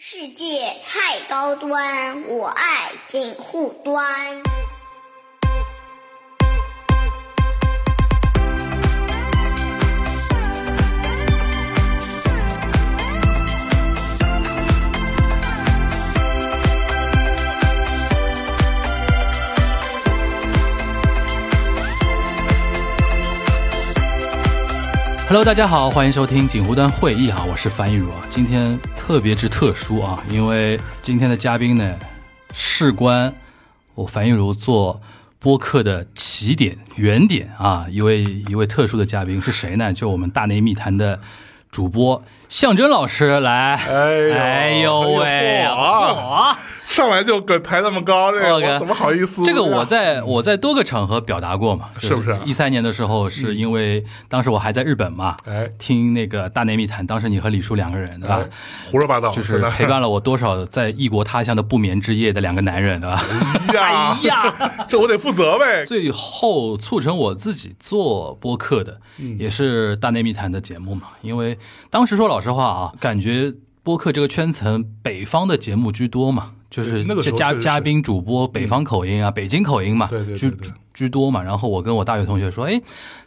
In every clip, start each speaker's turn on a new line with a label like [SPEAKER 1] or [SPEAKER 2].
[SPEAKER 1] 世界太高端，我爱锦护端。
[SPEAKER 2] Hello，大家好，欢迎收听锦湖端会议啊，我是樊一茹啊。今天特别之特殊啊，因为今天的嘉宾呢，事关我樊一茹做播客的起点、原点啊，一位一位特殊的嘉宾是谁呢？就我们大内密谈的主播象征老师来。哎
[SPEAKER 3] 哎呦
[SPEAKER 2] 呦喂，
[SPEAKER 3] 哎呦嚯啊
[SPEAKER 2] 嚯
[SPEAKER 3] 上来就给抬那么高，这个
[SPEAKER 2] 我靠
[SPEAKER 3] 我怎么好意思？
[SPEAKER 2] 这个我在我在多个场合表达过嘛，
[SPEAKER 3] 是不啊嗯是
[SPEAKER 2] 一三年的时候，是因为当时我还在日本嘛，
[SPEAKER 3] 哎
[SPEAKER 2] 听那个《大内密谈》，当时你和李叔两个人，对吧
[SPEAKER 3] 哎？胡说八道，
[SPEAKER 2] 啊就是 陪伴了我多少在异国他乡的不眠之夜的两个男人，对吧？
[SPEAKER 3] 哎呀，
[SPEAKER 2] 呀，
[SPEAKER 3] 这我得负责呗。
[SPEAKER 2] 最后促成我自己做播客的，
[SPEAKER 3] 嗯
[SPEAKER 2] 也是《大内密谈》的节目嘛。因为当时说老实话啊，感觉播客这个圈层北方的节目居多嘛，就是
[SPEAKER 3] 对那个
[SPEAKER 2] 这
[SPEAKER 3] 时候
[SPEAKER 2] 嘉
[SPEAKER 3] 确实是嗯
[SPEAKER 2] 嘉宾主播北方口音啊，北京口音嘛，
[SPEAKER 3] 对对对
[SPEAKER 2] 居
[SPEAKER 3] 对
[SPEAKER 2] 居居多嘛。然后我跟我大学同学说，哎，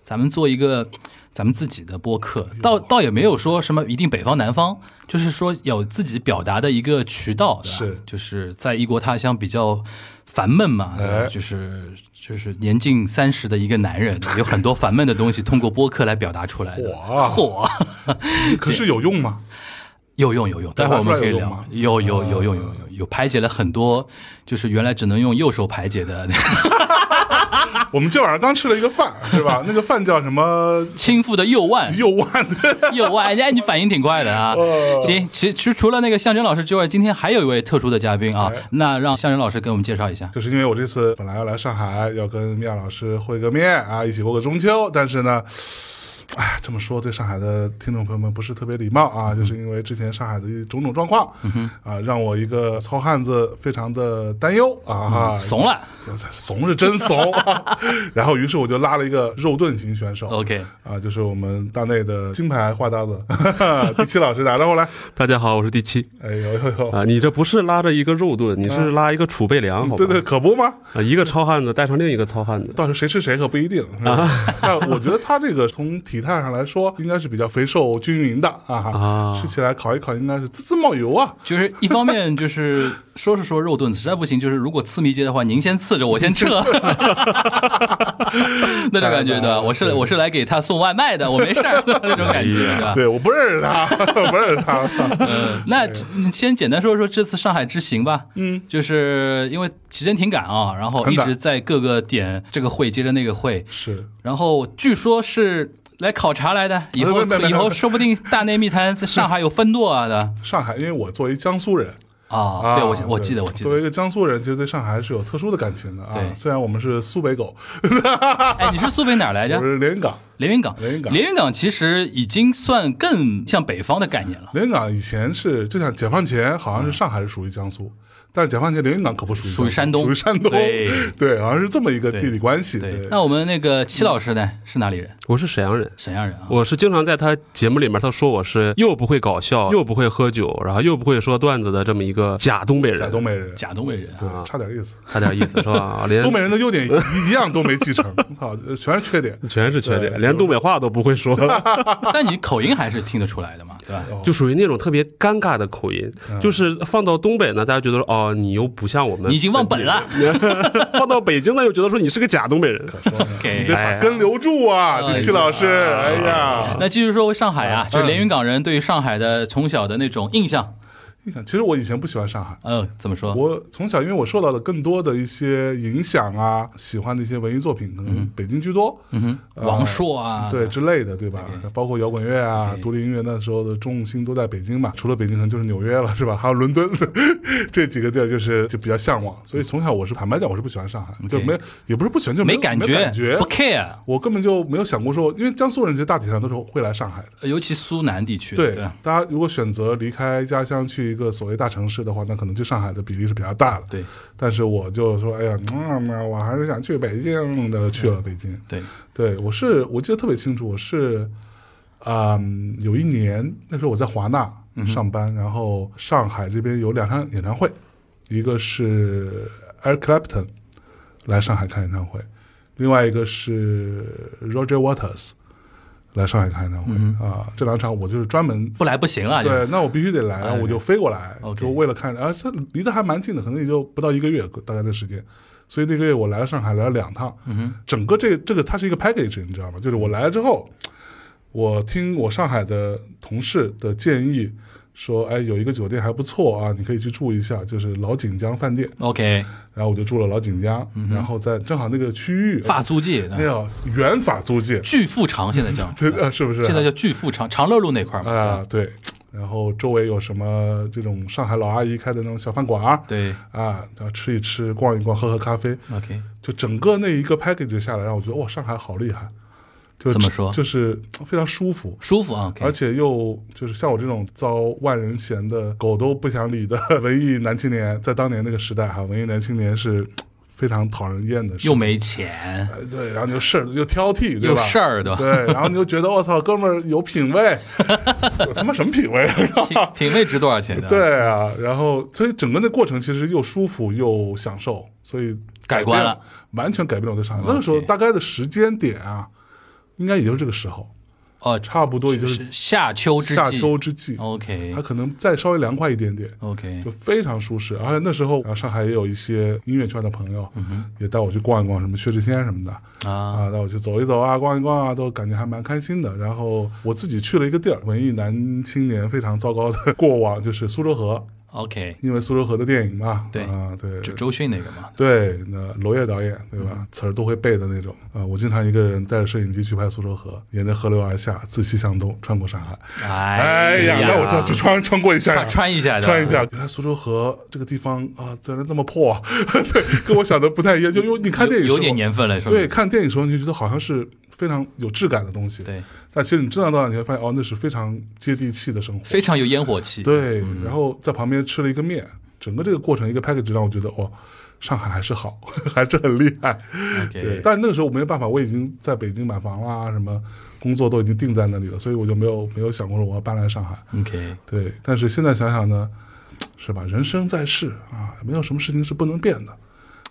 [SPEAKER 2] 咱们做一个咱们自己的播客，
[SPEAKER 3] 哎
[SPEAKER 2] 倒倒也没有说什么一定北方南方，就是说有自己表达的一个渠道，对吧
[SPEAKER 3] 是
[SPEAKER 2] 就是在异国他乡比较烦闷嘛，对吧
[SPEAKER 3] 哎
[SPEAKER 2] 就是就是年近三十的一个男人，有很多烦闷的东西通过播客来表达出来的。
[SPEAKER 3] 哇，
[SPEAKER 2] 嚯，
[SPEAKER 3] 可是有用吗？
[SPEAKER 2] 有用有用，待会儿我们可以聊。有有有用有呃用有排解了很多，就是原来只能用右手排解的
[SPEAKER 3] 我们今晚上刚吃了一个饭，是吧？那个饭叫什么？
[SPEAKER 2] 倾覆的右腕。
[SPEAKER 3] 右腕的，
[SPEAKER 2] 右腕，哎，你反应挺快的啊！行，其实其实除了那个象征老师之外，今天还有一位特殊的嘉宾啊，那让象征老师给我们介绍一下。
[SPEAKER 3] 就是因为我这次本来要来上海，要跟米娅老师会个面啊，一起过个中秋，但是呢。哎，这么说对上海的听众朋友们不是特别礼貌啊，就是因为之前上海的一种种状况，
[SPEAKER 2] 嗯
[SPEAKER 3] 啊，让我一个糙汉子非常的担忧啊，哈
[SPEAKER 2] 嗯怂了
[SPEAKER 3] 怂是真怂。 然后，于是我就拉了一个肉盾型选手
[SPEAKER 2] ，OK，
[SPEAKER 3] 啊，就是我们大内的金牌花搭子 第七老师，打招呼来。
[SPEAKER 4] 大家好，我是第七
[SPEAKER 3] 哎呦呦呦，
[SPEAKER 4] 啊！你这不是拉着一个肉盾，你是拉一个储备粮，好
[SPEAKER 3] 啊
[SPEAKER 4] 吧？
[SPEAKER 3] 对对，可不吗？
[SPEAKER 4] 啊，一个糙汉子带上另一个糙汉子，
[SPEAKER 3] 到时候谁吃谁可不一定。是吧
[SPEAKER 2] 啊
[SPEAKER 3] 但我觉得他这个从体态上来说，应该是比较肥瘦均匀的啊
[SPEAKER 4] 啊，
[SPEAKER 3] 吃起来烤一烤应该是滋滋冒油啊。
[SPEAKER 2] 就是一方面就是说是说肉盾，实在不行就是如果刺迷街的话，您先刺着，我先撤， 那种感觉对吧？我是我是来给他送外卖的，我没事儿那种感觉对吧？
[SPEAKER 3] 哎对，我不认识他， 不认识他。
[SPEAKER 2] 嗯，那你先简单说说这次上海之行吧。嗯，就是因为时间挺赶啊，然后一
[SPEAKER 3] 很赶
[SPEAKER 2] 直在各个点这个会接着那个会，
[SPEAKER 3] 是，
[SPEAKER 2] 然后据说是来考察来的，以后
[SPEAKER 3] 呃没没没
[SPEAKER 2] 以后
[SPEAKER 3] 没
[SPEAKER 2] 说不定大内密谈在上海有分舵啊的
[SPEAKER 3] 上海，因为我作为江苏人，
[SPEAKER 2] 啊。
[SPEAKER 3] 啊，
[SPEAKER 2] 对，我记我记得
[SPEAKER 3] 对
[SPEAKER 2] 我记得
[SPEAKER 3] 作为。一个江苏人，其实对上海是有特殊的感情的啊
[SPEAKER 2] 对。
[SPEAKER 3] 虽然我们是苏北狗，
[SPEAKER 2] 哎，你是苏北哪儿来着
[SPEAKER 3] 我？是连云港。
[SPEAKER 2] 连云港，
[SPEAKER 3] 连云港
[SPEAKER 2] 其实已经算更像北方的概念了，
[SPEAKER 3] 连云港以前是，就像解放前，好像是上海是属于江苏，但是解放前连云港可不属于
[SPEAKER 2] 属于
[SPEAKER 3] 江苏
[SPEAKER 2] 山东
[SPEAKER 3] 属于山东，
[SPEAKER 2] 对
[SPEAKER 3] 对好像是这么一个
[SPEAKER 2] 对
[SPEAKER 3] 地理关系。对，哦
[SPEAKER 2] 那我们那个戚老师呢，是哪里人？
[SPEAKER 4] 我是沈阳人。
[SPEAKER 2] 沈阳人啊。
[SPEAKER 4] 我是经常在他节目里面，他说我是又不会搞
[SPEAKER 3] 哦
[SPEAKER 4] 笑，又不会喝酒，然后又不会说段子的这么一个假东北人，
[SPEAKER 3] 假东北人，
[SPEAKER 2] 假东北人啊，呃
[SPEAKER 3] 对，差点意思。
[SPEAKER 4] 差点意思 是吧？啊连
[SPEAKER 3] 东北人的优点一一样都没 继承，操，呃全是缺点。
[SPEAKER 4] 全是缺点，
[SPEAKER 3] 对
[SPEAKER 4] 连东北话都不会说，
[SPEAKER 2] 但你口音还是听得出来的 嘛，对吧？
[SPEAKER 4] 就属于那种特别尴尬的口音。
[SPEAKER 3] 嗯
[SPEAKER 4] 就是放到东北呢，大家觉得哦，你又不像我们，
[SPEAKER 2] 你已经忘本了。
[SPEAKER 4] 放到北京呢，又觉得说你是个假东北人。
[SPEAKER 3] 你
[SPEAKER 2] OK，
[SPEAKER 3] 得把根留住啊，
[SPEAKER 2] 哎哎呀
[SPEAKER 3] 李琦老师，哎呀，
[SPEAKER 2] 那继续说回上海
[SPEAKER 3] 嗯
[SPEAKER 2] 啊，就是连云港人对于上海的从小的那种印象，
[SPEAKER 3] 你想，其实我以前不喜欢上海。
[SPEAKER 2] 嗯，怎么说？
[SPEAKER 3] 我从小，因为我受到的更多的一些影响啊，喜欢的一些文艺作品，可能北京居多。嗯哼，
[SPEAKER 2] 王朔啊，哎
[SPEAKER 3] 对之类的，对吧？包括摇滚乐啊、独立音乐，那时候的重心都在北京嘛，除了北京，可能就是纽约了，是吧？还有伦敦 这几个地儿，就是就比较向往。所以从小我是坦白讲，我是不喜欢上海，就没也不是不喜欢，就
[SPEAKER 2] 没
[SPEAKER 3] 没
[SPEAKER 2] 感
[SPEAKER 3] 没
[SPEAKER 2] 觉
[SPEAKER 3] 感觉
[SPEAKER 2] 不。care，
[SPEAKER 3] 我根本就没有想过说，因为江苏人其实大体上都是会来上海的。
[SPEAKER 2] 尤其苏南地区，
[SPEAKER 3] 对
[SPEAKER 2] 对吧，
[SPEAKER 3] 大家如果选择离开家乡去一个所谓大城市的话，那可能去上海的比例是比较大的。
[SPEAKER 2] 对
[SPEAKER 3] 但是我就说，哎呀，嗯，那我还是想去北京的，去了北京。
[SPEAKER 2] 对，
[SPEAKER 3] 对，我是我记得特别清楚，我是，嗯，有一年那时候我在华纳，上班，然后上海这边有两场演唱会，一个是 Eric Clapton 来上海看演唱会，另外一个是 Roger Waters 来上海看演唱会、啊。这两场我就是专门
[SPEAKER 2] 嗯不来不行啊！
[SPEAKER 3] 对，，那我必须得来，我就飞过来，
[SPEAKER 2] OK
[SPEAKER 3] 就为了看。啊，这离得还蛮近的，可能也就不到一个月，大概的时间。所以那个月我来了上海，来了两趟。
[SPEAKER 2] 嗯
[SPEAKER 3] 整个这这个它是一个 package，你知道吗？就是我来了之后，我听我上海的同事的建议说，哎，有一个酒店还不错啊，你可以去住一下，就是老锦江饭店。
[SPEAKER 2] OK，
[SPEAKER 3] 然后我就住了老锦江，然后在正好那个区域，
[SPEAKER 2] 嗯法租界
[SPEAKER 3] 那叫原法租界，
[SPEAKER 2] 巨富长现在叫，
[SPEAKER 3] 对啊，是不是？
[SPEAKER 2] 现在叫巨富长，长乐路那块儿嘛。
[SPEAKER 3] 啊，对。然后周围有什么这种上海老阿姨开的那种小饭馆儿，
[SPEAKER 2] 对
[SPEAKER 3] 啊，然后吃一吃、逛一逛、喝喝咖啡，
[SPEAKER 2] ，OK，
[SPEAKER 3] 就整个那一个 package 下来，让我觉得哇，上海好厉害，就
[SPEAKER 2] 怎么说
[SPEAKER 3] 就是非常舒服，
[SPEAKER 2] 舒服啊，OK，
[SPEAKER 3] 而且又就是像我这种遭万人嫌的狗都不想理的 文艺男青年，在当年那个时代哈，文艺男青年是非常讨人厌的事情，
[SPEAKER 2] 又没钱，
[SPEAKER 3] 对，然后你就事儿又挑剔，对吧？
[SPEAKER 2] 又事儿对吧？
[SPEAKER 3] 对，然后你就觉得我操，哥们儿有品位，我他妈什么品位啊？
[SPEAKER 2] 品品味值多少钱的？，
[SPEAKER 3] 对啊，然后所以整个那过程其实又舒服又享受，所以
[SPEAKER 2] 改观
[SPEAKER 3] 变
[SPEAKER 2] 了，
[SPEAKER 3] 完全改变了我对上海。那个时候
[SPEAKER 2] OK
[SPEAKER 3] 大概的时间点啊，应该也就是这个时候，
[SPEAKER 2] 哦，
[SPEAKER 3] 差不多也就是
[SPEAKER 2] 是夏秋之际。
[SPEAKER 3] 夏秋之际，
[SPEAKER 2] OK
[SPEAKER 3] 它可能再稍微凉快一点点。
[SPEAKER 2] OK，
[SPEAKER 3] 就非常舒适，而且那时候，然啊后上海也有一些音乐圈的朋友，
[SPEAKER 2] 嗯
[SPEAKER 3] 也带我去逛一逛，什么薛之谦什么的，
[SPEAKER 2] 啊
[SPEAKER 3] 啊，带我去走一走啊，逛一逛啊，都感觉还蛮开心的。然后我自己去了一个地儿，文艺男青年非常糟糕的 过往，就是苏州河，
[SPEAKER 2] ，OK，
[SPEAKER 3] 因为苏州河的电影嘛，
[SPEAKER 2] 对
[SPEAKER 3] 啊，对，
[SPEAKER 2] 就周迅那个嘛，
[SPEAKER 3] 对，那娄烨导演对吧？
[SPEAKER 2] 嗯
[SPEAKER 3] 词儿都会背的那种啊、我经常一个人带着摄影机去拍苏州河，沿着河流而下，自西向东，穿过上海。
[SPEAKER 2] 哎
[SPEAKER 3] 哎呀，那我就要去穿穿过一下呀
[SPEAKER 2] 穿穿一下的，
[SPEAKER 3] 穿一下，原来苏州河这个地方啊，怎然这么破、啊？ 对，跟我想的不太一样。就因为你看电影
[SPEAKER 2] 有
[SPEAKER 3] 时候
[SPEAKER 2] 有点年份了，是吧？
[SPEAKER 3] 对，看电影时候你就觉得好像是非常有质感的东西，
[SPEAKER 2] 对，
[SPEAKER 3] 但其实你真的到那里你会发现，哦，那是非常接地气的生活。
[SPEAKER 2] 非常有烟火气。
[SPEAKER 3] 对，
[SPEAKER 2] 嗯
[SPEAKER 3] 然后在旁边吃了一个面，整个这个过程一个 package 让我觉得，哦，上海还是好， 还是很厉害。对，
[SPEAKER 2] ，OK，
[SPEAKER 3] 但那个时候我没办法，我已经在北京买房啦，什么工作都已经定在那里了，所以我就没有没有想过说我要搬来上海。
[SPEAKER 2] OK，
[SPEAKER 3] 对，但是现在想想呢，是吧？人生在世啊，没有什么事情是不能变的。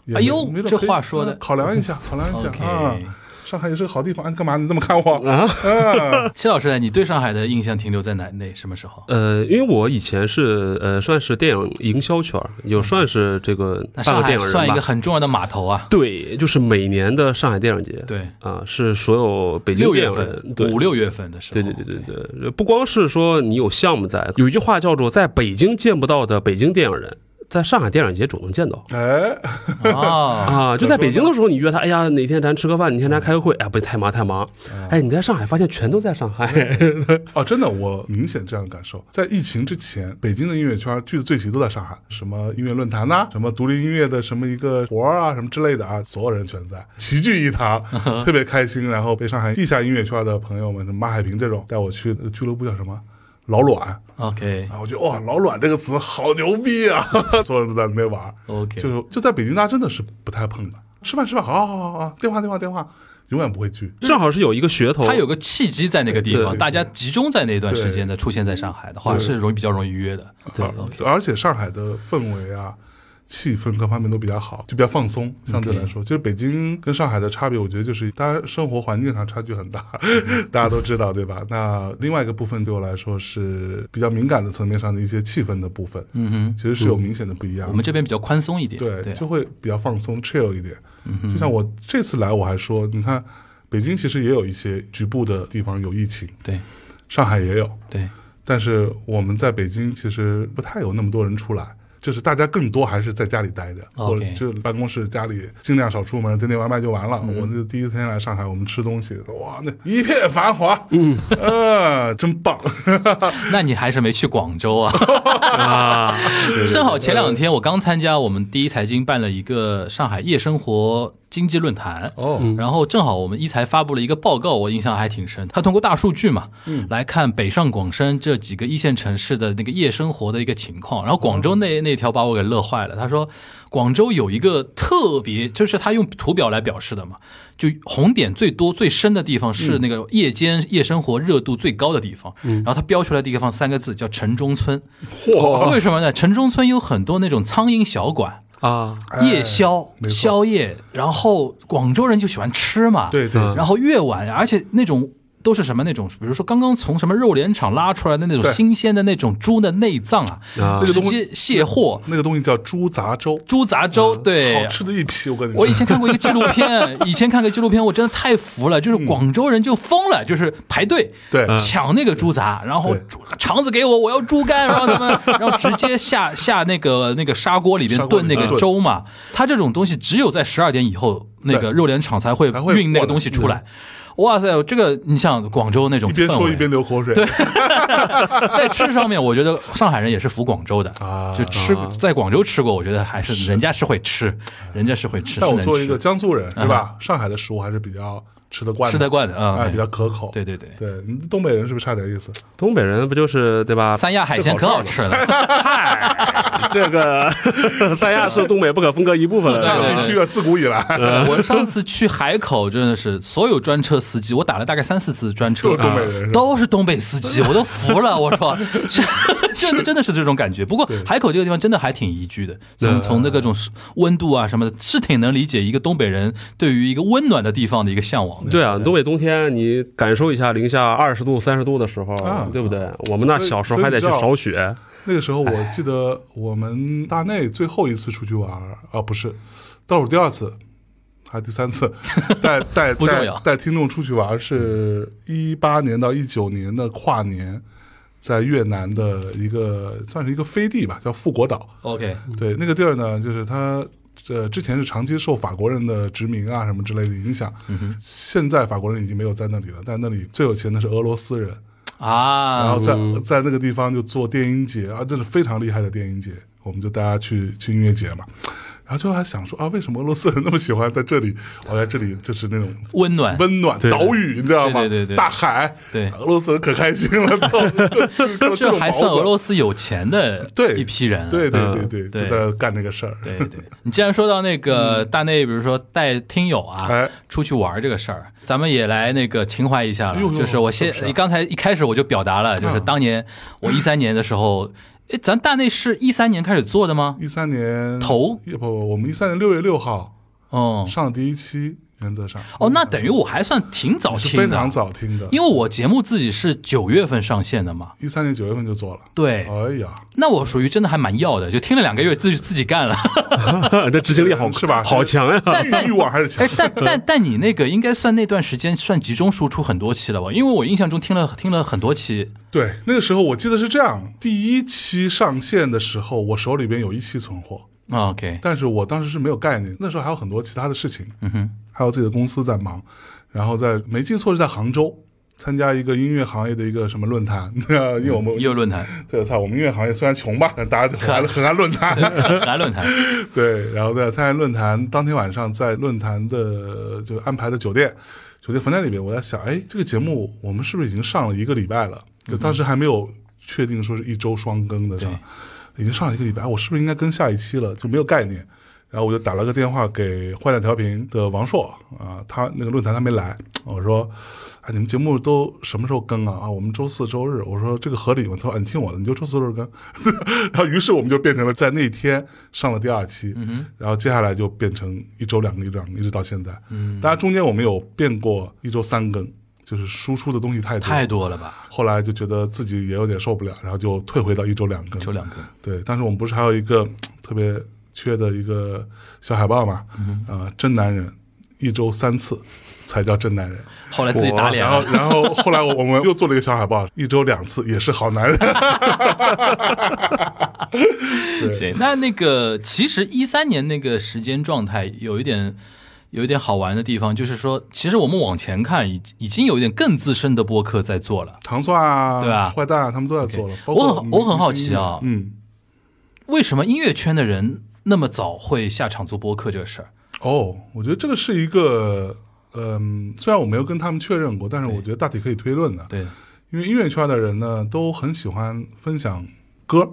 [SPEAKER 3] 也
[SPEAKER 2] 哎
[SPEAKER 3] 没
[SPEAKER 2] 呦
[SPEAKER 3] 没准
[SPEAKER 2] 这
[SPEAKER 3] 可以
[SPEAKER 2] 话说的
[SPEAKER 3] 啊考量一下，考量一 下
[SPEAKER 2] OK
[SPEAKER 3] 啊。上海也是个好地方，啊你干嘛？你这么看我？啊，
[SPEAKER 2] 戚老师呢？你对上海的印象停留在哪那什么时候？
[SPEAKER 4] 呃，因为我以前是呃算是电影营销圈儿，有算是这个
[SPEAKER 2] 那
[SPEAKER 4] 半
[SPEAKER 2] 上
[SPEAKER 4] 个
[SPEAKER 2] 海
[SPEAKER 4] 电影人吧。
[SPEAKER 2] 算一个很重要的码头啊。
[SPEAKER 4] 对，就是每年的上海电影节，
[SPEAKER 2] 对，
[SPEAKER 4] 啊、是所有北京
[SPEAKER 2] 六
[SPEAKER 4] 电
[SPEAKER 2] 月
[SPEAKER 4] 影
[SPEAKER 2] 份
[SPEAKER 4] 人，对
[SPEAKER 2] 五六月份的时候，
[SPEAKER 4] 对对对对对，呃不光是说你有项目在，有一句话叫做在北京见不到的北京电影人，在上海电影节总能见到。
[SPEAKER 3] 哎，
[SPEAKER 2] 对啊，
[SPEAKER 4] 啊，就在北京的时候，你约他，哎呀，哪天咱吃个饭，哪天咱开个会，哎，不太忙太忙，哎，你在上海发现全都在上海，
[SPEAKER 2] 啊
[SPEAKER 3] 哦，真的，我明显这样的感受。在疫情之前，北京的音乐圈聚的最齐都在上海，什么音乐论坛呐、什么独立音乐的什么一个活儿啊，什么之类的啊，所有人全在，齐聚一堂，特别开心。然后被上海地下音乐圈的朋友们，什么马海平这种，带我去那个俱乐部叫什么老卵。
[SPEAKER 2] OK
[SPEAKER 3] 啊，我觉得哇，老卵这个词好牛逼啊！ 所有人都在那边玩儿
[SPEAKER 2] OK，
[SPEAKER 4] 哦
[SPEAKER 3] 就是就在北京，大家真的是不太碰的。吃饭吃饭，好好好好好，电话电话电话，永远不会聚。
[SPEAKER 4] 正好是有一个噱头，
[SPEAKER 2] 它有个契机在那个地
[SPEAKER 4] 对
[SPEAKER 2] 方，
[SPEAKER 4] 对
[SPEAKER 2] 大家集中在那段
[SPEAKER 3] 对
[SPEAKER 2] 时间的出现在上海的话，是容易比较容易约的。
[SPEAKER 4] 对
[SPEAKER 3] 而而且上海的氛围啊。气氛各方面都比较好，就比较放松。相对来说就是北京跟上海的差别，我觉得就是大家生活环境上差距很大， 大家都知道，对吧？那另外一个部分对我来说是比较敏感的层面上的一些气氛的部分，嗯哼，其实是有明显的不一样
[SPEAKER 2] 我
[SPEAKER 3] 的。
[SPEAKER 2] 们这边比较宽松一点，
[SPEAKER 3] 对，嗯
[SPEAKER 2] 对
[SPEAKER 3] 就会比较放松、chill 一点。就像我这次来，我还说，你看北京其实也有一些局部的地方有疫情，
[SPEAKER 2] 对
[SPEAKER 3] 上海也有，
[SPEAKER 2] 对
[SPEAKER 3] 但是我们在北京其实不太有那么多人出来。就是大家更多还是在家里待着，
[SPEAKER 2] OK 嗯
[SPEAKER 3] 或者就办公室、家里尽量少出门，点点外卖就完了。我那第一天来上海，我们吃东西，哇，那一片繁华，嗯，呃，真 棒。
[SPEAKER 2] 那你还是没去广州啊？
[SPEAKER 4] 啊，
[SPEAKER 2] 正好前两天我刚参加我们第一财经办了一个上海夜生活经济论坛。
[SPEAKER 3] 哦，
[SPEAKER 2] 然后正好我们一财发布了一个报告，我印象还挺深。他通过大数据嘛，来看北上广深这几个一线城市的那个夜生活的一个情况。然后广州那那条把我给乐坏了。他说，广州有一个特别，就是他用图表来表示的嘛，就红点最多最深的地方是那个夜间夜生活热度最高的地方。然后他标出来的地方三个字叫城中村。
[SPEAKER 4] 嚯
[SPEAKER 2] 为什么呢？城中村有很多那种苍蝇小馆。
[SPEAKER 4] 啊！
[SPEAKER 2] 夜宵、
[SPEAKER 3] 哎没错
[SPEAKER 2] 宵夜，然后广州人就喜欢吃嘛，
[SPEAKER 3] 对对
[SPEAKER 2] 然后越晚，而且那种都是什么那种，比如说刚刚从什么肉联厂拉出来的那种
[SPEAKER 3] 对
[SPEAKER 2] 新鲜的那种猪的内脏啊，
[SPEAKER 4] 啊
[SPEAKER 3] 那个
[SPEAKER 2] 直
[SPEAKER 3] 东
[SPEAKER 2] 接卸货，
[SPEAKER 3] 那个东西叫猪杂粥，
[SPEAKER 2] 猪杂粥，对
[SPEAKER 3] 好。吃的一批。我跟你
[SPEAKER 2] 哎
[SPEAKER 3] 说，
[SPEAKER 2] 我以前看过一个纪录 片，以前看个纪录片，我真的太服了，就是广州人就疯了，就是排队
[SPEAKER 3] 嗯对
[SPEAKER 2] 抢那个猪杂，然后
[SPEAKER 3] 对
[SPEAKER 2] 猪肠子给我，我要猪肝，然后他们然后直接 下下那个那个砂锅里
[SPEAKER 3] 砂
[SPEAKER 2] 边
[SPEAKER 3] 锅
[SPEAKER 2] 炖
[SPEAKER 3] 里
[SPEAKER 2] 那
[SPEAKER 3] 面
[SPEAKER 2] 个
[SPEAKER 3] 炖
[SPEAKER 2] 粥嘛。它这种东西只有在十二点以后，那
[SPEAKER 3] 对
[SPEAKER 2] 个肉联厂才会
[SPEAKER 3] 才会
[SPEAKER 2] 运那
[SPEAKER 3] 过来
[SPEAKER 2] 个东西出来。哇塞，这个你像广州那种
[SPEAKER 3] 一边
[SPEAKER 2] 氛
[SPEAKER 3] 说
[SPEAKER 2] 围
[SPEAKER 3] 一边流口水。
[SPEAKER 2] 对， 在吃上面，我觉得上海人也是服广州的
[SPEAKER 3] 啊
[SPEAKER 2] 就吃在广州吃过，我觉得还是人家是会吃，人家是会吃，
[SPEAKER 3] 但
[SPEAKER 2] 是
[SPEAKER 3] 我
[SPEAKER 2] 能
[SPEAKER 3] 作为一个
[SPEAKER 2] 吃
[SPEAKER 3] 江苏人，对吧？上海的食物还是比较吃得惯
[SPEAKER 2] 吃
[SPEAKER 3] 的，
[SPEAKER 2] 得惯的啊，
[SPEAKER 3] 哎，
[SPEAKER 2] 对
[SPEAKER 3] 比较可口。
[SPEAKER 2] 对对对
[SPEAKER 3] 对，你东北人是不是差点意思？
[SPEAKER 4] 东北人不就是对吧？
[SPEAKER 2] 三亚海鲜可好吃了，
[SPEAKER 4] 嗨， 这个 三亚是东北不可分割一部分了，
[SPEAKER 2] 对
[SPEAKER 4] 是吧
[SPEAKER 2] 对
[SPEAKER 3] 必须啊，自古以来，
[SPEAKER 2] 呃我上次去海口真的是所有专车司机，我打了大概三四次专
[SPEAKER 3] 都
[SPEAKER 2] 车啊
[SPEAKER 3] 是，东北人是吧
[SPEAKER 2] 都是东北司机，我都服了。我 说，这真的真的是这种感觉。不过海口这个地方真的还挺宜居的，从从
[SPEAKER 3] 嗯
[SPEAKER 2] 那各种温度啊什么的，是挺能理解一个东北人对于一个温暖的地方的一个向往的。
[SPEAKER 4] 对啊，东北冬天你感受一下零下二十度、三十度的时候
[SPEAKER 3] 啊，
[SPEAKER 4] 对不对？我们那小时候还得去扫雪，
[SPEAKER 3] 那个时候
[SPEAKER 2] 哎
[SPEAKER 3] 我记得我们大内最后一次出去玩儿啊，不是，倒数第二次。还是第 三次，带带
[SPEAKER 2] 不重
[SPEAKER 3] 带
[SPEAKER 2] 要
[SPEAKER 3] 带听众出去玩儿是一八年到一九年的跨年，在越南的一个算是一个飞地吧，叫富国岛。
[SPEAKER 2] OK，
[SPEAKER 3] 对，那个地儿呢，就是它呃之前是长期受法国人的殖民啊什么之类的影响，
[SPEAKER 2] 嗯
[SPEAKER 3] 现在法国人已经没有在那里了，但那里最有钱的是俄罗斯人，然
[SPEAKER 2] 啊
[SPEAKER 3] 后，在、在那个地方就做电音节啊，这是非常厉害的电音节，我们就大家去去音乐节嘛。然后就还想说啊，为什么俄罗斯人那么喜欢在这里？我、在这里就是那种
[SPEAKER 2] 温暖。
[SPEAKER 3] 温暖岛屿，你知道吗？
[SPEAKER 2] 对对对对
[SPEAKER 3] 大海，
[SPEAKER 2] 对
[SPEAKER 3] 俄罗斯人可开心了，都 各
[SPEAKER 2] 这还算俄
[SPEAKER 3] 斯
[SPEAKER 2] 罗斯有钱的
[SPEAKER 3] 对
[SPEAKER 2] 一批人啊，
[SPEAKER 3] 对对
[SPEAKER 4] 嗯
[SPEAKER 3] 对对，
[SPEAKER 2] 对
[SPEAKER 3] 就在那干这个事儿，
[SPEAKER 2] 对对，你既然说到那个大内，比如说带听友啊，
[SPEAKER 3] 嗯哎
[SPEAKER 2] 出去玩这个事儿，咱们也来那个情怀一下了。
[SPEAKER 3] 哎呦呦
[SPEAKER 2] 就是我先
[SPEAKER 3] 是不是啊嗯
[SPEAKER 2] 刚才一开始我就表达了，就是当年我一三年的时候，哎，咱大内是一三年开始做的吗？
[SPEAKER 3] 一三年
[SPEAKER 2] 头
[SPEAKER 3] 不不，我们一三年六月六号
[SPEAKER 2] 嗯，
[SPEAKER 3] 上的第一期，原则上
[SPEAKER 2] 哦，那等于我还算挺早
[SPEAKER 3] 是
[SPEAKER 2] 听的，
[SPEAKER 3] 非常，早听的，
[SPEAKER 2] 因为我节目自己是九月份上线的嘛。
[SPEAKER 3] 一三年九月份就做了。
[SPEAKER 2] 对，
[SPEAKER 3] 哎呀，
[SPEAKER 2] 那我属于真的还蛮要的，就听了两个月，自己自己干 了。
[SPEAKER 4] 这执行力好
[SPEAKER 3] 是吧
[SPEAKER 4] 好强呀！
[SPEAKER 3] 欲欲望还是强
[SPEAKER 2] 哎，，但但但你那个应该算那段时间算集中输出很多期了吧？因为我印象中听了听了很多期，
[SPEAKER 3] 对，那个时候我记得是这样，第一期上线的时候，我手里边有一期存货，
[SPEAKER 2] 啊 OK，
[SPEAKER 3] 但是我当时是没有概念，那时候还有很多其他的事情，嗯哼，还有自己的公司在忙，然后在没记错是在杭州参加一个音乐行业的一个什么论坛， 因为我们
[SPEAKER 2] 也有论坛，
[SPEAKER 3] 对，操，我们音乐行业虽然穷吧，但大家很爱很爱论坛，
[SPEAKER 2] 来论坛，
[SPEAKER 3] 对，然后在参加论坛当天晚上，在论坛的就安排的酒店，酒店房间里面，我在想，哎，这个节目我们是不是已经上了一个礼拜了？就当时还没有确定说是一周双更的，是吧？已经上了一个礼拜，我是不是应该更下一期了？就没有概念。然后我就打了个电话给坏蛋调频的王硕啊，他那个论坛他没来，我说，哎，你们节目都什么时候更啊？啊，我们周四周日。我说这个合理吗？他说，啊你听我的，你就周四周日更。 然后于是我们就变成了在那天上了第二期，
[SPEAKER 2] 嗯
[SPEAKER 3] 然后接下来就变成一周两更，一周两更，一直到现在。嗯，当然中间我们有变过一周三更，就是输出的东西太多，
[SPEAKER 2] 太多了吧？
[SPEAKER 3] 后来就觉得自己也有点受不了，然后就退回到一周两更。
[SPEAKER 2] 就两个，
[SPEAKER 3] 对，当时我们不是还有一个特别缺的一个小海报嘛？嗯、呃，真男人一周三次才叫真男人。
[SPEAKER 2] 后来自己打脸啊
[SPEAKER 3] 然后
[SPEAKER 2] 了，，
[SPEAKER 3] 然后后来我我们又做了一个小海报，一周两次也是好男人。
[SPEAKER 2] 行，那那个其实一三年那个时间状态有一点。有一点好玩的地方，就是说，其实我们往前看，已已经有一点更资深的播客在做了。
[SPEAKER 3] 糖蒜啊，
[SPEAKER 2] 对吧
[SPEAKER 3] 坏蛋啊，他们都在做了。包
[SPEAKER 2] 我
[SPEAKER 3] 括
[SPEAKER 2] 很
[SPEAKER 3] 们
[SPEAKER 2] 我很好奇啊
[SPEAKER 3] 嗯，
[SPEAKER 2] 为什么音乐圈的人那么早会下场做播客这个事儿？
[SPEAKER 3] 哦，我觉得这个是一个，嗯、虽然我没有跟他们确认过，但是我觉得大体可以推论的，
[SPEAKER 2] 对
[SPEAKER 3] 因为音乐圈的人呢都很喜欢分享歌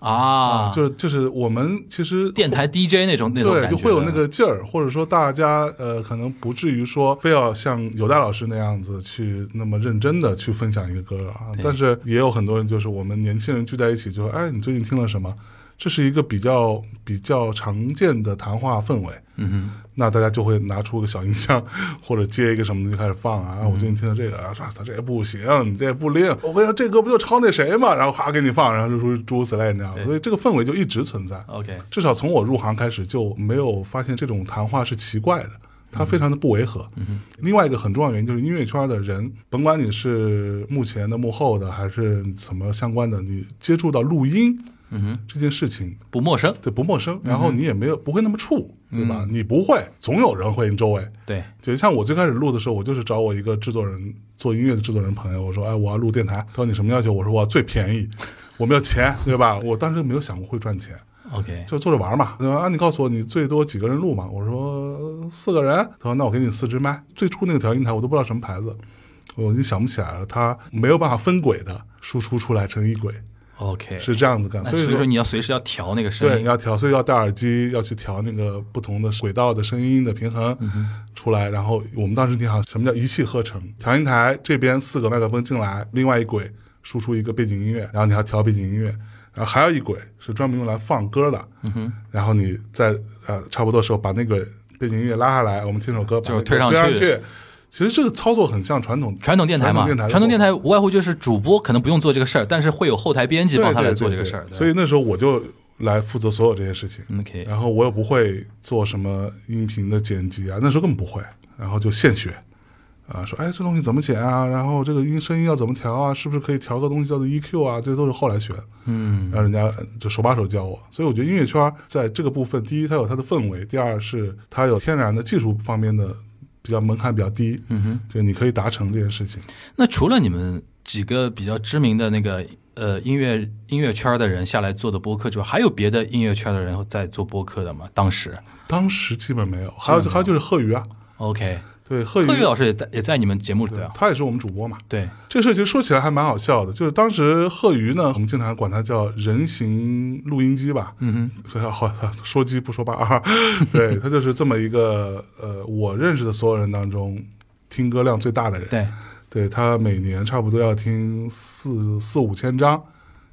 [SPEAKER 2] 啊，
[SPEAKER 3] 就是就是我们其实
[SPEAKER 2] 电台 DJ 那种那种
[SPEAKER 3] 对，
[SPEAKER 2] 感觉，
[SPEAKER 3] 就会有那个劲儿，或者说大家呃，可能不至于说非要像有大老师那样子去那么认真的去分享一个歌啊。但是也有很多人，就是我们年轻人聚在一起，就说：“哎，你最近听了什么？”这是一个比较比较常见的谈话氛围。嗯哼，那大家就会拿出个小音箱，或者接一个什么的就开始放啊。我最
[SPEAKER 2] 嗯
[SPEAKER 3] 近听了这个，啊，说他这也不行，你这也不灵。我跟你说，这歌不就抄那谁嘛？然后哗给你放，然后就说诸如此类，你知道吗？所以这个氛围就一直存在。
[SPEAKER 2] OK，
[SPEAKER 3] 至少从我入行开始就没有发现这种谈话是奇怪的，它非常的不违和。另外一个很重要的原因就是音乐圈的人，甭管你是幕前的、幕后的，还是什么相关的，你接触到录音，这件事情
[SPEAKER 2] 不陌生，
[SPEAKER 3] 对不陌生，然后你也没有不会那么怵，对吧？你不会，总有人会，你周围。
[SPEAKER 2] 对，
[SPEAKER 3] 就像我最开始录的时候，我就是找我一个制作人做音乐的制作人朋友，我说：“哎，我要录电台。”他说：“你什么要求？”我说：“我要最便宜，我们要钱，对吧？”我当时没有想过会赚钱，
[SPEAKER 2] OK，
[SPEAKER 3] 就坐着玩嘛。他说啊，你告诉我你最多几个人录嘛？我说呃四个人。他说那我给你四支麦。最初那个调音台我都不知道什么牌子，我已经想不起来了。它没有办法分轨的输出出来成一轨，
[SPEAKER 2] OK，
[SPEAKER 3] 是这样子干。
[SPEAKER 2] 那
[SPEAKER 3] 所以
[SPEAKER 2] 所以
[SPEAKER 3] 说
[SPEAKER 2] 说你要随时要调那个声
[SPEAKER 3] 对你
[SPEAKER 2] 音，
[SPEAKER 3] 要调，所以要戴耳机，要去调那个不同的轨道的声音的平衡出来。然后我们当时听好什么叫一气呵成，调音台这边四个麦克风进来，另外一轨输出一个背景音乐，然后你还调背景音乐，然后还有一轨是专门用来放歌的。
[SPEAKER 2] 嗯
[SPEAKER 3] 然后你在呃差不多的时候把那个背景音乐拉下来，我们听首歌，把
[SPEAKER 2] 就是
[SPEAKER 3] 那个
[SPEAKER 2] 推
[SPEAKER 3] 推
[SPEAKER 2] 上
[SPEAKER 3] 上
[SPEAKER 2] 去
[SPEAKER 3] 去。其实这个操作很像传统
[SPEAKER 2] 传统电台嘛，
[SPEAKER 3] 传统电台的
[SPEAKER 2] 传统电
[SPEAKER 3] 做
[SPEAKER 2] 台无外乎就是主播可能不用做这个事儿，但是会有后台编辑
[SPEAKER 3] 对
[SPEAKER 2] 帮他
[SPEAKER 3] 对
[SPEAKER 2] 来
[SPEAKER 3] 对
[SPEAKER 2] 做这个
[SPEAKER 3] 对
[SPEAKER 2] 事儿。对嗯
[SPEAKER 3] 所以那时候我就来负责所有这些事情。
[SPEAKER 2] OK，
[SPEAKER 3] 然后我也不会做什么音频的剪辑啊，那时候根本不会，然后就现学，啊，说哎这东西怎么剪啊，然后这个音声音要怎么调啊，是不是可以调个东西叫做 EQ 啊，这都是后来学的，嗯，让人家就手把手教我，所以我觉得音乐圈在这个部分，第一它有它的氛围，第二是它有天然的技术方面的比较门槛比较低，嗯哼，就你可以达成这件事情。
[SPEAKER 2] 那除了你们几个比较知名的那个呃音乐音乐圈的人下来做的播客之外，还有别的音乐圈的人在做播客的吗？当时
[SPEAKER 3] 当时基本没有，还有还有就是贺宇啊，
[SPEAKER 2] OK，
[SPEAKER 3] 对贺宇，
[SPEAKER 2] 贺宇老师也在也在你们节目里对啊，
[SPEAKER 3] 他也是我们主播嘛，
[SPEAKER 2] 对，
[SPEAKER 3] 这事儿其实说起来还蛮好笑的，就是当时贺鱼呢，我们经常管它叫人形录音机吧，嗯哼，所以好说鸡不说八啊，对他就是这么一个呃，我认识的所有人当中听歌量最大的人，
[SPEAKER 2] 对，
[SPEAKER 3] 对他每年差不多要听四四五千张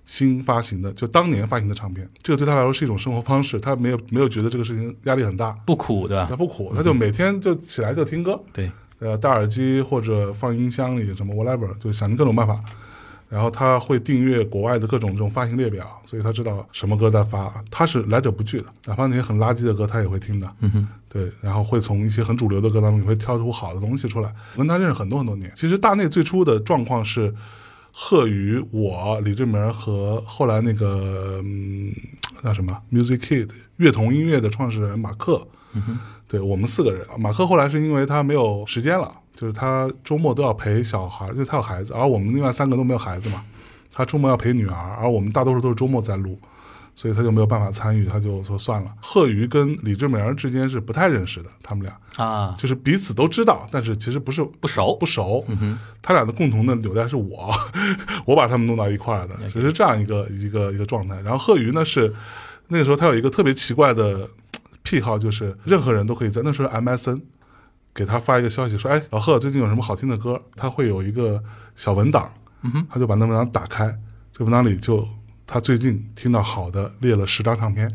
[SPEAKER 3] 新发行的，就当年发行的唱片，这个对他来说是一种生活方式，他没有没有觉得这个事情压力很大，
[SPEAKER 2] 不苦对吧
[SPEAKER 3] 他？不苦，他就每天就起来就听歌，
[SPEAKER 2] 对，
[SPEAKER 3] 呃，戴耳机或者放音箱里什么 whatever，就想尽各种办法。然后他会订阅国外的各种这种发行列表，所以他知道什么歌在发，他是来者不拒的，哪怕那些很垃圾的歌他也会听的。嗯哼，对，然后会从一些很主流的歌当中也会挑出好的东西出来。我跟他认识很多很多年，其实大内最初的状况是。贺宇、我、李志明和后来那个嗯叫什么 Music Kid 乐童音乐的创始人马克，对我们四个人，马克后来是因为他没有时间了，就是他周末都要陪小孩，因为他有孩子，而我们另外三个都没有孩子嘛，他周末要陪女儿，而我们大多数都是周末在录，所以他就没有办法参与，他就说算了。贺宇跟李志明之间是不太认识的，他们俩
[SPEAKER 2] 啊，
[SPEAKER 3] 就是彼此都知道，但是其实不是
[SPEAKER 2] 不熟
[SPEAKER 3] 不熟，他俩的共同的纽带是我， 我把他们弄到一块儿的，只是这样一个一个一个状态。然后贺鱼呢是那个时候他有一个特别奇怪的癖好，就是任何人都可以在那时候 MSN 给他发一个消息说，哎，老贺最近有什么好听的歌？他会有一个小文档，他就把那文档打开，这文档里就他最近听到好的列了十张唱片，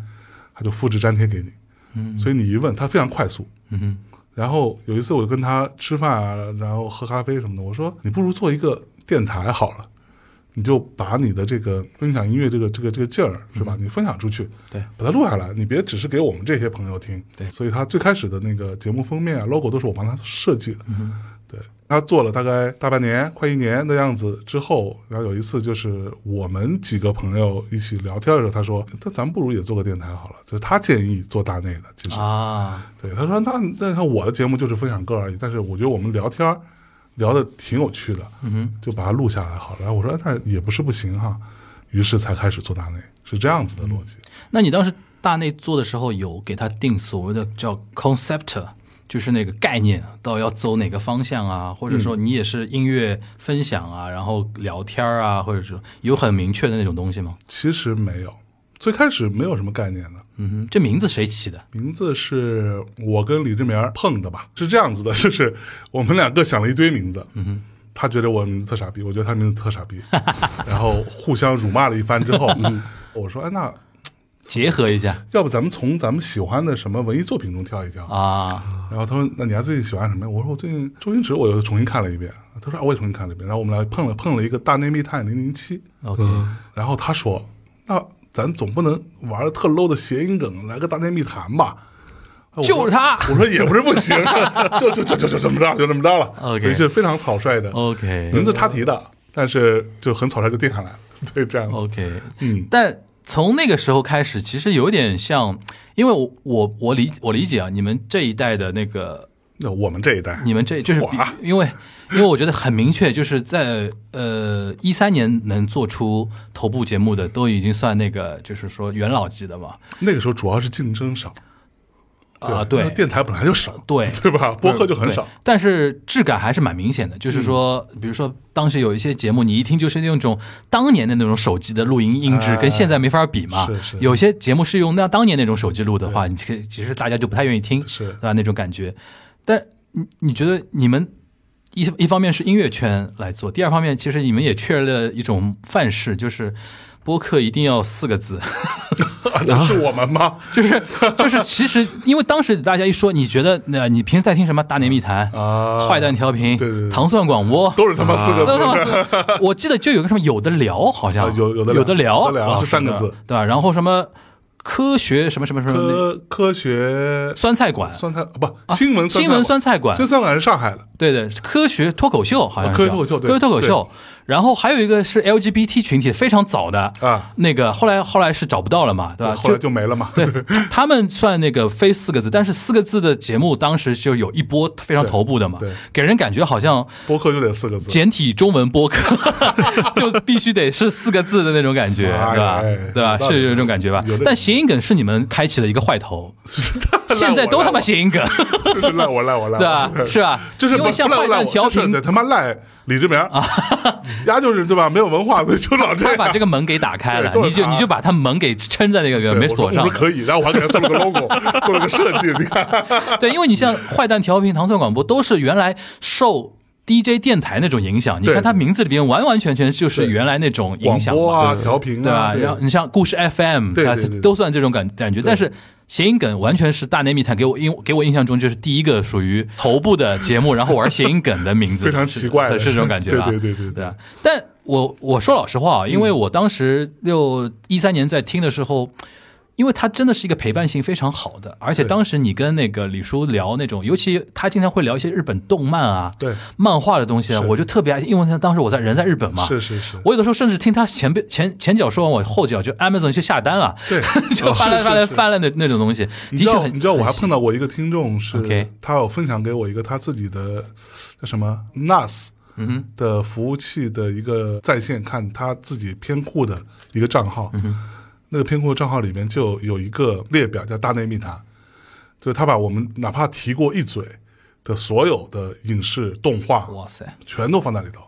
[SPEAKER 3] 他就复制粘贴给你，嗯，所以你一问他非常快速，嗯然后有一次我跟他吃饭啊，然后喝咖啡什么的，我说你不如做一个电台好了，你就把你的这个分享音乐这个这个这个劲儿是吧，你分享出去，
[SPEAKER 2] 嗯对，
[SPEAKER 3] 把它录下来，你别只是给我们这些朋友听，
[SPEAKER 2] 对
[SPEAKER 3] 所以他最开始的那个节目封面啊、logo 都是我帮他设计的，
[SPEAKER 2] 嗯
[SPEAKER 3] 对他做了大概大半年、快一年的样子之后，然后有一次就是我们几个朋友一起聊天的时候，他说：“那咱们不如也做个电台好了。”就是他建议做大内的，其实、
[SPEAKER 2] 啊，
[SPEAKER 3] 对他说：“那那看我的节目就是分享歌而已，但是我觉得我们聊天儿聊的挺有趣的，嗯，就把它录下来好了。”然后嗯我说：“那也不是不行哈。”于是才开始做大内，是这样子的逻辑。
[SPEAKER 2] 那你当时大内做的时候有给他定所谓的叫 concept，就是那个概念，到底要走哪个方向啊，或者说你也是音乐分享啊，然后聊天啊，或者说有很明确的那种东西吗？
[SPEAKER 3] 其实没有，最开始没有什么概念的。
[SPEAKER 2] 嗯哼，这名字谁起的？
[SPEAKER 3] 名字是我跟李志明碰的吧？是这样子的，就是我们两个想了一堆名字，嗯哼，他觉得我名字特傻逼，我觉得他名字特傻 逼，然后互相辱骂了一番之后，我说，哎，那
[SPEAKER 2] 结合一下
[SPEAKER 3] 要不咱们从咱们喜欢的什么文艺作品中挑一挑？
[SPEAKER 2] 啊，
[SPEAKER 3] 然后他说，那你还最近喜欢什么呀？我说我最近周星驰，我又重新看了一遍。他说啊，我也重新看了一遍。然后我们俩碰了碰了一个《大内密探零零七》，
[SPEAKER 2] OK，
[SPEAKER 3] 然后他说：“那咱总不能玩特 low 的谐音梗，来个大内密谈吧？”啊我说
[SPEAKER 2] 就是他
[SPEAKER 3] 我说也不是不行，啊 就就就就就这么着，就这么着了。
[SPEAKER 2] OK
[SPEAKER 3] 所以是非常草率的
[SPEAKER 2] OK
[SPEAKER 3] 名字他提的，但是就很草率就定下来了。 对，这样子。
[SPEAKER 2] OK，
[SPEAKER 3] 嗯，
[SPEAKER 2] 但从那个时候开始，其实有点像，因为我我我理我理解啊，你们这一代的那个，
[SPEAKER 3] 那我们这一代，
[SPEAKER 2] 你们这就是
[SPEAKER 3] 我
[SPEAKER 2] 比
[SPEAKER 3] 啊
[SPEAKER 2] 因为因为我觉得很明确，就是在呃一三年能做出头部节目的，都已经算那个就是说元老级的嘛，
[SPEAKER 3] 那个时候主要是竞争少
[SPEAKER 2] 啊
[SPEAKER 3] 那
[SPEAKER 2] 对
[SPEAKER 3] 电台本来就少，
[SPEAKER 2] 对。
[SPEAKER 3] 对吧？播客就很
[SPEAKER 2] 对
[SPEAKER 3] 少。，
[SPEAKER 2] 但是质感还是蛮明显的。就是说，比如说当时有一些节目，你一听就是那种当年的那种手机的录音音质，
[SPEAKER 3] 哎
[SPEAKER 2] 跟现在没法比嘛。
[SPEAKER 3] 是是
[SPEAKER 2] 有些节目是用那当年那种手机录的话，你这个其实大家就不太愿意听，
[SPEAKER 3] 是
[SPEAKER 2] 对啊吧？那种感觉。但你你觉得你们一一方面是音乐圈来做，第二方面其实你们也确认了一种范式，就是播客一定要四个字。
[SPEAKER 3] 那是我们吗？
[SPEAKER 2] 就是就是，其实因为当时大家一说，你觉得呃，你平时在听什么《大内密谈》
[SPEAKER 3] 啊
[SPEAKER 2] 坏蛋调频》
[SPEAKER 3] 对对对
[SPEAKER 2] 糖蒜广播》
[SPEAKER 3] 都是他妈四个
[SPEAKER 2] 都他妈
[SPEAKER 3] 字。
[SPEAKER 2] 是，我记得就有个什么有的聊，好像、
[SPEAKER 3] 啊有
[SPEAKER 2] 有
[SPEAKER 3] 有的聊
[SPEAKER 2] 的
[SPEAKER 3] 有的聊
[SPEAKER 2] 啊
[SPEAKER 3] 这三个
[SPEAKER 2] 是的
[SPEAKER 3] 字
[SPEAKER 2] 对吧？然后什么科学什么什么什么那
[SPEAKER 3] 科科学
[SPEAKER 2] 酸菜馆，
[SPEAKER 3] 酸菜不新闻
[SPEAKER 2] 啊新闻酸菜馆
[SPEAKER 3] 新闻酸菜馆是上海的，
[SPEAKER 2] 对对，科学脱口秀好像
[SPEAKER 3] 啊
[SPEAKER 2] 是
[SPEAKER 3] 科学脱口秀对
[SPEAKER 2] 科学脱口秀。然后还有一个是 LGBT 群体非常早的
[SPEAKER 3] 啊，
[SPEAKER 2] 那个后来后来是找不到了嘛，对吧？
[SPEAKER 3] 后来就没了嘛。
[SPEAKER 2] 啊对他们算那个非四个字，但是四个字的节目当时就有一波非常头部的嘛
[SPEAKER 3] 对对，
[SPEAKER 2] 给人感觉好像
[SPEAKER 3] 播客就得四个 字，
[SPEAKER 2] 简体中文播客 就必须得是四个字的那种感觉，
[SPEAKER 3] 哎
[SPEAKER 2] 对吧
[SPEAKER 3] 哎？
[SPEAKER 2] 对吧？
[SPEAKER 3] 有道理
[SPEAKER 2] 是有这种感觉吧
[SPEAKER 3] 有这？种
[SPEAKER 2] 但谐音梗是你们开启的一个坏 头，
[SPEAKER 3] 赖
[SPEAKER 2] 现在都他妈谐音梗，
[SPEAKER 3] 我，就是赖我赖我赖我，
[SPEAKER 2] 对 吧？是吧？
[SPEAKER 3] 就是
[SPEAKER 2] 因
[SPEAKER 3] 不
[SPEAKER 2] 为像
[SPEAKER 3] 不赖我
[SPEAKER 2] 坏
[SPEAKER 3] 赖
[SPEAKER 2] 蛋
[SPEAKER 3] 我，
[SPEAKER 2] 调
[SPEAKER 3] 就是
[SPEAKER 2] 频
[SPEAKER 3] 得。他妈赖李志明啊， 丫就是对吧？没有文化，所以就老这
[SPEAKER 2] 他
[SPEAKER 3] 样。
[SPEAKER 2] 把这个门给打开了，
[SPEAKER 3] 对都是
[SPEAKER 2] 你就
[SPEAKER 3] 他
[SPEAKER 2] 你就把他门给撑在那个
[SPEAKER 3] 对
[SPEAKER 2] 没
[SPEAKER 3] 我说
[SPEAKER 2] 锁上
[SPEAKER 3] 我。说可以，然后我还给他做了 个 logo，做了个设计，你看，
[SPEAKER 2] 对，因为你像坏蛋调频、糖蒜广播，都是原来受 DJ 电台那种影响。你
[SPEAKER 3] 对
[SPEAKER 2] 看它名字里边完完全全就是原来那种影
[SPEAKER 3] 广
[SPEAKER 2] 响
[SPEAKER 3] 播
[SPEAKER 2] 嘛，
[SPEAKER 3] 啊，调频
[SPEAKER 2] 对吧
[SPEAKER 3] 啊，？
[SPEAKER 2] 然后你像故事 FM，
[SPEAKER 3] 对对
[SPEAKER 2] 啊
[SPEAKER 3] 对对
[SPEAKER 2] 都算这种感感觉。但是谐音梗完全是大内密探给我印给我印象中就是第一个属于头部的节目，然后玩谐音梗的名字，
[SPEAKER 3] 非常奇怪的
[SPEAKER 2] 是 是这种感觉吧？
[SPEAKER 3] 对对对对嗯对
[SPEAKER 2] 对啊。但我我说老实话啊，因为我当时六一三年在听的时候。因为它真的是一个陪伴性非常好的，而且
[SPEAKER 3] 对
[SPEAKER 2] 当时你跟那个李叔聊那种，尤其他经常会聊一些日本动漫啊、
[SPEAKER 3] 对
[SPEAKER 2] 漫画的东西啊，
[SPEAKER 3] 是
[SPEAKER 2] 我就特别爱听，因为他当时我在人在日本嘛，
[SPEAKER 3] 是是是，
[SPEAKER 2] 我有的时候甚至听他前边前前脚说完，我后脚就 Amazon 去下单了，
[SPEAKER 3] 对 哦
[SPEAKER 2] 就翻来翻来翻来的那种东西，
[SPEAKER 3] 你
[SPEAKER 2] 的
[SPEAKER 3] 知
[SPEAKER 2] 确
[SPEAKER 3] 道，
[SPEAKER 2] 很。
[SPEAKER 3] 你知道，我还
[SPEAKER 2] 很
[SPEAKER 3] 碰到过一个听众是
[SPEAKER 2] OK，
[SPEAKER 3] 他有分享给我一个他自己的叫什么 NAS
[SPEAKER 2] 嗯
[SPEAKER 3] 的服务器的一个在线看他自己偏库的一个账号，
[SPEAKER 2] 嗯
[SPEAKER 3] 那个偏库账号里面就有一个列表叫大内密谈，就是他把我们哪怕提过一嘴的所有的影视动画
[SPEAKER 2] 哇塞，
[SPEAKER 3] 全都放在里头。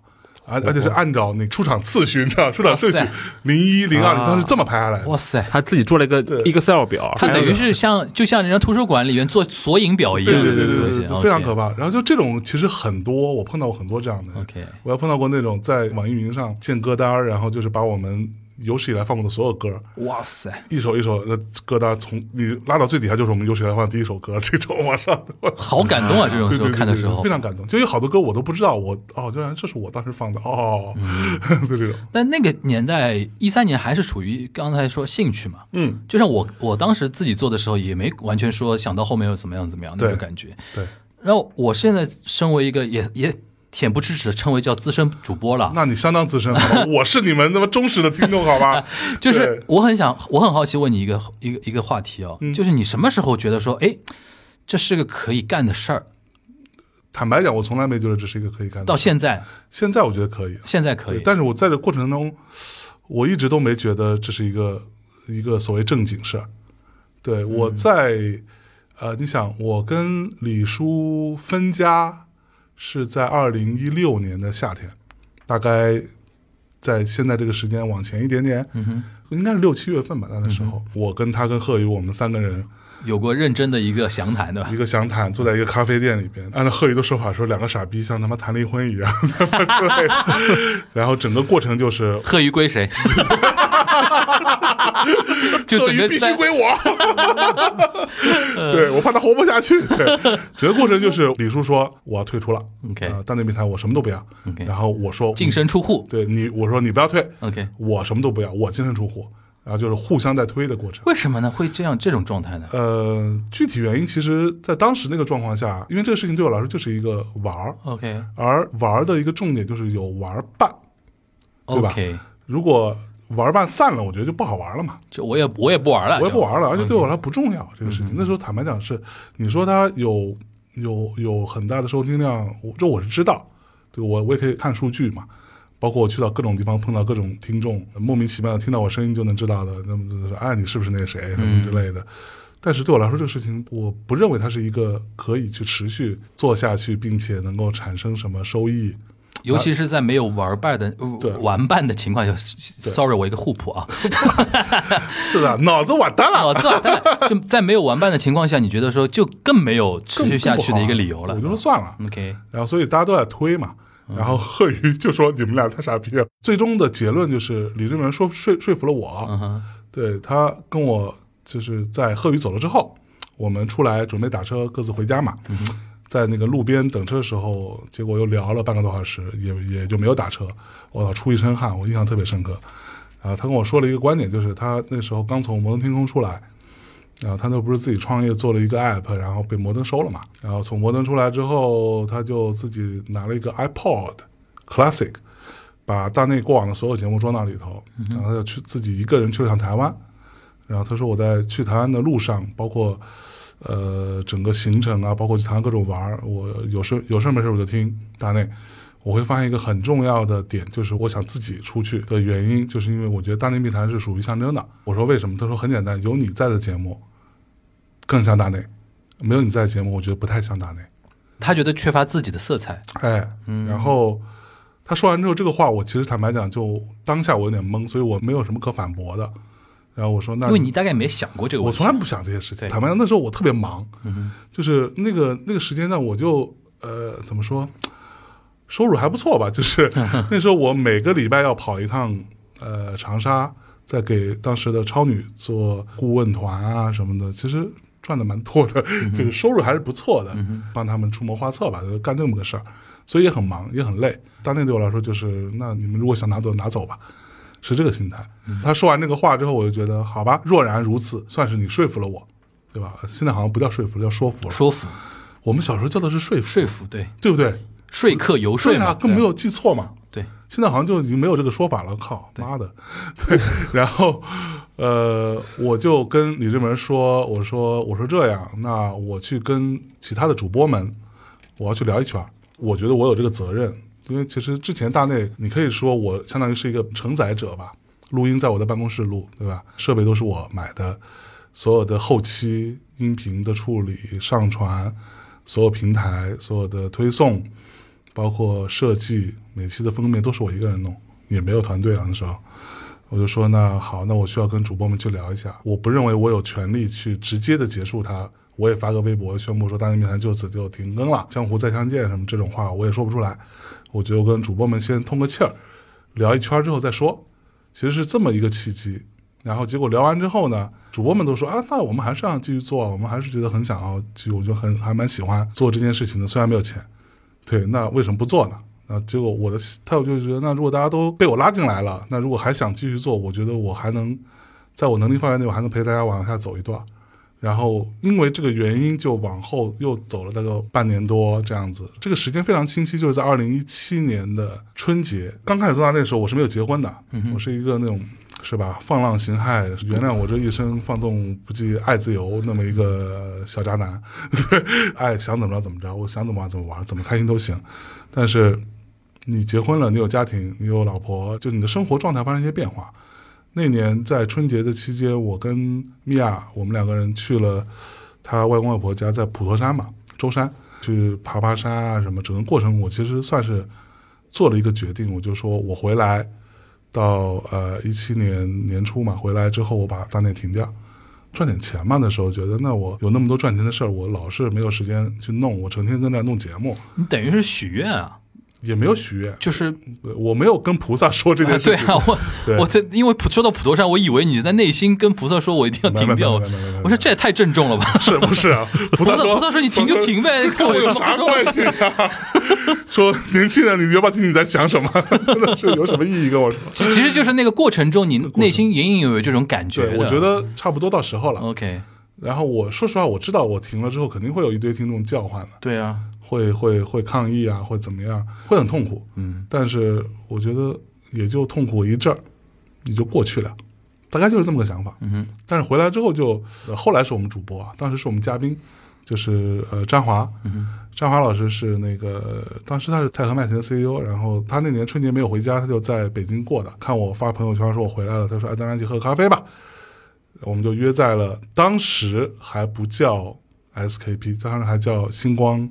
[SPEAKER 3] 而而且是按照那出场次序，你知道出场顺序
[SPEAKER 2] 哇塞，啊
[SPEAKER 3] 零一、零二，零当时这么排下来的。
[SPEAKER 2] 哇塞，
[SPEAKER 4] 他自己做了一个 Excel 表，
[SPEAKER 2] 他等于是像就像人家图书馆里面做索引表一样，
[SPEAKER 3] 对
[SPEAKER 2] 这
[SPEAKER 3] 对
[SPEAKER 2] 种东
[SPEAKER 3] 对
[SPEAKER 2] 西
[SPEAKER 3] 对，非常
[SPEAKER 2] OK
[SPEAKER 3] 可怕。然后就这种其实很多，我碰到过很多这样的人。
[SPEAKER 2] OK
[SPEAKER 3] 我还碰到过那种在网易云上建歌单儿，然后就是把我们有史以来放过的所有歌儿，
[SPEAKER 2] 哇塞，
[SPEAKER 3] 一首一首的歌单儿从你拉到最底下，就是我们有史以来放的第一首歌，这种往上。
[SPEAKER 2] 好感动啊！这种
[SPEAKER 3] 嗯
[SPEAKER 2] 时
[SPEAKER 3] 对对
[SPEAKER 2] 候
[SPEAKER 3] 对
[SPEAKER 2] 看的
[SPEAKER 3] 对
[SPEAKER 2] 时候
[SPEAKER 3] 非，常感动，就有好多歌我都不知道，我哦，原来这是我当时放的哦，
[SPEAKER 2] 嗯
[SPEAKER 3] 就这种
[SPEAKER 2] 但那个年代，一三年还是处于刚才说兴趣嘛，嗯，就像我我当时自己做的时候，也没完全说想到后面又怎么样怎么样那
[SPEAKER 3] 对
[SPEAKER 2] 种感觉。
[SPEAKER 3] 对。
[SPEAKER 2] 然后我现在身为一个也也恬不知耻的称为叫资深主播了，啊
[SPEAKER 3] 那你相当资深，好吧我是你们他妈忠实的听众，好 吧？
[SPEAKER 2] 就是我很想，我很好奇问你一个一个一个话题哦，
[SPEAKER 3] 嗯
[SPEAKER 2] 就是你什么时候觉得说，哎，这是个可以干的事儿？
[SPEAKER 3] 坦白讲，我从来没觉得这是一个可以干的。
[SPEAKER 2] 到现在，
[SPEAKER 3] 现在我觉得可以，
[SPEAKER 2] 现在可
[SPEAKER 3] 嗯对
[SPEAKER 2] 以，
[SPEAKER 3] 但是我在这过程中，我一直都没觉得这是一个一个所谓正经事儿。
[SPEAKER 2] 嗯
[SPEAKER 3] 对，我在、呃，你想，我跟李叔分家是在二零一六年的夏天，大概在现在这个时间往前一点点，
[SPEAKER 2] 嗯
[SPEAKER 3] 应该是六七月份吧，那个时候，我跟他跟贺宇，我们三个人
[SPEAKER 2] 有过认真的一个详谈，对吧
[SPEAKER 3] 一？个详谈，坐在一个咖啡店里边，按照贺宇的说法说，两个傻逼像他妈谈离婚一样， 对，然后整个过程就是。
[SPEAKER 2] 贺鱼归 谁？就
[SPEAKER 3] 贺
[SPEAKER 2] 整
[SPEAKER 3] 宇
[SPEAKER 2] 个
[SPEAKER 3] 必须
[SPEAKER 2] 在
[SPEAKER 3] 归 我，对我怕他活不下去。对，整个过程就是李叔说我要退出了
[SPEAKER 2] 嗯 OK 嗯
[SPEAKER 3] 啊，大内密谈我什么都不要。
[SPEAKER 2] OK
[SPEAKER 3] 然后我说嗯
[SPEAKER 2] 净身出户。
[SPEAKER 3] 对你，我说你不要退
[SPEAKER 2] OK，
[SPEAKER 3] 我什么都不要，我净身出户。然后就是互相在推的过程。
[SPEAKER 2] 为什么呢？会这样这种状态呢？
[SPEAKER 3] 呃，具体原因其实，在当时那个状况下，因为这个事情对我来说就是一个玩儿，
[SPEAKER 2] OK
[SPEAKER 3] 而玩儿的一个重点就是有玩伴。对吧
[SPEAKER 2] OK，
[SPEAKER 3] 如果玩伴散了，我觉得就不好玩了嘛，
[SPEAKER 2] 就我也我也不玩了，
[SPEAKER 3] 我也不
[SPEAKER 2] 就
[SPEAKER 3] 玩了，而且对我来说不重要。这个
[SPEAKER 2] 嗯
[SPEAKER 3] 事情那时候坦白讲是，你说它有有有很大的收听量，我这我是知道，对我我也可以看数据嘛。包括我去到各种地方碰到各种听众，莫名其妙听到我声音就能知道的，那么就是哎你是不是那个谁什么
[SPEAKER 2] 嗯
[SPEAKER 3] 之类的。但是对我来说，这个事情我不认为它是一个可以去持续做下去，并且能够产生什么收益
[SPEAKER 2] 尤其是在没有玩伴的呃
[SPEAKER 3] 对
[SPEAKER 2] 玩伴的情况下，sorry，我一个互补啊，
[SPEAKER 3] 是的，脑子完 蛋了，
[SPEAKER 2] 脑子啊， 但就在没有玩伴的情况下，你觉得说就更没有持续下去的一个理由了
[SPEAKER 3] 我就说算了。
[SPEAKER 2] ？OK，
[SPEAKER 3] 然后所以大家都在推嘛。
[SPEAKER 2] 嗯
[SPEAKER 3] 然后贺宇就说：“你们俩太傻逼了。”最终的结论就是李志明说说说服了我，
[SPEAKER 2] 嗯哼，
[SPEAKER 3] 对他跟我就是在贺宇走了之后，我们出来准备打车各自回家嘛，
[SPEAKER 2] 嗯
[SPEAKER 3] 在那个路边等车的时候，结果又聊了半个多小时，也也就没有打车。我操，出一身汗，我印象特别深刻。然后他跟我说了一个观点，就是他那时候刚从摩登天空出来，然啊后他那不是自己创业做了一个 app，然后被摩登收了嘛。然后从摩登出来之后，他就自己拿了一个 iPod Classic，把大内过往的所有节目装到里头，然后他就去自己一个人去了趟台湾。然后他说我在去台湾的路上，包括呃整个行程啊，包括去台湾各种玩儿，我有事有事没事我就听大内。我会发现一个很重要的点，就是我想自己出去的原因，就是因为我觉得大内密谈是属于象征的。我说为什么？他说很简单，有你在的节目更像大内，没有你在的节目，我觉得不太像大内。
[SPEAKER 2] 他觉得缺乏自己的色彩，
[SPEAKER 3] 哎，
[SPEAKER 2] 嗯
[SPEAKER 3] 然后他说完之后，这个话我其实坦白讲，就当下我有点懵，所以我没有什么可反驳的。然后我说那
[SPEAKER 2] 因为你大概没想过这个
[SPEAKER 3] 我
[SPEAKER 2] 问题。
[SPEAKER 3] 从来不想这些事情。
[SPEAKER 2] 对嗯
[SPEAKER 3] 坦白讲，那时候我特别忙，就是那个那个时间段，我就呃怎么说，收入还不错吧。就是 那时候我每个礼拜要跑一趟呃长沙，再给当时的超女做顾问团啊什么的，其实赚的蛮多的，
[SPEAKER 2] 嗯
[SPEAKER 3] 就是收入还是不错的，帮他们出谋划策吧，就是干这么个事儿。所以也很忙，也很累。当天对我来说就是，那你们如果想拿走拿走吧，是这个心态。
[SPEAKER 2] 嗯
[SPEAKER 3] 他说完这个话之后，我就觉得好吧，若然如此，算是你说服了我，对吧？现在好像不叫说服了，叫说服了。
[SPEAKER 2] 说服、
[SPEAKER 3] 我们小时候叫的是说服，
[SPEAKER 2] 说服，对，
[SPEAKER 3] 对不对？
[SPEAKER 2] 说客、游说
[SPEAKER 3] 对
[SPEAKER 2] 嘛，
[SPEAKER 3] 啊，更没有记错嘛。
[SPEAKER 2] 对，啊
[SPEAKER 3] 现在好像就已经没有这个说法了，靠妈的！ 对，然后呃，我就跟李志门说，我说我说这样，那我去跟其他的主播们，我要去聊一圈儿，我觉得我有这个责任，因为其实之前大内，你可以说我相当于是一个承载者吧，录音在我的办公室录，对吧？设备都是我买的，所有的后期音频的处理、上传，所有平台、所有的推送。包括设计，每期的封面都是我一个人弄，也没有团队啊那时候。我就说那好，那我需要跟主播们去聊一下。我不认为我有权利去直接的结束它，我也发个微博宣布说《大内密谈》就此就停更了，江湖再相见什么这种话我也说不出来。我就跟主播们先通个气儿，聊一圈儿之后再说。其实是这么一个契机。然后结果聊完之后呢，主播们都说啊，那我们还是要继续做，啊我们还是觉得很想要继续，我就很还蛮喜欢做这件事情的，虽然没有钱。对，那为什么不做呢？啊，结果我的态度就是觉得，那如果大家都被我拉进来了，那如果还想继续做，我觉得我还能在我能力范围内，我还能陪大家往下走一段儿。然后因为这个原因，就往后又走了大概半年多这样子。这个时间非常清晰，就是在二零一七年的春节，刚开始做大那时候，我是没有结婚的，我是一个那种是吧放浪形骸，原谅我这一生放纵不羁、爱自由那么一个小渣男， 爱想怎么着怎么着，我想怎么玩怎么玩，怎么开心都行。但是你结婚了，你有家庭，你有老婆，就你的生活状态发生一些变化。那年在春节的期间，我跟米娅我们两个人去了她外公外婆家，在普陀山嘛，舟山去爬爬山啊什么。整个过程我其实算是做了一个决定，我就说我回来到呃一七年年初嘛，回来之后我把大内停掉。赚点钱嘛，那时候觉得，那我有那么多赚钱的事儿，我老是没有时间去弄，我成天跟那儿弄节目，
[SPEAKER 2] 你等于是许愿啊，
[SPEAKER 3] 也没有许愿，
[SPEAKER 2] 就是
[SPEAKER 3] 我没有跟菩萨说这
[SPEAKER 2] 啊
[SPEAKER 3] 件事
[SPEAKER 2] 对
[SPEAKER 3] 情。
[SPEAKER 2] 啊，我
[SPEAKER 3] 对
[SPEAKER 2] 我在因为普说到普陀山，我以为你在内心跟菩萨说，我一定要停掉。
[SPEAKER 3] 没没没没没没
[SPEAKER 2] 我说这也太郑重了吧。
[SPEAKER 3] 是不是啊？菩
[SPEAKER 2] 菩萨
[SPEAKER 3] 说，
[SPEAKER 2] 菩萨说你停啊就停呗，跟
[SPEAKER 3] 跟
[SPEAKER 2] 我
[SPEAKER 3] 我
[SPEAKER 2] 有
[SPEAKER 3] 有
[SPEAKER 2] 什么好
[SPEAKER 3] 啥
[SPEAKER 2] 说
[SPEAKER 3] 关系啊？ 说年轻人，你要不要听你在想 什么？真的是有什么意义？跟我说，
[SPEAKER 2] 其其实就是那个过程中，你内心隐隐有有这种感觉嗯的。
[SPEAKER 3] 对，我觉得差不多到时候了。
[SPEAKER 2] OK，
[SPEAKER 3] 然后我说实话，我知道我停了之后，肯定会有一堆听众叫唤的，
[SPEAKER 2] 对啊，
[SPEAKER 3] 会会会抗议啊，会怎么样，会很痛苦。
[SPEAKER 2] 嗯，
[SPEAKER 3] 但是我觉得也就痛苦一阵儿，也就过去了，大概就是这么个想法。
[SPEAKER 2] 嗯哼，
[SPEAKER 3] 但是回来之后就，呃后来是我们主播啊，当时是我们嘉宾，就是呃张华，张华老师是那个当时他是泰和麦田的 CEO，然后他那年春节没有回家，他就在北京过的。看我发朋友圈说我回来了，他说哎，咱俩一起喝咖啡吧，我们就约在了当时还不叫 SKP，当时还叫星光。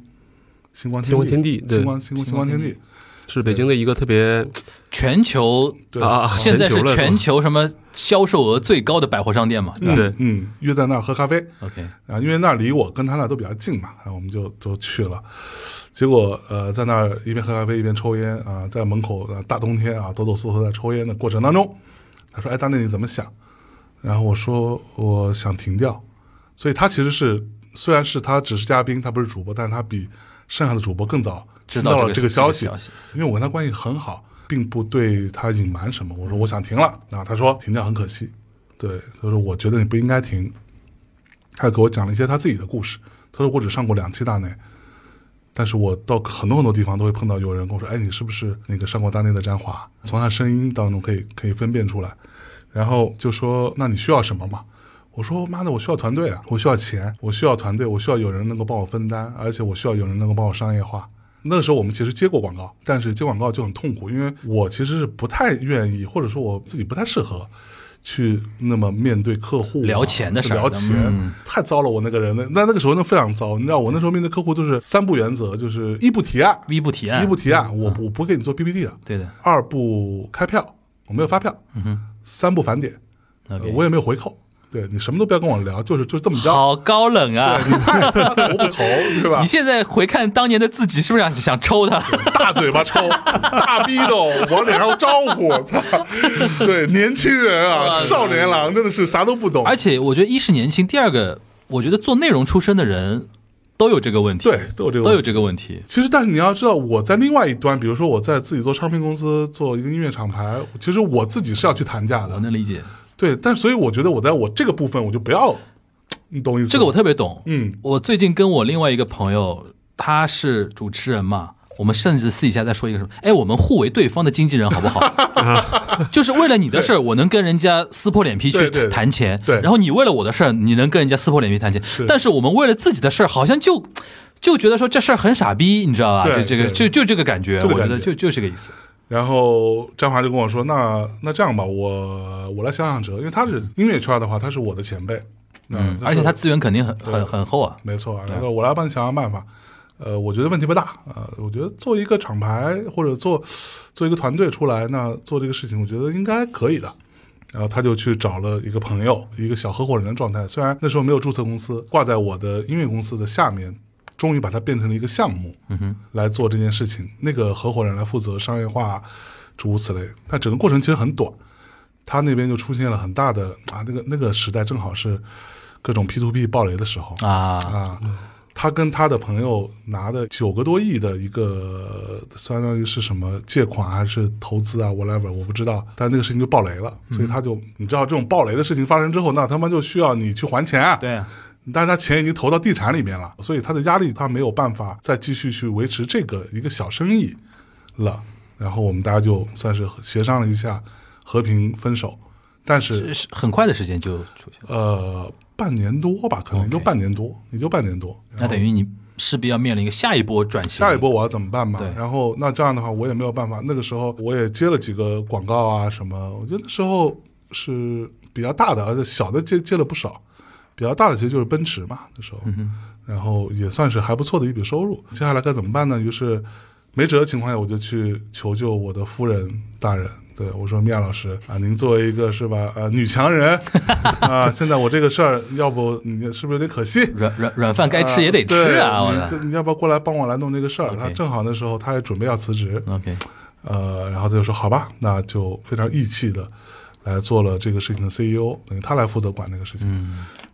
[SPEAKER 3] 星光
[SPEAKER 4] 星光天地对
[SPEAKER 3] 星光星光星光天地，
[SPEAKER 4] 是北京的一个特别
[SPEAKER 2] 全球
[SPEAKER 3] 对
[SPEAKER 4] 啊，
[SPEAKER 2] 现在是
[SPEAKER 4] 了
[SPEAKER 2] 全球什么销售额最高的百货商店嘛？对吧
[SPEAKER 4] 嗯 对
[SPEAKER 3] 嗯，约在那儿喝咖啡，
[SPEAKER 2] OK，
[SPEAKER 3] 啊，因为那儿离我跟他那儿都比较近嘛，啊然后我们就都去了。结果呃，在那儿一边喝咖啡一边抽烟啊，在门口、呃、大冬天啊抖抖嗦嗦在抽烟的过程当中，他说：“哎，大内你怎么想？”然后我说：“我想停掉。”所以他其实是虽然是他只是嘉宾，他不是主播，但是他比剩下的主播更早
[SPEAKER 2] 知
[SPEAKER 3] 听
[SPEAKER 2] 道
[SPEAKER 3] 到
[SPEAKER 2] 这
[SPEAKER 3] 了
[SPEAKER 2] 个
[SPEAKER 3] 这个消息
[SPEAKER 2] 消，息。
[SPEAKER 3] 因为我跟他关系很好，并不对他隐瞒什么。我说我想停了，啊，他说停掉很可惜，对，他说我觉得你不应该停。他给我讲了一些他自己的故事，他说我只上过两期大内，但是我到很多很多地方都会碰到有人跟我说，哎，你是不是那个上过大内的詹华？从他声音当中可以可以分辨出来，然后就说那你需要什么嘛？我说妈的，我需要团队啊，我需要钱，我需要团队，我需要有人能够帮我分担，而且我需要有人能够帮我商业化。那个时候我们其实接过广告，但是接广告就很痛苦，因为我其实是不太愿意，或者说我自己不太适合去那么面对客户啊、
[SPEAKER 2] 聊钱的事儿
[SPEAKER 3] 聊钱、
[SPEAKER 2] 嗯
[SPEAKER 3] 太糟了。我那个人，那那那个时候那非常糟，你知道，我那时候面对客户就是三不原则，就是一不提案，
[SPEAKER 2] 一不提案，
[SPEAKER 3] 一不提案，我
[SPEAKER 2] 嗯
[SPEAKER 3] 不我不给你做 PPT 的；
[SPEAKER 2] 啊对的
[SPEAKER 3] 二不开票，我没有发票；三不返点，呃
[SPEAKER 2] 嗯，OK，
[SPEAKER 3] 我也没有回扣。对你什么都不要跟我聊，就是就这么着，
[SPEAKER 2] 好高冷啊！
[SPEAKER 3] 你太他投不投，对吧
[SPEAKER 2] 你？现在回看当年的自己，是不是想想抽他？
[SPEAKER 3] 大嘴巴抽，大逼斗往脸上招呼，操！对，年轻人啊，少年郎真的是啥都不懂。
[SPEAKER 2] 而且我觉得一是年轻，第二个我觉得做内容出身的人都有这个问题，
[SPEAKER 3] 对，都有这个问题，
[SPEAKER 2] 都有这个问题。
[SPEAKER 3] 其实，但是你要知道，我在另外一端，比如说我在自己做唱片公司，做一个音乐厂牌，其实我自己是要去谈价
[SPEAKER 2] 我
[SPEAKER 3] 的。
[SPEAKER 2] 能理解
[SPEAKER 3] 对，但所以我觉得我在我这个部分，我就不要，你懂意思吗？
[SPEAKER 2] 这个，我特别懂。
[SPEAKER 3] 嗯，
[SPEAKER 2] 我最近跟我另外一个朋友，他是主持人嘛，我们甚至私底下在说一个什么，哎，我们互为对方的经纪人好不好？ 就是为了你的事儿，我能跟人家撕破脸皮去
[SPEAKER 3] 对对对
[SPEAKER 2] 谈钱，
[SPEAKER 3] 对
[SPEAKER 2] 然后你为了我的事儿，你能跟人家撕破脸皮谈钱，但是我们为了自己的事儿，好像就。就觉得说这事儿很傻逼，你知道吧？就
[SPEAKER 3] 对
[SPEAKER 2] 这个，
[SPEAKER 3] 对
[SPEAKER 2] 就就这个感觉，
[SPEAKER 3] 这个
[SPEAKER 2] 我觉得
[SPEAKER 3] 感觉
[SPEAKER 2] 就就这个意思。
[SPEAKER 3] 然后张华就跟我说：“那那这样吧，我我来想想辙，因为他是音乐圈的话，他是我的前辈，嗯
[SPEAKER 2] 而且他资源肯定很
[SPEAKER 3] 对
[SPEAKER 2] 很很厚啊。
[SPEAKER 3] 没错啊，然后我来帮你想想办法。呃，我觉得问题不大。呃，我觉得做一个厂牌或者做做一个团队出来，那做这个事情，我觉得应该可以的。然后他就去找了一个朋友，一个小合伙人的状态。虽然那时候没有注册公司，挂在我的音乐公司的下面，终于把它变成了一个项目，嗯哼，来做这件事情。那个合伙人来负责商业化，诸如此类。但整个过程其实很短，他那边就出现了很大的啊，那个那个时代正好是各种 P to P 暴雷的时候
[SPEAKER 2] 啊，
[SPEAKER 3] 啊，他跟他的朋友拿的九个多亿的一个，相当于是什么借款还是投资啊，whatever，我不知道。但那个事情就爆雷了，
[SPEAKER 2] 嗯
[SPEAKER 3] 所以他就，你知道这种爆雷的事情发生之后，那他妈就需要你去还钱啊。
[SPEAKER 2] 对啊，
[SPEAKER 3] 但是他钱已经投到地产里面了，所以他的压力他没有办法再继续去维持这个一个小生意了。然后我们大家就算是协商了一下，和平分手，但是
[SPEAKER 2] 是是很快的时间就出现了，
[SPEAKER 3] 呃半年多吧，可能也就
[SPEAKER 2] OK
[SPEAKER 3] 半年多，也就半年多。
[SPEAKER 2] 那等于你势必要面临一个下一波转型。
[SPEAKER 3] 下一波我要怎么办嘛
[SPEAKER 2] 对？
[SPEAKER 3] 然后那这样的话，我也没有办法。那个时候我也接了几个广告啊什么，我觉得那时候是比较大的，而且小的接接了不少。比较大的其实就是奔驰嘛，那时候，然后也算是还不错的一笔收入。接下来该怎么办呢？于是没辙的情况下，我就去求救我的夫人大人。对我说：“米娅老师啊，您作为一个是吧呃女强人啊，现在我这个事儿，要不你是不是有点可惜？
[SPEAKER 2] 软软软饭该吃也得吃啊！我
[SPEAKER 3] 对
[SPEAKER 2] 的
[SPEAKER 3] 你你要不要过来帮我来弄这个事儿？
[SPEAKER 2] OK 嗯
[SPEAKER 3] 他正好那时候他也准备要辞职，
[SPEAKER 2] OK，
[SPEAKER 3] 呃，然后他就说好吧，那就非常义气的来做了这个事情的 CEO，等于他来负责管这个事情，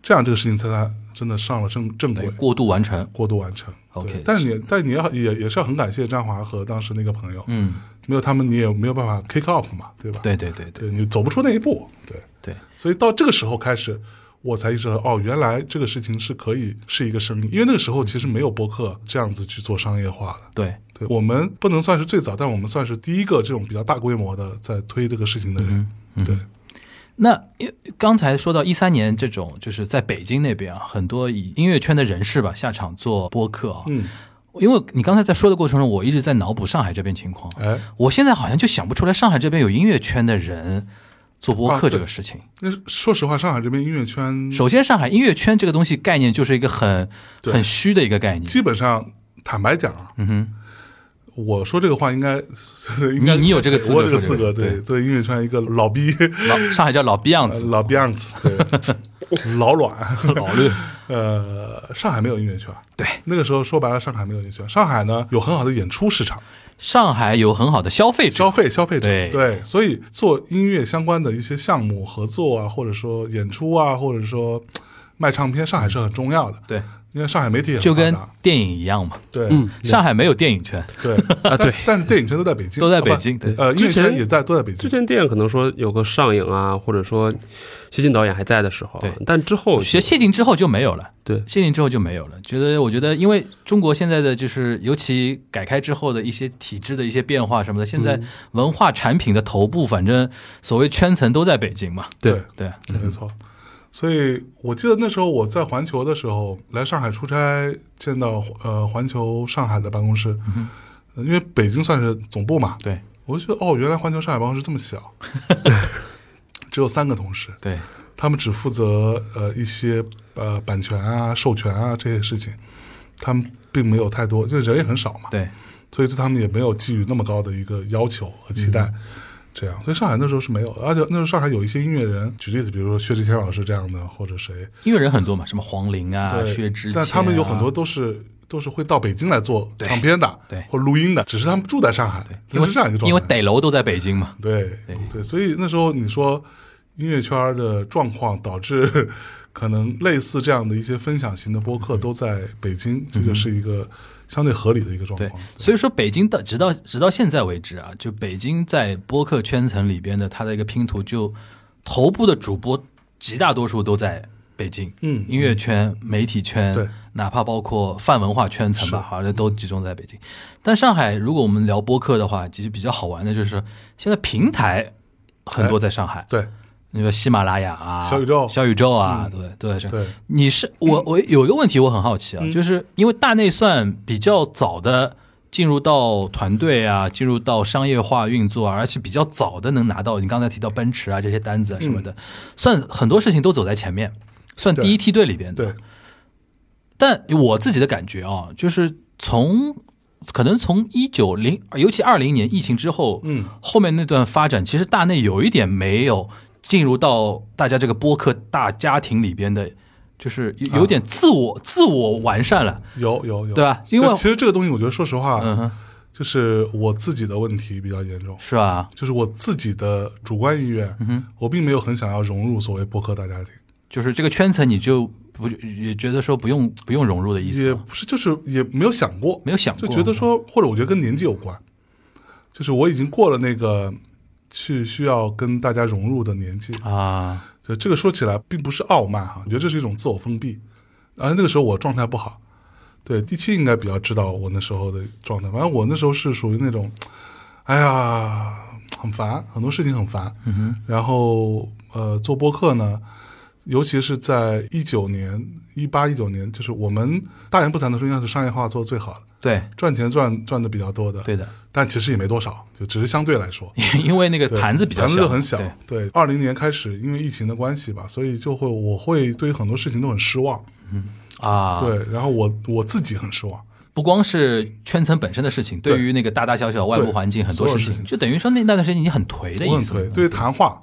[SPEAKER 3] 这样这个事情才才真的上了正正
[SPEAKER 2] 嗯对
[SPEAKER 3] 轨，
[SPEAKER 2] 过渡完成。
[SPEAKER 3] 过渡完成。
[SPEAKER 2] OK，
[SPEAKER 3] 对但是你但你要也也是要很感谢张华和当时那个朋友，
[SPEAKER 2] 嗯，
[SPEAKER 3] 没有他们你也没有办法 kick off 嘛，对吧？
[SPEAKER 2] 对对对对
[SPEAKER 3] 对，你走不出那一步，对，
[SPEAKER 2] 对，
[SPEAKER 3] 所以到这个时候开始，我才意识到哦，原来这个事情是可以是一个生意，因为那个时候其实没有博客这样子去做商业化的。
[SPEAKER 2] 对，
[SPEAKER 3] 对我们不能算是最早，但我们算是第一个这种比较大规模的在推这个事情的
[SPEAKER 2] 嗯
[SPEAKER 3] 人。对，
[SPEAKER 2] 那因为刚才说到一三年这种，就是在北京那边啊，很多以音乐圈的人士吧下场做播客啊。
[SPEAKER 3] 嗯，
[SPEAKER 2] 因为你刚才在说的过程中，我一直在脑补上海这边情况。
[SPEAKER 3] 哎，
[SPEAKER 2] 我现在好像就想不出来上海这边有音乐圈的人做播
[SPEAKER 3] 啊
[SPEAKER 2] 客这
[SPEAKER 3] 对
[SPEAKER 2] 个事情。
[SPEAKER 3] 那说实话，上海这边音乐圈
[SPEAKER 2] 首先，上海音乐圈这个东西概念就是一个很
[SPEAKER 3] 对
[SPEAKER 2] 很虚的一个概念。
[SPEAKER 3] 基本上，坦白讲啊，嗯
[SPEAKER 2] 哼，
[SPEAKER 3] 我说这个话应该应该
[SPEAKER 2] 你有这个资格
[SPEAKER 3] 我有这个
[SPEAKER 2] 说
[SPEAKER 3] 资
[SPEAKER 2] 这个
[SPEAKER 3] 格，对
[SPEAKER 2] 对
[SPEAKER 3] 对，音乐圈一个 老逼
[SPEAKER 2] 老上海叫老 Beyond，
[SPEAKER 3] 老 b e y o n c 对老卵，
[SPEAKER 2] 老六，
[SPEAKER 3] 呃，上海没有音乐圈。
[SPEAKER 2] 对，
[SPEAKER 3] 那个时候说白了，上海没有音乐圈。上海呢有很好的演出市场，
[SPEAKER 2] 上海有很好的消费者
[SPEAKER 3] 消，费消费者
[SPEAKER 2] 对
[SPEAKER 3] 所以做音乐相关的一些项目合作啊，或者说演出啊，或者说嘖卖唱片，上海是很重要的，
[SPEAKER 2] 对，
[SPEAKER 3] 因为上海媒体也很
[SPEAKER 2] 就跟
[SPEAKER 3] 发达
[SPEAKER 2] 电影一样嘛。
[SPEAKER 3] 对、
[SPEAKER 2] 上海没有电影圈，
[SPEAKER 3] 对
[SPEAKER 4] 啊
[SPEAKER 3] 但
[SPEAKER 4] 对
[SPEAKER 3] 但是电影圈都在北京，
[SPEAKER 2] 都在
[SPEAKER 3] 啊不
[SPEAKER 2] 北京对
[SPEAKER 3] 呃，音乐
[SPEAKER 4] 之前
[SPEAKER 3] 圈也在都在北
[SPEAKER 4] 之
[SPEAKER 3] 京，
[SPEAKER 4] 前电影可能说有个上影啊，或者说谢晋导演还在的时候
[SPEAKER 2] 对，
[SPEAKER 4] 但之后
[SPEAKER 2] 学谢晋之后就没有了。
[SPEAKER 4] 对
[SPEAKER 2] 谢晋之后就没有了。觉得我觉得，因为中国现在的就是，尤其改开之后的一些体制的一些变化什
[SPEAKER 3] 嗯
[SPEAKER 2] 么的，现在文化产品的头部，反正所谓圈层都在北京嘛。
[SPEAKER 3] 对，
[SPEAKER 2] 对，
[SPEAKER 3] 没错。所以我记得那时候我在环球的时候，来上海出差，见到呃环球上海的办公室，呃因为北京算是总部嘛，
[SPEAKER 2] 对，
[SPEAKER 3] 我就觉得哦，原来环球上海办公室这么小，只有三个同事，
[SPEAKER 2] 对，
[SPEAKER 3] 他们只负责呃一些呃版权啊、授权啊这些事情，他们并没有太多，就人也很少嘛，
[SPEAKER 2] 对，
[SPEAKER 3] 所以对他们也没有寄予那么高的一个要求和期
[SPEAKER 2] 嗯
[SPEAKER 3] 待。这样，所以上海那时候是没有的，而且那时候上海有一些音乐人，举例子，比如说薛之谦老师这样的，或者谁，
[SPEAKER 2] 音乐人很多嘛，什么黄龄啊、
[SPEAKER 3] 对，
[SPEAKER 2] 薛之谦啊，
[SPEAKER 3] 但他们有很多都是都是会到北京来做
[SPEAKER 2] 对
[SPEAKER 3] 唱片的，
[SPEAKER 2] 对
[SPEAKER 3] 或录音的，只是他们住在上海，
[SPEAKER 2] 因
[SPEAKER 3] 那
[SPEAKER 2] 为
[SPEAKER 3] 是这样一个状态。
[SPEAKER 2] 因为逮楼都在北京嘛。
[SPEAKER 3] 对
[SPEAKER 2] 对
[SPEAKER 3] 对，所以那时候你说音乐圈儿的状况导致可能类似这样的一些分享型的播客都在北京，这就是一个相哦对合理的一个状
[SPEAKER 2] 嗯对
[SPEAKER 3] 况。，
[SPEAKER 2] 所以说北京到直到直到现在为止啊，就北京在播客圈层里边的它的一个拼图，就头部的主播极大多数都在北京，
[SPEAKER 3] 嗯
[SPEAKER 2] 音乐圈、媒体圈，
[SPEAKER 3] 对
[SPEAKER 2] 哪怕包括泛文化圈层吧，好像都集中在北京。但上海，如果我们聊播客的话，其实比较好玩的就是现在平台很多在上海，
[SPEAKER 3] 对
[SPEAKER 2] 你说喜马拉雅啊，
[SPEAKER 3] 哎小宇宙嗯
[SPEAKER 2] 小宇宙啊，对对对，
[SPEAKER 3] 对
[SPEAKER 2] 你
[SPEAKER 3] 嗯
[SPEAKER 2] 是我我有一个问题，我很好奇啊，就是因为大内算比较早的进入到团队啊，进入到商业化运作啊、而且比较早的能拿到你刚才提到奔驰啊这些单子啊什么的，算很多事情都走在前面，算第一梯队里边的。
[SPEAKER 3] 嗯对，
[SPEAKER 2] 但我自己的感觉啊，就是从可能从一九零，尤其二零年疫情之后，
[SPEAKER 3] 嗯，
[SPEAKER 2] 后面那段发展，其实大内有一点没有进入到大家这个播客大家庭里边的，就是有有点自我、
[SPEAKER 3] 啊
[SPEAKER 2] 自我完善了，
[SPEAKER 3] 有有有，
[SPEAKER 2] 对吧因为
[SPEAKER 3] 就其实这个东西，我觉得说实话，
[SPEAKER 2] 嗯哼，
[SPEAKER 3] 就是我自己的问题比较严重。
[SPEAKER 2] 是吧？
[SPEAKER 3] 就是我自己的主观意愿，
[SPEAKER 2] 嗯
[SPEAKER 3] 我并没有很想要融入所谓播客大家庭，
[SPEAKER 2] 就是这个圈层，你就不也觉得说不用不用融入的意思
[SPEAKER 3] 也
[SPEAKER 2] 吗，
[SPEAKER 3] 不是，就是也没有想过，
[SPEAKER 2] 没有想过，嗯
[SPEAKER 3] 就觉得说，或者我觉得跟年纪有关，就是我已经过了那个去需要跟大家融入的年纪。
[SPEAKER 2] 啊，
[SPEAKER 3] 就这个说起来并不是傲慢哈、我觉得这是一种自我封闭。而那个时候我状态不好，对第七应该比较知道我那时候的状态。反正我那时候是属于那种，哎呀，很烦，很多事情很烦。然后呃，做播客呢，尤其是在一九年、一八一九年，就是我们大言不惭的说，应该是商业化做的最好的，
[SPEAKER 2] 对
[SPEAKER 3] 赚钱赚赚的比较多的，
[SPEAKER 2] 对的，
[SPEAKER 3] 但其实也没多少，就只是相对来说，
[SPEAKER 2] 因为那个
[SPEAKER 3] 对
[SPEAKER 2] 盘子比较
[SPEAKER 3] 盘
[SPEAKER 2] 小，
[SPEAKER 3] 子很小
[SPEAKER 2] 对。
[SPEAKER 3] 对，二零年开始，因为疫情的关系吧，所以就会我会对很多事情都很失望。
[SPEAKER 2] 啊，
[SPEAKER 3] 对，然后我我自己很失望。
[SPEAKER 2] 不光是圈层本身的事情，对
[SPEAKER 3] 对
[SPEAKER 2] 于那个大大小小外部
[SPEAKER 3] 对
[SPEAKER 2] 环境很多
[SPEAKER 3] 所有
[SPEAKER 2] 事
[SPEAKER 3] 事
[SPEAKER 2] 情，
[SPEAKER 3] 情
[SPEAKER 2] 就等于说那那段时间你很颓的
[SPEAKER 3] 我
[SPEAKER 2] 意
[SPEAKER 3] 很
[SPEAKER 2] 思。嗯
[SPEAKER 3] 颓，对于谈话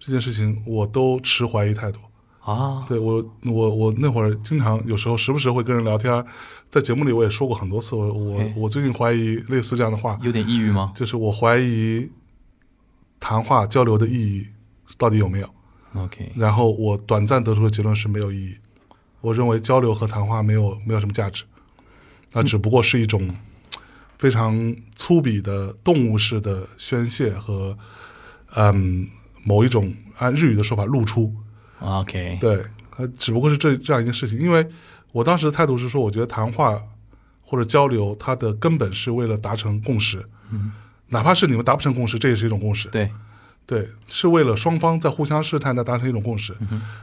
[SPEAKER 3] 这件事情，我都持怀疑态度。
[SPEAKER 2] 啊，
[SPEAKER 3] 对我，我我那会儿经常有时候时不时会跟人聊天儿，在节目里我也说过很多次，我我
[SPEAKER 2] 哎
[SPEAKER 3] 我最近怀疑类似这样的话，
[SPEAKER 2] 有点抑郁吗？
[SPEAKER 3] 就是我怀疑谈话交流的意义到底有没有。
[SPEAKER 2] OK，
[SPEAKER 3] 然后我短暂得出的结论是没有意义，我认为交流和谈话没有没有什么价值，那只不过是一种非常粗鄙的动物式的宣泄和嗯某一种按日语的说法露出，
[SPEAKER 2] OK，
[SPEAKER 3] 对，呃，只不过是这这样一件事情，因为我当时的态度是说，我觉得谈话或者交流，它的根本是为了达成共识，哪怕是你们达不成共识，这也是一种共识，
[SPEAKER 2] 对，
[SPEAKER 3] 对，是为了双方在互相试探，在达成一种共
[SPEAKER 2] 嗯
[SPEAKER 3] 识，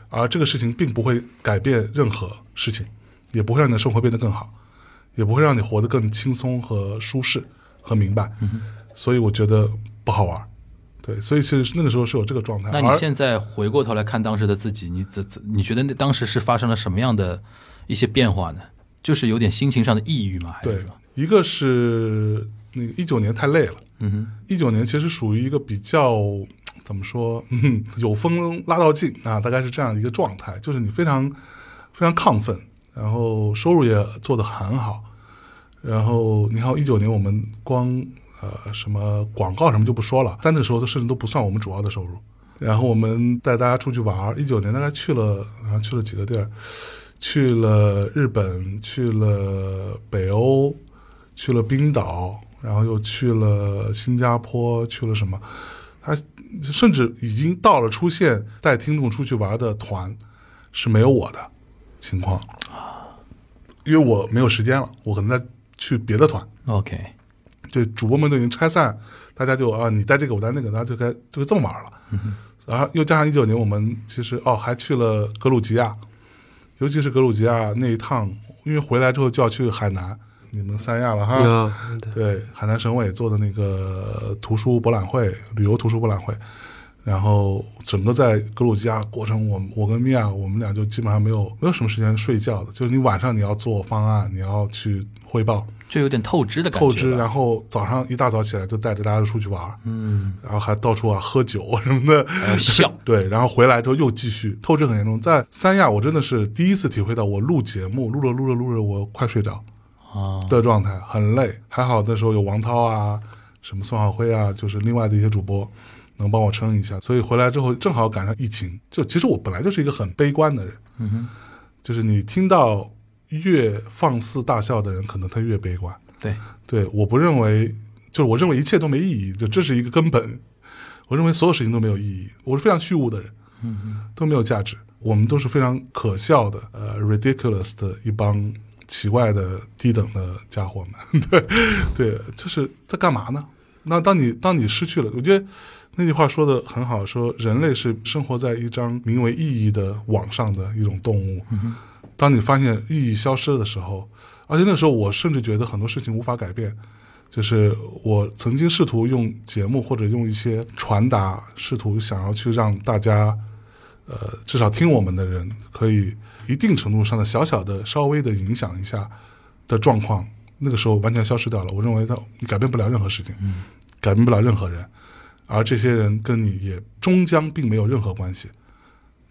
[SPEAKER 3] 而这个事情并不会改变任何事情，也不会让你的生活变得更好，也不会让你活得更轻松和舒适和明白，
[SPEAKER 2] 嗯
[SPEAKER 3] 所以我觉得不好玩儿。对，所以其实那个时候是有这个状态。
[SPEAKER 2] 那你
[SPEAKER 3] 而
[SPEAKER 2] 现在回过头来看当时的自己，你怎怎你觉得那当时是发生了什么样的一些变化呢？就是有点心情上的抑郁吗？还是
[SPEAKER 3] 对
[SPEAKER 2] 什么，
[SPEAKER 3] 一个是那个一九年太累了，
[SPEAKER 2] 嗯哼，
[SPEAKER 3] 一九年其实属于一个比较怎么说，嗯，有风拉到尽啊，大概是这样一个状态，就是你非常非常亢奋，然后收入也做得很好，然后你看一九年我们光呃什么广告什么就不说了，在那个时候的甚至都不算我们主要的收入。然后我们带大家出去玩一九年大概去了啊去了几个地儿，去了日本，去了北欧，去了冰岛，然后又去了新加坡，去了什么？他甚至已经到了出现带听众出去玩的团是没有我的情况，因为我没有时间了，我可能在去别的团。
[SPEAKER 2] ，OK，
[SPEAKER 3] 对，主播们都已经拆散，大家就啊，你带这个，我带那个，大家就该就这么玩了。然后又加上一九年，我们其实哦还去了格鲁吉亚，尤其是格鲁吉亚那一趟，因为回来之后就要去海南，你们三亚了哈。
[SPEAKER 4] 啊，对
[SPEAKER 3] 对，海南省委做的那个图书博览会，旅游图书博览会，然后整个在格鲁吉亚过程，我们我跟米娅，我们俩就基本上没有没有什么时间睡觉的，就是你晚上你要做方案，你要去汇报
[SPEAKER 2] 就有点透支的感觉吧。
[SPEAKER 3] 透支，然后早上一大早起来就带着大家出去玩儿，
[SPEAKER 2] 嗯，
[SPEAKER 3] 然后还到处啊喝酒什么的，
[SPEAKER 2] 还有笑
[SPEAKER 3] 对，然后回来之后又继续透支很严重，在三亚我真的是第一次体会到，我录节目录着录着录着我快睡着，
[SPEAKER 2] 啊，
[SPEAKER 3] 的状态，很累。还好那时候有王涛啊，什么宋晓辉啊，就是另外的一些主播能帮我撑一下。所以回来之后正好赶上疫情，就其实我本来就是一个很悲观的人，
[SPEAKER 2] 嗯哼，
[SPEAKER 3] 就是你听到越放肆大笑的人，可能他越悲观。
[SPEAKER 2] 对，
[SPEAKER 3] 对，我不认为，就是我认为一切都没意义，就这是一个根本。我认为所有事情都没有意义，我是非常虚无的人，都没有价值。我们都是非常可笑的，呃，ridiculous 的一帮奇怪的低等的家伙们。 对，对，就是在干嘛呢？那当你当你失去了，我觉得那句话说的很好，说人类是生活在一张名为意义的网上的一种动物。当你发现意义消失的时候，而且那时候我甚至觉得很多事情无法改变，就是我曾经试图用节目或者用一些传达，试图想要去让大家，呃，至少听我们的人可以一定程度上的小小的稍微的影响一下的状况，那个时候完全消失掉了。我认为他你改变不了任何事情，改变不了任何人，而这些人跟你也终将并没有任何关系。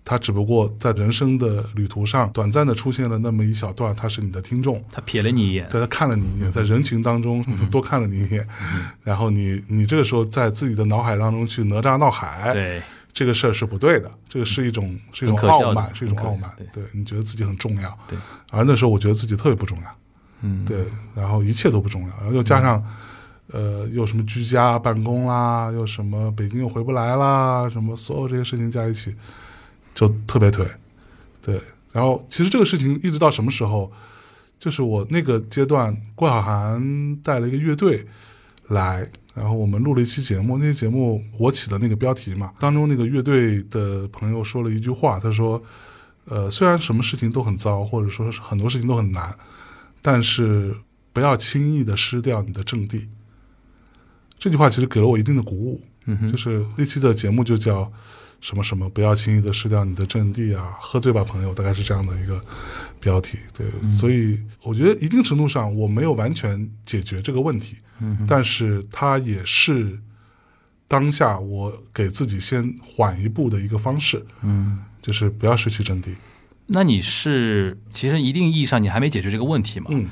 [SPEAKER 3] 他只不过在人生的旅途上短暂的出现了那么一小段，他是你的听众，
[SPEAKER 2] 他瞥了你一眼，
[SPEAKER 3] 对他看了你一眼，在人群当中多看了你一眼，然后你你这个时候在自己的脑海当中去哪吒闹海，
[SPEAKER 2] 对，
[SPEAKER 3] 这个事儿是不对的，这个是一种是一种
[SPEAKER 2] 嗯很可笑的
[SPEAKER 3] 傲慢，是一种
[SPEAKER 2] 很可
[SPEAKER 3] 傲慢
[SPEAKER 2] 对。
[SPEAKER 3] 对，你觉得自己很重要，
[SPEAKER 2] 对。
[SPEAKER 3] 而那时候我觉得自己特别不重要，
[SPEAKER 2] 嗯，
[SPEAKER 3] 对，然后一切都不重要，然后又加上，呃，又什么居家办公啦，又什么北京又回不来啦，什么所有这些事情加一起，就特别颓，对。然后其实这个事情一直到什么时候，就是我那个阶段，郭晓涵带了一个乐队来，然后我们录了一期节目，那期节目我起的那个标题嘛，当中那个乐队的朋友说了一句话，他说：“呃，虽然什么事情都很糟，或者说是很多事情都很难，但是不要轻易的失掉你的阵地。”这句话其实给了我一定的鼓舞。
[SPEAKER 2] 嗯哼，
[SPEAKER 3] 就是那期的节目就叫什么什么，不要轻易的失掉你的阵地啊，喝醉吧朋友，大概是这样的一个标题。对，
[SPEAKER 2] 嗯
[SPEAKER 3] 所以我觉得一定程度上我没有完全解决这个问题，
[SPEAKER 2] 嗯
[SPEAKER 3] 但是它也是当下我给自己先缓一步的一个方式，
[SPEAKER 2] 嗯。
[SPEAKER 3] 就是不要失去阵地。
[SPEAKER 2] 那你是其实一定意义上你还没解决这个问题嘛？
[SPEAKER 3] 嗯，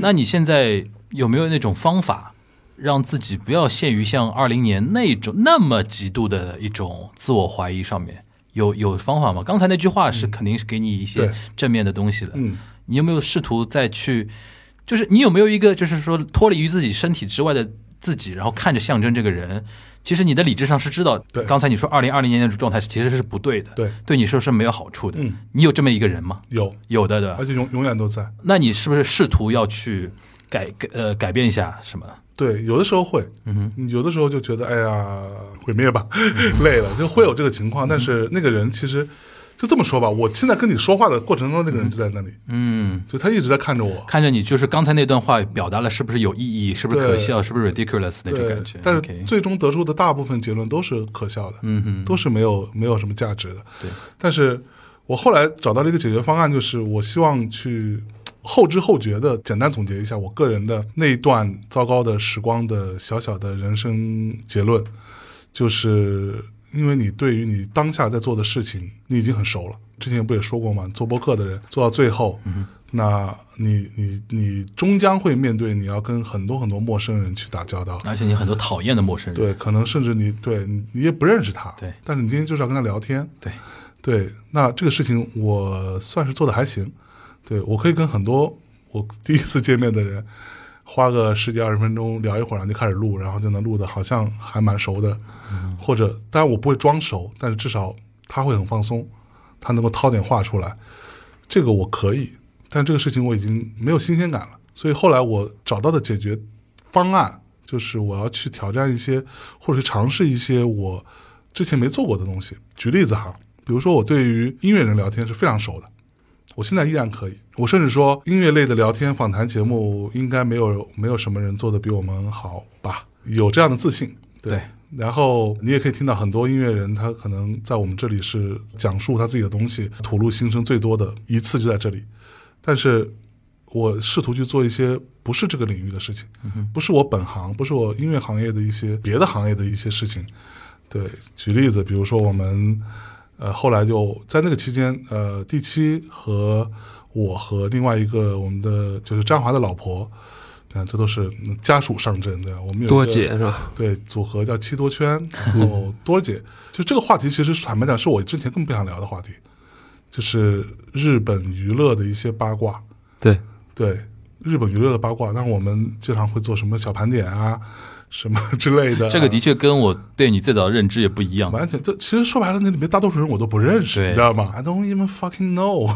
[SPEAKER 2] 那你现在有没有那种方法，让自己不要陷于像二零年那种那么极度的一种自我怀疑上面？有有方法吗？刚才那句话是肯定是给你一些
[SPEAKER 3] 对
[SPEAKER 2] 正面的东西的。
[SPEAKER 3] 嗯，
[SPEAKER 2] 你有没有试图再去，就是你有没有一个就是说脱离于自己身体之外的自己，然后看着象征这个人？其实你的理智上是知道
[SPEAKER 3] 对，
[SPEAKER 2] 刚才你说二零二零年的状态其实是不对的，
[SPEAKER 3] 对，
[SPEAKER 2] 对你说是没有好处的。
[SPEAKER 3] 嗯
[SPEAKER 2] 你有这么一个人吗？
[SPEAKER 3] 有，
[SPEAKER 2] 有的的
[SPEAKER 3] 而，且永永远都在。
[SPEAKER 2] 那你是不是试图要去改改呃改变一下什么？
[SPEAKER 3] 对，有的时候会，
[SPEAKER 2] 嗯哼嗯
[SPEAKER 3] 你有的时候就觉得，哎呀，毁灭吧， 累了，就会有这个情况。但是那个人其实就这么说吧，我现在跟你说话的过程中，那个人就在那里，
[SPEAKER 2] 嗯，
[SPEAKER 3] 就他一直在看着我。
[SPEAKER 2] 看着你就是刚才那段话表达了是不是有意义，是不是
[SPEAKER 3] 对
[SPEAKER 2] 可笑，是不是 ridiculous 那种
[SPEAKER 3] 对
[SPEAKER 2] 感觉？，
[SPEAKER 3] 但
[SPEAKER 2] OK
[SPEAKER 3] 是最终得出的大部分结论都是可笑的，
[SPEAKER 2] 嗯哼，
[SPEAKER 3] 都是没有没有什么价值的。
[SPEAKER 2] 对，
[SPEAKER 3] 但是我后来找到了一个解决方案，就是我希望去后知后觉的简单总结一下我个人的呃那一段糟糕的时光的小小的人生结论，就是因为你对于你当下在做的事情，你已经很熟了。之前不也说过吗？做播客的人做到最后，
[SPEAKER 2] 嗯
[SPEAKER 3] 那你你你终将会面对你要跟很多很多陌生人去打交道。
[SPEAKER 2] 而且你很多讨厌的陌生人，
[SPEAKER 3] 对，可能甚至你对你你也不认识他，
[SPEAKER 2] 对
[SPEAKER 3] 但是你今天就是要跟他聊天，
[SPEAKER 2] 对
[SPEAKER 3] 对，那这个事情我算是做的还行，对我可以跟很多我第一次见面的人花个十几二十分钟聊一会儿，然后就开始录，然后就能录的好像还蛮熟的，
[SPEAKER 2] 嗯
[SPEAKER 3] 或者当然我不会装熟，但是至少他会很放松，他能够掏点话出来，这个我可以，但这个事情我已经没有新鲜感了，所以后来我找到的解决方案就是我要去挑战一些，或者去尝试一些我之前没做过的东西。举例子哈，比如说我对于音乐人聊天是非常熟的，我现在依然可以。我甚至说音乐类的聊天访谈节目应该没有没有什么人做的比我们好吧，有这样的自信。
[SPEAKER 2] 对
[SPEAKER 3] 然后你也可以听到很多音乐人，他可能在我们这里是讲述他自己的东西，吐露心声最多的一次就在这里。但是我试图去做一些不是这个领域的事情，不是我本行，不是我音乐行业的一些别的行业的一些事情。对，举例子，比如说我们呃后来就在那个期间，呃，第七和我和另外一个我们的就是张华的老婆。啊，这都是嗯家属上阵，对吧？我们有一个
[SPEAKER 4] 多姐是吧？
[SPEAKER 3] 对组合叫七 多圈，然后多姐，就这个话题其实坦白讲是我之前更不想聊的话题，就是日本娱乐的一些八卦，
[SPEAKER 4] 对，
[SPEAKER 3] 对日本娱乐的八卦，那我们经常会做什么小盘点啊， 什么之类的啊，
[SPEAKER 2] 这个的确跟我对你最早的认知也不一样。
[SPEAKER 3] 完全，这其实说白了，那里面大多数人我都不认识，
[SPEAKER 2] 对
[SPEAKER 3] 你知道吗？I don't even fucking know，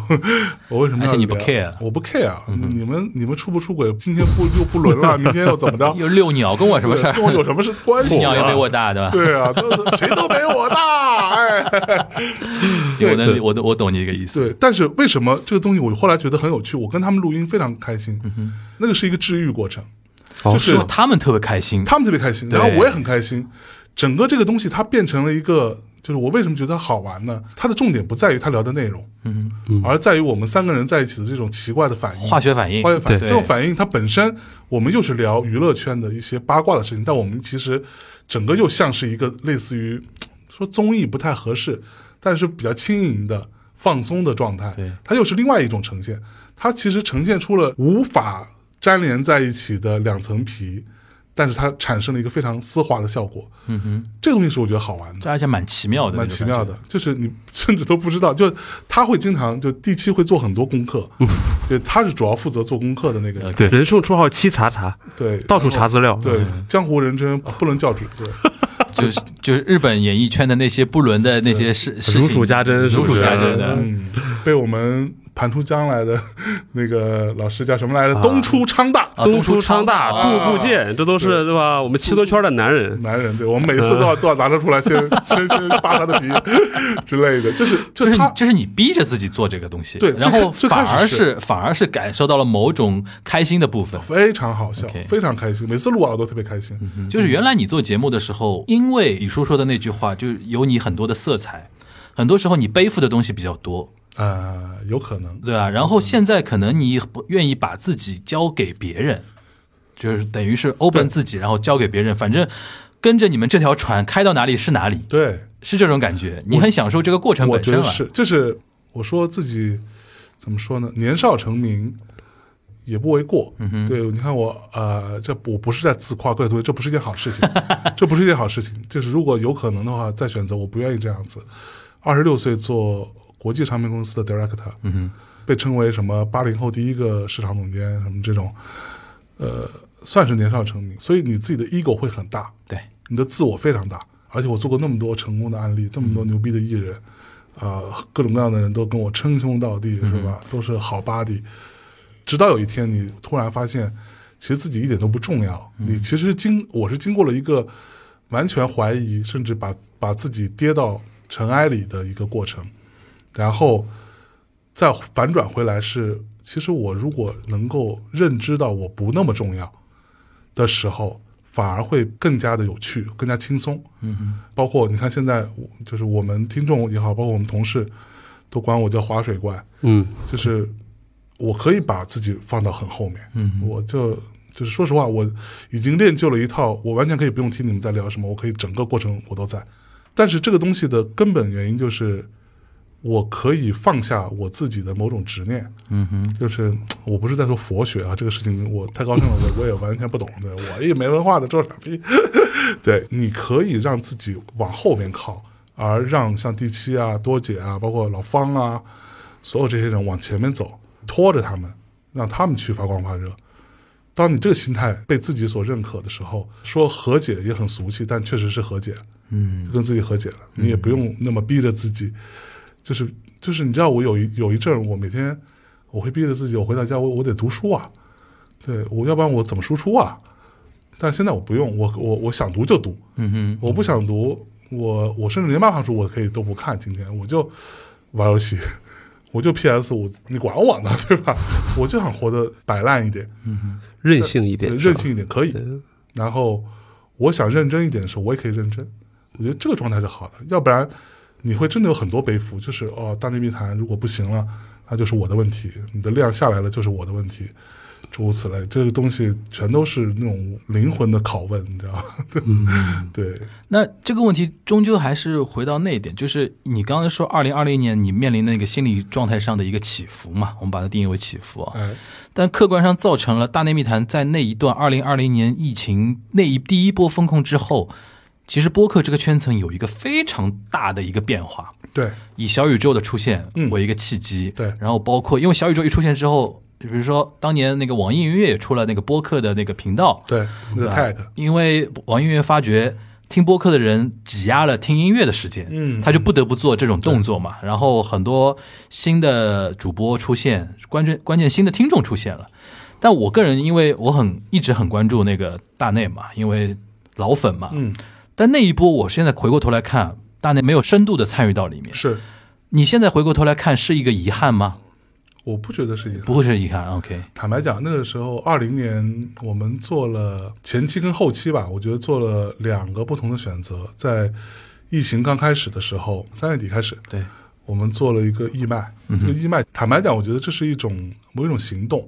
[SPEAKER 3] 我 为什么要
[SPEAKER 2] 而且你不
[SPEAKER 3] 聊
[SPEAKER 2] care 嗯
[SPEAKER 3] 我不 care，、你们你们出不出轨，今天不又不伦了，明天又怎么 着？
[SPEAKER 2] 又遛鸟跟我什么事
[SPEAKER 3] 对
[SPEAKER 2] 儿？
[SPEAKER 3] 跟我有什么是关系、啊？
[SPEAKER 2] 鸟也没我大，对吧？
[SPEAKER 3] 对啊，都谁都没 我大，哎，对
[SPEAKER 2] 我能，我懂，我懂你这个意思。
[SPEAKER 3] 对。但是为什么这个东西我后来觉得很有趣？我跟他们录音非常开心，那个是一个治愈过程，
[SPEAKER 4] 哦
[SPEAKER 3] 就是是
[SPEAKER 2] 说他们特别开心，
[SPEAKER 3] 他们特别开心，
[SPEAKER 2] 对
[SPEAKER 3] 然后我也很开心。整个这个东西它变成了一个，就是我为什么觉得它好玩呢？它的重点不在于他聊的内容，
[SPEAKER 2] 嗯，
[SPEAKER 3] 而在于我们三个人在一起的这种奇怪的反应。
[SPEAKER 2] 化学反应，
[SPEAKER 3] 化学反应，
[SPEAKER 2] 对
[SPEAKER 3] 这种反应它本身，我们又是聊娱乐圈的一些八卦的事情，但我们其实整个又像是一个类似于说综艺不太合适，但是比较轻盈的放松的状态
[SPEAKER 2] 对，
[SPEAKER 3] 它又是另外一种呈现。它其实呈现出了无法粘连在一起的两层皮，但是它产生了一个非常丝滑的效果。
[SPEAKER 2] 嗯哼，
[SPEAKER 3] 这个东西是我觉得好玩的。
[SPEAKER 2] 这而且蛮奇妙的，
[SPEAKER 3] 蛮奇妙
[SPEAKER 2] 那种
[SPEAKER 3] 的，就是你甚至都不知道，就他会经常就第七会做很多功 课，对，他是主要负责做功课的那个人，
[SPEAKER 2] 感觉。
[SPEAKER 4] 人送绰号七查查，
[SPEAKER 3] 对，
[SPEAKER 4] 到处查资料。
[SPEAKER 3] 对，江湖人称
[SPEAKER 2] 啊
[SPEAKER 3] 不伦教主， 对，
[SPEAKER 2] 对，就是就是日本演艺圈的那些不伦的那些事，事情
[SPEAKER 4] 如数家珍是
[SPEAKER 2] 如
[SPEAKER 4] 不是
[SPEAKER 2] 数家珍的。
[SPEAKER 3] 嗯嗯，被我们盘出将来的 那个老师叫什么来着？东出昌大
[SPEAKER 2] 啊
[SPEAKER 4] 东出
[SPEAKER 2] 出
[SPEAKER 4] 昌大，
[SPEAKER 2] 啊
[SPEAKER 4] 步步见，这都是对吧？我们七多圈的男人，
[SPEAKER 3] 男人，对我们每次都 要都要拿他出来先先先扒他的皮之类的，就是
[SPEAKER 2] 这
[SPEAKER 3] 就是
[SPEAKER 2] 你
[SPEAKER 3] 他
[SPEAKER 2] 这是你逼着自己做这个东西，
[SPEAKER 3] 对
[SPEAKER 2] 然后
[SPEAKER 3] 最开
[SPEAKER 2] 反而
[SPEAKER 3] 最开始是
[SPEAKER 2] 是反而是感受到了某种开心的部分，
[SPEAKER 3] 非常好笑
[SPEAKER 2] OK，嗯
[SPEAKER 3] 非常开心，每次录啊我都特别开心。
[SPEAKER 2] 就是原来你做节目的时候，因为李叔说的那句话，就是有你很多的色彩，很多时候你背负的东西比较多，
[SPEAKER 3] 呃，有可能
[SPEAKER 2] 对吧？然后现在可能你不愿意把自己交给别人，就是等于是 open
[SPEAKER 3] 对
[SPEAKER 2] 自己，然后交给别人，反正跟着你们这条船开到哪里是哪里，
[SPEAKER 3] 对，
[SPEAKER 2] 是这种感觉。你很享受这个过程
[SPEAKER 3] 我
[SPEAKER 2] 本
[SPEAKER 3] 觉
[SPEAKER 2] 身
[SPEAKER 3] 得
[SPEAKER 2] 了，
[SPEAKER 3] 是，就是我说自己怎么说呢？年少成名也不为过。嗯、对，你看我呃，这我不是在自夸各位同学，这不是一件好事情， 这不是一件好事情。就是如果有可能的话，再选择，我不愿意这样子。二十六岁做国际唱片公司的 director，嗯被称为什么八零后第一个市场总监什么这种，呃，算是年少成名，所以你自己的 ego 会很大。
[SPEAKER 2] 对，
[SPEAKER 3] 你的自我非常大，而且我做过那么多成功的案例，这么多牛逼的艺人，啊、各种各样的人都跟我称兄道弟，是吧？都是好 buddy。直到有一天，你突然发现，其实自己一点都不重要。你其实经我是经过了一个完全怀疑，甚至把把自己跌到尘埃里的一个过程，然后再反转回来是，其实我如果能够认知到我不那么重要的时候，反而会更加的有趣，更加轻松。嗯，包括你看现在我就是我们听众也好，包括我们同事都管我叫划水怪，
[SPEAKER 4] 嗯，
[SPEAKER 3] 就是我可以把自己放到很后面，嗯，我就就是说实话，我已经练就了一套，我完全可以不用听你们在聊什么，我可以整个过程我都在。但是这个东西的根本原因就是，我可以放下我自己的某种执念，嗯哼，就是我不是在说佛学啊，这个事情我太高深了，我我也完全不懂，对我一没文化的就是傻逼， 对，你可以让自己往后面靠，而让像第七啊、多姐啊，包括老方啊，所有这些人往前面走，拖着他们，让他们去发光发热。当你这个心态被自己所认可的时候，说和解也很俗气，但确实是和解，嗯，就跟自己和解了，你也不用那么逼着自己，就是就是你知道，我有一有一阵儿，我每天我会逼着自己，我回到家我我得读书啊，对我要不然我怎么输出啊？但是现在我不用，我我我想读就读，嗯哼，我不想读，我我甚至连漫画书我可以都不看，今天我就玩游戏，我就 PS 五，你管我呢， 对吧？我就想活得摆烂一点，
[SPEAKER 4] 任性一点，
[SPEAKER 3] 任性一点可以。然后我想认真一点的时候，我也可以认真。我觉得这个状态是好的，要不然你会真的有很多背负，就是哦，大内密谈如果不行了，那就是我的问题，你的量下来了就是我的问题，诸如此类，这个东西全都是那种灵魂的拷问，你知道吗？ 对、对，
[SPEAKER 2] 那这个问题终究还是回到那一点，就是你刚才说，二零二零年你面临那个心理状态上的一个起伏嘛，我们把它定义为起伏啊。
[SPEAKER 3] 哎，
[SPEAKER 2] 但客观上造成了大内密谈在那一段二零二零年疫情那一第一波风控之后，其实播客这个圈层有一个非常大的一个变化，
[SPEAKER 3] 对，
[SPEAKER 2] 以小宇宙的出现
[SPEAKER 3] 嗯
[SPEAKER 2] 为一个契机，
[SPEAKER 3] 对
[SPEAKER 2] 然后包括因为小宇宙一出现之后，比如说当年那个网易云音乐也出了那个播客的那个频道，
[SPEAKER 3] 对，那个 tag，
[SPEAKER 2] 因为网易云音乐发觉听播客的人挤压了听音乐的时间，
[SPEAKER 3] 嗯
[SPEAKER 2] 他就不得不做这种动作嘛。然后很多新的主播出现，关键关键新的听众出现了。但我个人因为我很一直很关注那个大内嘛，因为老粉嘛，
[SPEAKER 3] 嗯，
[SPEAKER 2] 但那一波我现在回过头来看，大内没有深度的参与到里面。
[SPEAKER 3] 是，
[SPEAKER 2] 你现在回过头来看是一个遗憾吗？
[SPEAKER 3] 我不觉得是遗憾。
[SPEAKER 2] 不会是遗憾，OK，
[SPEAKER 3] 坦白讲，那个时候二零年，我们做了前期跟后期吧，我觉得做了两个不同的选择。在疫情刚开始的时候，三月底开始，
[SPEAKER 2] 对，
[SPEAKER 3] 我们做了一个义卖。这个义卖，坦白讲，我觉得这是一种某一种行动，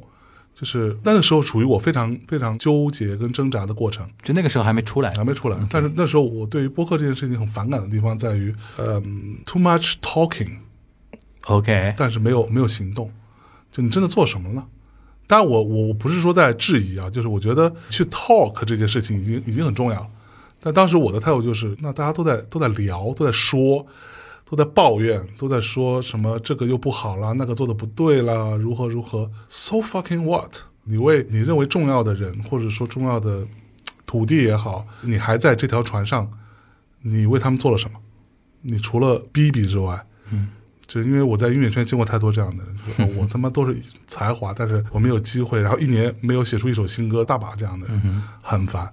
[SPEAKER 3] 就是那个时候处于我非常非常纠结跟挣扎的过程。
[SPEAKER 2] 就那个时候还没出来，
[SPEAKER 3] 还没出来。但是那时候我对于播客这件事情很反感的地方在于，嗯，too much talking，
[SPEAKER 2] ，OK，
[SPEAKER 3] 但是没有没有行动，就你真的做什么了？当然我，我我不是说在质疑啊，就是我觉得去 talk 这件事情已经已经很重要了。但当时我的态度就是，那大家都在都在聊，都在说，都在抱怨，都在说什么这个又不好啦，那个做的不对啦，如何如何，so fucking what？你为你认为重要的人，或者说重要的土地也好，你还在这条船上，你为他们做了什么？你除了逼逼之外，就因为我在音乐圈见过太多这样的人，就是哦我他妈都是才华，但是我没有机会，然后一年没有写出一首新歌，大把这样的人，很烦。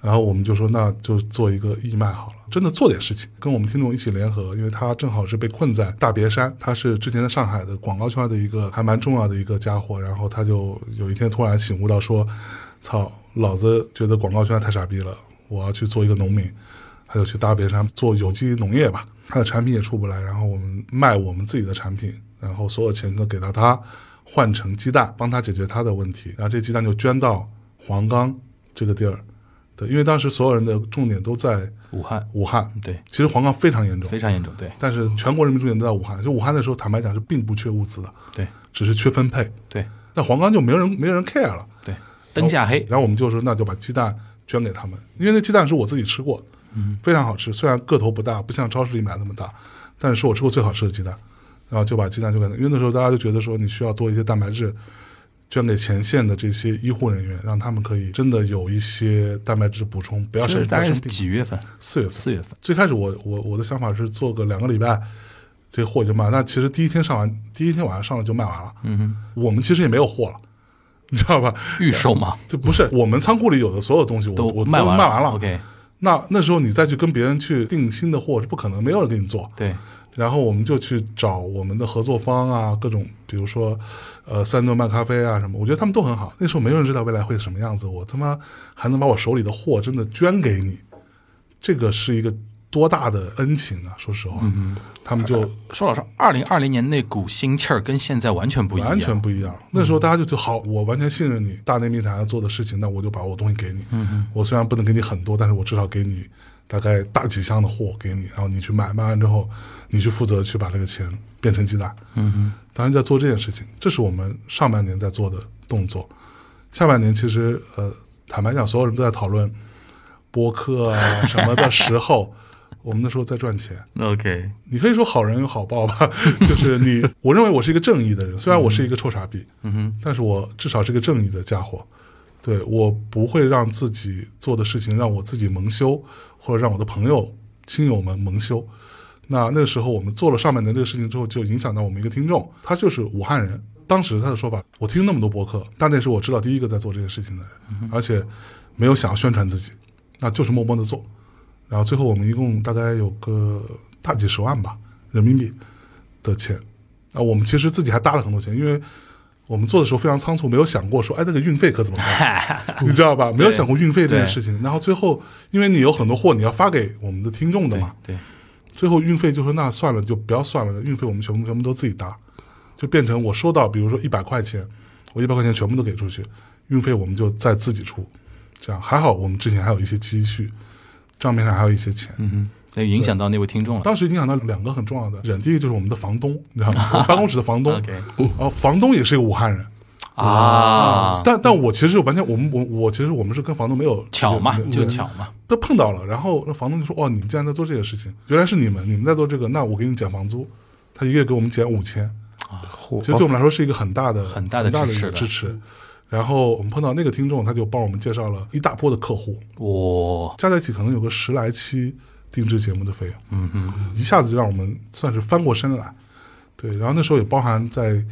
[SPEAKER 3] 然后我们就说，那就做一个义卖好了，真的做点事情，跟我们听众一起联合，因为他正好是被困在大别山，他是之前在上海的广告圈的一个还蛮重要的一个家伙，然后他就有一天突然醒悟到说，操，老子觉得广告圈太傻逼了，我要去做一个农民，他就去大别山做有机农业吧，他的产品也出不来，然后我们卖我们自己的产品，然后所有钱都给到他，换成鸡蛋，帮他解决他的问题，然后这鸡蛋就捐到黄冈这个地儿。对，因为当时所有人的重点都在
[SPEAKER 2] 武汉，
[SPEAKER 3] 武汉，
[SPEAKER 2] 对，
[SPEAKER 3] 其实黄冈非常严重
[SPEAKER 2] 非，常严重，对
[SPEAKER 3] 但是全国人民重点都在武汉。就武汉那时候，坦白讲是并不缺物资的，
[SPEAKER 2] 对
[SPEAKER 3] 只是缺分配。
[SPEAKER 2] 对
[SPEAKER 3] 但黄冈就没有人没有人 care 了。
[SPEAKER 2] 对，灯下黑，
[SPEAKER 3] 然后我们就说，那就把鸡蛋捐给他们，因为那鸡蛋是我自己吃过的，非常好吃。虽然个头不大，不像超市里买那么大，但是是我吃过最好吃的鸡蛋。然后就把鸡蛋就给他，因为那时候大家就觉得说，你需要多一些蛋白质，捐给前线的这些医护人员，让他们可以真的有一些蛋白质补充，不要
[SPEAKER 2] 这
[SPEAKER 3] 生
[SPEAKER 2] 是
[SPEAKER 3] 不
[SPEAKER 2] 大
[SPEAKER 3] 要
[SPEAKER 2] 概
[SPEAKER 3] 生
[SPEAKER 2] 是
[SPEAKER 3] 病。
[SPEAKER 2] 几月份？
[SPEAKER 3] 四月份。
[SPEAKER 2] 四月份，
[SPEAKER 3] 最开始我我我的想法是做个两个礼拜，这个货就卖。那其实第一天上完，第一天晚上上了就卖完了。嗯哼，我们其实也没有货了，你知道吧？
[SPEAKER 2] 预售嘛，
[SPEAKER 3] 就不是我们仓库里有的所有东西我，我
[SPEAKER 2] 嗯卖
[SPEAKER 3] 都
[SPEAKER 2] 完
[SPEAKER 3] 卖完了。
[SPEAKER 2] OK，
[SPEAKER 3] 那那时候你再去跟别人去订新的货是不可能，没有人给你做。
[SPEAKER 2] 对，
[SPEAKER 3] 然后我们就去找我们的合作方啊，各种，比如说，呃，三顿半咖啡啊什么，我觉得他们都很好。那时候没有人知道未来会是什么样子，我他妈还能把我手里的货真的捐给你，这个是一个多大的恩情啊！说实话，
[SPEAKER 2] 嗯
[SPEAKER 3] 他们就
[SPEAKER 2] 说老实话，二零二零年那股心气儿跟现在完全不一样，嗯
[SPEAKER 3] 完全不一样。那时候大家就觉得好，我完全信任你，大内密谈做的事情，那我就把我东西给你。
[SPEAKER 2] 嗯
[SPEAKER 3] 我虽然不能给你很多，但是我至少给你大概大几箱的货给你，然后你去买，买完之后你去负责去把这个钱变成鸡蛋。嗯当然在做这件事情，这是我们上半年在做的动作。下半年其实呃，坦白讲，所有人都在讨论播客啊什么的时候，我们那时候在赚钱。
[SPEAKER 2] OK，
[SPEAKER 3] 你可以说好人有好报吧，就是你，我认为我是一个正义的人，虽然我是一个臭傻逼，嗯哼，但是我至少是个正义的家伙，对我不会让自己做的事情让我自己蒙羞，或者让我的朋友、亲友们蒙羞。那那个时候我们做了上半年这个事情之后，就影响到我们一个听众，他就是武汉人。当时他的说法，我听那么多播客，但那是我知道第一个在做这件事情的人，而且没有想要宣传自己，那就是默默的做。然后最后我们一共大概有个大几十万吧人民币的钱啊，我们其实自己还搭了很多钱，因为我们做的时候非常仓促，没有想过说，哎，那个运费可怎么 办？你知道吧？没有想过运费这件事情。然后最后，因为你有很多货你要发给我们的听众的
[SPEAKER 2] 对
[SPEAKER 3] 嘛，
[SPEAKER 2] 对，
[SPEAKER 3] 最后运费就说那算了，就不要算了，运费我们全部全部都自己搭，就变成我收到，比如说一百块钱，我一百块钱全部都给出去，运费我们就再自己出，这样还好我们之前还有一些积蓄，账面上还有一些钱。
[SPEAKER 2] 嗯，那影响到那位听众了。
[SPEAKER 3] 当时影响到两个很重要的人，第一个就是我们的房东，你知道吗？我们办公室的房东，
[SPEAKER 2] OK
[SPEAKER 3] 然后房东也是一个武汉人
[SPEAKER 2] 啊，
[SPEAKER 3] 但但我其实完全我们我我其实我们是跟房东没有
[SPEAKER 2] 巧嘛
[SPEAKER 3] 没，有
[SPEAKER 2] 就
[SPEAKER 3] 对
[SPEAKER 2] 巧嘛，
[SPEAKER 3] 他碰到了，然后那房东就说：“哦，你们竟然在做这些事情，原来是你们，你们在做这个，那我给你减房租。”他一个月给我们减五千，
[SPEAKER 4] 嚯
[SPEAKER 3] 其实对我们来说是一个很大的、
[SPEAKER 2] 啊很
[SPEAKER 3] 很
[SPEAKER 2] 大的
[SPEAKER 3] 的
[SPEAKER 2] 支
[SPEAKER 3] 一
[SPEAKER 2] 持
[SPEAKER 3] 个
[SPEAKER 2] 的
[SPEAKER 3] 支持。然后我们碰到那个听众，他就帮我们介绍了一大波的客户，
[SPEAKER 2] 哇，
[SPEAKER 3] 加在一起可能有个十来期定制节目的费用，嗯嗯，一下子就让我们算是翻过身来。对，然后那时候也包含在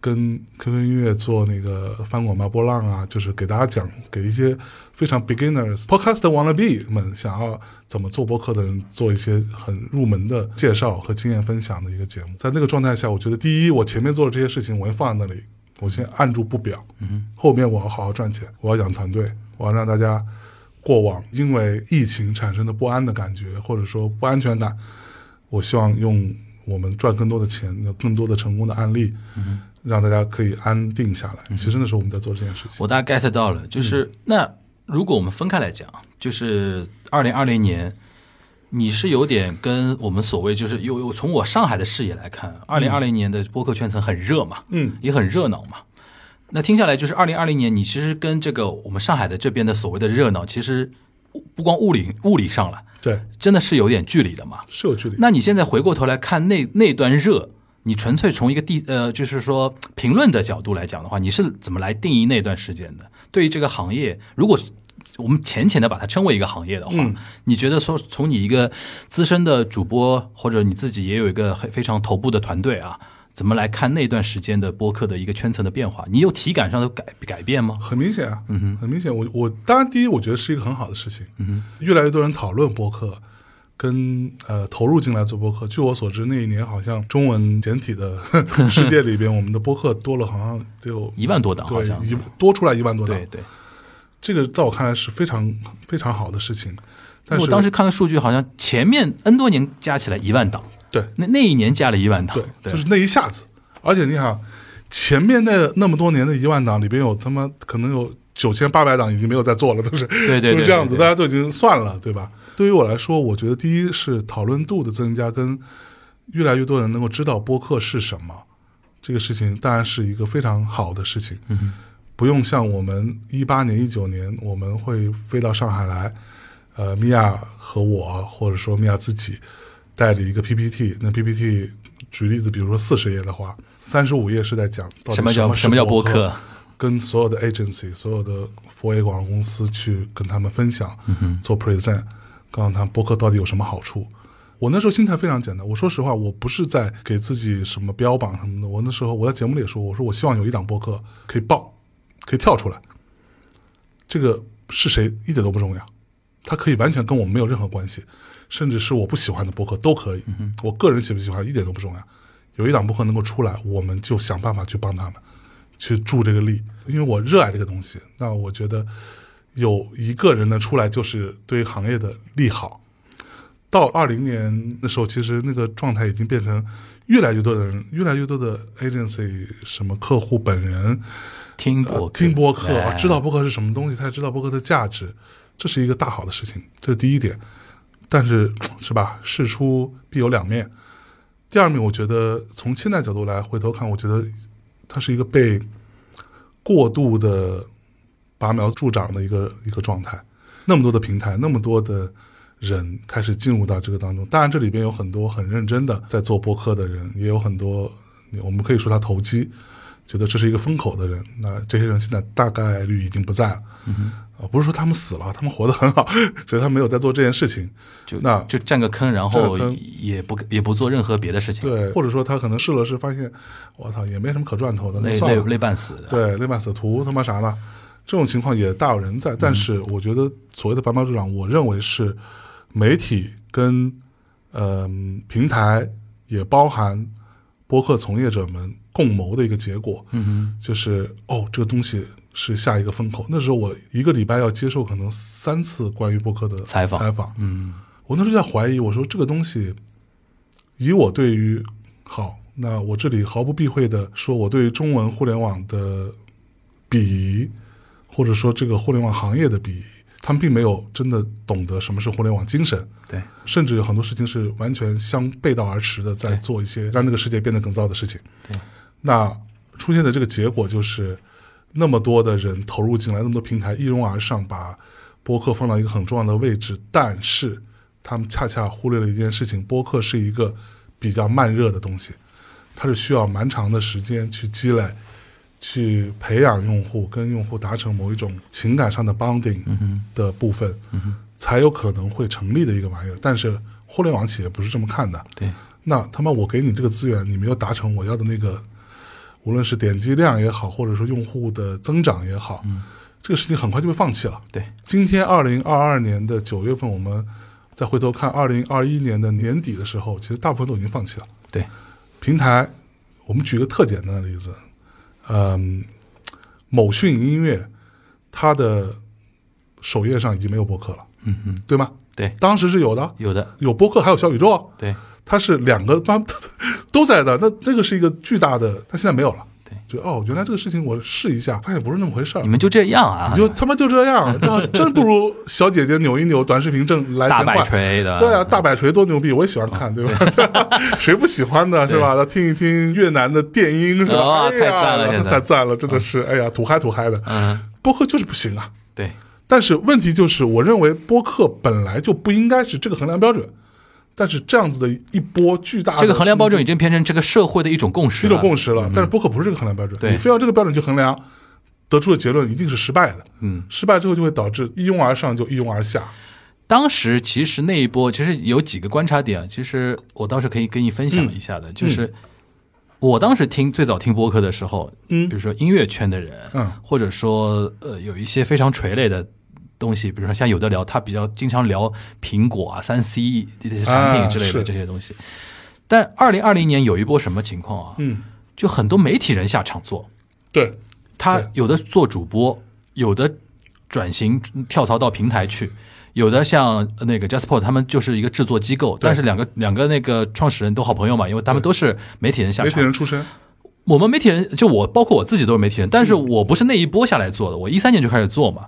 [SPEAKER 3] 跟 QQ 音乐做那个翻滚吧波浪啊，就是给大家讲，给一些非常 beginners podcast wannabe 们想要怎么做播客的人做一些很入门的介绍和经验分享的一个节目。在那个状态下，我觉得第一，我前面做的这些事情，我会放在那里，我先按住不表，嗯，后面我要好好赚钱，我要养团队，我要让大家过往因为疫情产生的不安的感觉，或者说不安全感，我希望用我们赚更多的钱，有更多的成功的案例，让大家可以安定下来。其实那时候我们在做这件事情，
[SPEAKER 2] 我大概 get 到了，就是、那如果我们分开来讲，就是二零二零年，你是有点跟我们所谓就是有有从我上海的视野来看，二零二零年的播客圈层很热嘛，
[SPEAKER 3] 嗯，
[SPEAKER 2] 也很热闹嘛。那听下来就是二零二零年，你其实跟这个我们上海的这边的所谓的热闹，其实不光物理物理上了，
[SPEAKER 3] 对，
[SPEAKER 2] 真的是有点距离的嘛。
[SPEAKER 3] 是有距离。
[SPEAKER 2] 那你现在回过头来看那那段热，你纯粹从一个第呃，就是说评论的角度来讲的话，你是怎么来定义那段时间的？对于这个行业，如果我们浅浅的把它称为一个行业的话，
[SPEAKER 3] 嗯
[SPEAKER 2] 你觉得说从你一个资深的主播，或者你自己也有一个很非常头部的团队啊，怎么来看那段时间的播客的一个圈层的变化？你有体感上的改改变吗？
[SPEAKER 3] 很明显啊，
[SPEAKER 2] 嗯
[SPEAKER 3] 很明显。我我当然第一，我觉得是一个很好的事情，
[SPEAKER 2] 嗯
[SPEAKER 3] 越来越多人讨论播客，跟呃投入进来做播客。据我所知，那一年好像中文简 体的世界里边，我们的播客多了，好像只有
[SPEAKER 2] 一万多档好
[SPEAKER 3] 对
[SPEAKER 2] 像，
[SPEAKER 3] 一多出来一万多档
[SPEAKER 2] 对，对。
[SPEAKER 3] 这个在我看来是非常非常好的事情。但是
[SPEAKER 2] 我当时看个数据，好像前面 N 多年加起来一万档，
[SPEAKER 3] 对
[SPEAKER 2] 那那一年加了一万档
[SPEAKER 3] 对，，就是那一下子，而且你想，前面那那么多年的一万档里边有他妈可能有九千八百档已经没有在做了，都是
[SPEAKER 2] 对对
[SPEAKER 3] 都
[SPEAKER 2] 对
[SPEAKER 3] 是这样子，
[SPEAKER 2] 对
[SPEAKER 3] 大家都已经算了，对吧？对于我来说，我觉得第一是讨论度的增加，跟越来越多人能够知道播客是什么，这个事情当然是一个非常好的事情。嗯、不用像我们一八年、一九年，我们会飞到上海来，呃，米娅和我，或者说米娅自己带着一个 PPT，那 PPT 举例子，比如说四十页的话，三十五页是在讲到底
[SPEAKER 2] 什么叫
[SPEAKER 3] 什
[SPEAKER 2] 什么叫播
[SPEAKER 3] 客
[SPEAKER 2] 客，
[SPEAKER 3] 跟所有的 agency、所有的 for A 广告公司去跟他们分享，
[SPEAKER 2] 嗯
[SPEAKER 3] 做 present，告诉他们播客到底有什么好处。我那时候心态非常简单，我说实话，我不是在给自己什么标榜什么的。我那时候我在节目里也说，我说我希望有一档播客可以爆，可以跳出来。这个是谁一点都不重要，它可以完全跟我们没有任何关系，甚至是我不喜欢的播客都可以。我个人喜不喜欢一点都不重要，有一档播客能够出来，我们就想办法去帮他们。去助这个力，因为我热爱这个东西。那我觉得有一个人能出来，就是对行业的利好。到二零年的时候，其实那个状态已经变成越来越多的人，越来越多的 agency 什么客户本人
[SPEAKER 2] 听
[SPEAKER 3] 呃
[SPEAKER 2] 播客
[SPEAKER 3] 听播客、
[SPEAKER 2] 哎
[SPEAKER 3] 啊知道播客是什么东西，他也知道播客的价值，这是一个大好的事情，这是第一点。但是是吧，事出必有两面。第二面，我觉得从现在角度来回头看，我觉得它是一个被过度的拔苗助长的一个一个状态。那么多的平台，那么多的人开始进入到这个当中。当然，这里边有很多很认真的在做播客的人，也有很多呃我们可以说他投机，觉得这是一个风口的人。那这些人现在大概率已经不在了。啊，不是说他们死了，他们活得很好，只是他没有在做这件事情。
[SPEAKER 2] 就
[SPEAKER 3] 那
[SPEAKER 2] 就占个坑，然
[SPEAKER 3] 占个
[SPEAKER 2] 后
[SPEAKER 3] 坑
[SPEAKER 2] 也不也不做任何别的事情，
[SPEAKER 3] 对，或者说他可能试了试，发现我操也没什么可赚头的，那
[SPEAKER 2] 累
[SPEAKER 3] 算
[SPEAKER 2] 累
[SPEAKER 3] 了。
[SPEAKER 2] 累半死的。啊
[SPEAKER 3] 对，内马斯图他妈啥呢？这种情况也大有人在。但是我觉得所谓的白马助长，我认为是媒体跟嗯、平台也包含播客从业者们共谋的一个结果。嗯哼，就是哦，这个东西是下一个风口。那时候我一个礼拜要接受可能三次关于播客的
[SPEAKER 2] 采访
[SPEAKER 3] 采访，
[SPEAKER 2] 嗯，
[SPEAKER 3] 我那时候在怀哎疑，我说这个东西，以我对于好，那我这里毫不避讳的说，我对于中文互联网的鄙夷，或者说这个互联网行业的鄙夷，他们并没有真的懂得什么是互联网精神，
[SPEAKER 2] 对，
[SPEAKER 3] 甚至有很多事情是完全相背道而驰的，在做一些让这个世界变得更糟的事情。那出现的这个结果就是，那么多的人投入进来，那么多平台一拥而上，把播客放到一个很重要的位置，但是他们恰恰忽略了一件事情：播客是一个比较慢热的东西，它是需要蛮长的时间去积累。去培养用户，跟用户达成某一种情感上的 bonding 的部分，才有可能会成立的一个玩意儿。但是互联网企业不是这么看的，
[SPEAKER 2] 对，
[SPEAKER 3] 那他妈我给你这个资源，你没有达成我要的那个，无论是点击量也好，或者说用户的增长也好，这个事情很快就被放弃了。
[SPEAKER 2] 对，
[SPEAKER 3] 今天二零二二年的九月份，我们再回头看二零二一年的年底的时候，其实大部分都已经放弃了。
[SPEAKER 2] 对，
[SPEAKER 3] 平台，我们举一个特简单的例子，嗯，某讯音乐它的首页上已经没有播客了，
[SPEAKER 2] 嗯哼，
[SPEAKER 3] 对吗？
[SPEAKER 2] 对，
[SPEAKER 3] 当时是有的，
[SPEAKER 2] 有的，
[SPEAKER 3] 有播客，还有小宇宙啊，
[SPEAKER 2] 对，
[SPEAKER 3] 它是两个 它都在的，那那个是一个巨大的，它现在没有了。
[SPEAKER 2] 对，
[SPEAKER 3] 就哦，原来这个事情我试一下，发现不是那么回事儿
[SPEAKER 2] 你，们就这样啊
[SPEAKER 3] 嗯你，就他妈就这样，那真不如小姐姐扭一扭短视频挣来
[SPEAKER 2] 大
[SPEAKER 3] 钱
[SPEAKER 2] 摆
[SPEAKER 3] 快。
[SPEAKER 2] 锤的，
[SPEAKER 3] 对啊，大摆锤多牛逼，我也喜欢
[SPEAKER 2] 哦
[SPEAKER 3] 看，对吧？ 谁不喜欢呢？是吧？听一听越南的电音，是吧？
[SPEAKER 2] 哦
[SPEAKER 3] 哎呀
[SPEAKER 2] 太赞了现在
[SPEAKER 3] 太赞了，真的是，哎呀，土嗨土嗨的。
[SPEAKER 2] 嗯，
[SPEAKER 3] 播客就是不行啊，
[SPEAKER 2] 对，
[SPEAKER 3] 但是问题就是，我认为播客本来就不应该是这个衡量标准，但是这样子的一波巨大的
[SPEAKER 2] 这个衡量标准已
[SPEAKER 3] 冲
[SPEAKER 2] 经变成这个社会的一种共
[SPEAKER 3] 击
[SPEAKER 2] 识
[SPEAKER 3] 一
[SPEAKER 2] 了，
[SPEAKER 3] 种共识了，但是播客不是这个衡量标准，
[SPEAKER 2] 嗯对
[SPEAKER 3] 你非要这个标准去衡量，得出的结论一定是失败的。
[SPEAKER 2] 嗯，
[SPEAKER 3] 失败之后就会导致一拥而上就一拥而下。
[SPEAKER 2] 当时其实那一波其实有几个观察点，其实我倒是可以跟你分享一下的，
[SPEAKER 3] 嗯
[SPEAKER 2] 就是我当时听最早听播客的时候，
[SPEAKER 3] 嗯
[SPEAKER 2] 比如说音乐圈的人，
[SPEAKER 3] 嗯
[SPEAKER 2] 或者说呃有一些非常垂类的。东西，比如说像有的聊，他比较经常聊苹果啊、三 C 这些产品之类的
[SPEAKER 3] 啊是
[SPEAKER 2] 这些东西。但二零二零年有一波什么情况啊？
[SPEAKER 3] 嗯，
[SPEAKER 2] 就很多媒体人下场做，
[SPEAKER 3] 对，
[SPEAKER 2] 他
[SPEAKER 3] 对
[SPEAKER 2] 有的做主播，有的转型跳槽到平台去，有的像呃那个 Jasper 他们就是一个制作机构，但是两个两个那个创始人都好朋友嘛，因为他们都是媒体人下
[SPEAKER 3] 媒体
[SPEAKER 2] 场。
[SPEAKER 3] 人出身，
[SPEAKER 2] 我们媒体人就我，包括我自己都是媒体人，但是
[SPEAKER 3] 嗯
[SPEAKER 2] 我不是那一波下来做的，我一三年就开始做嘛。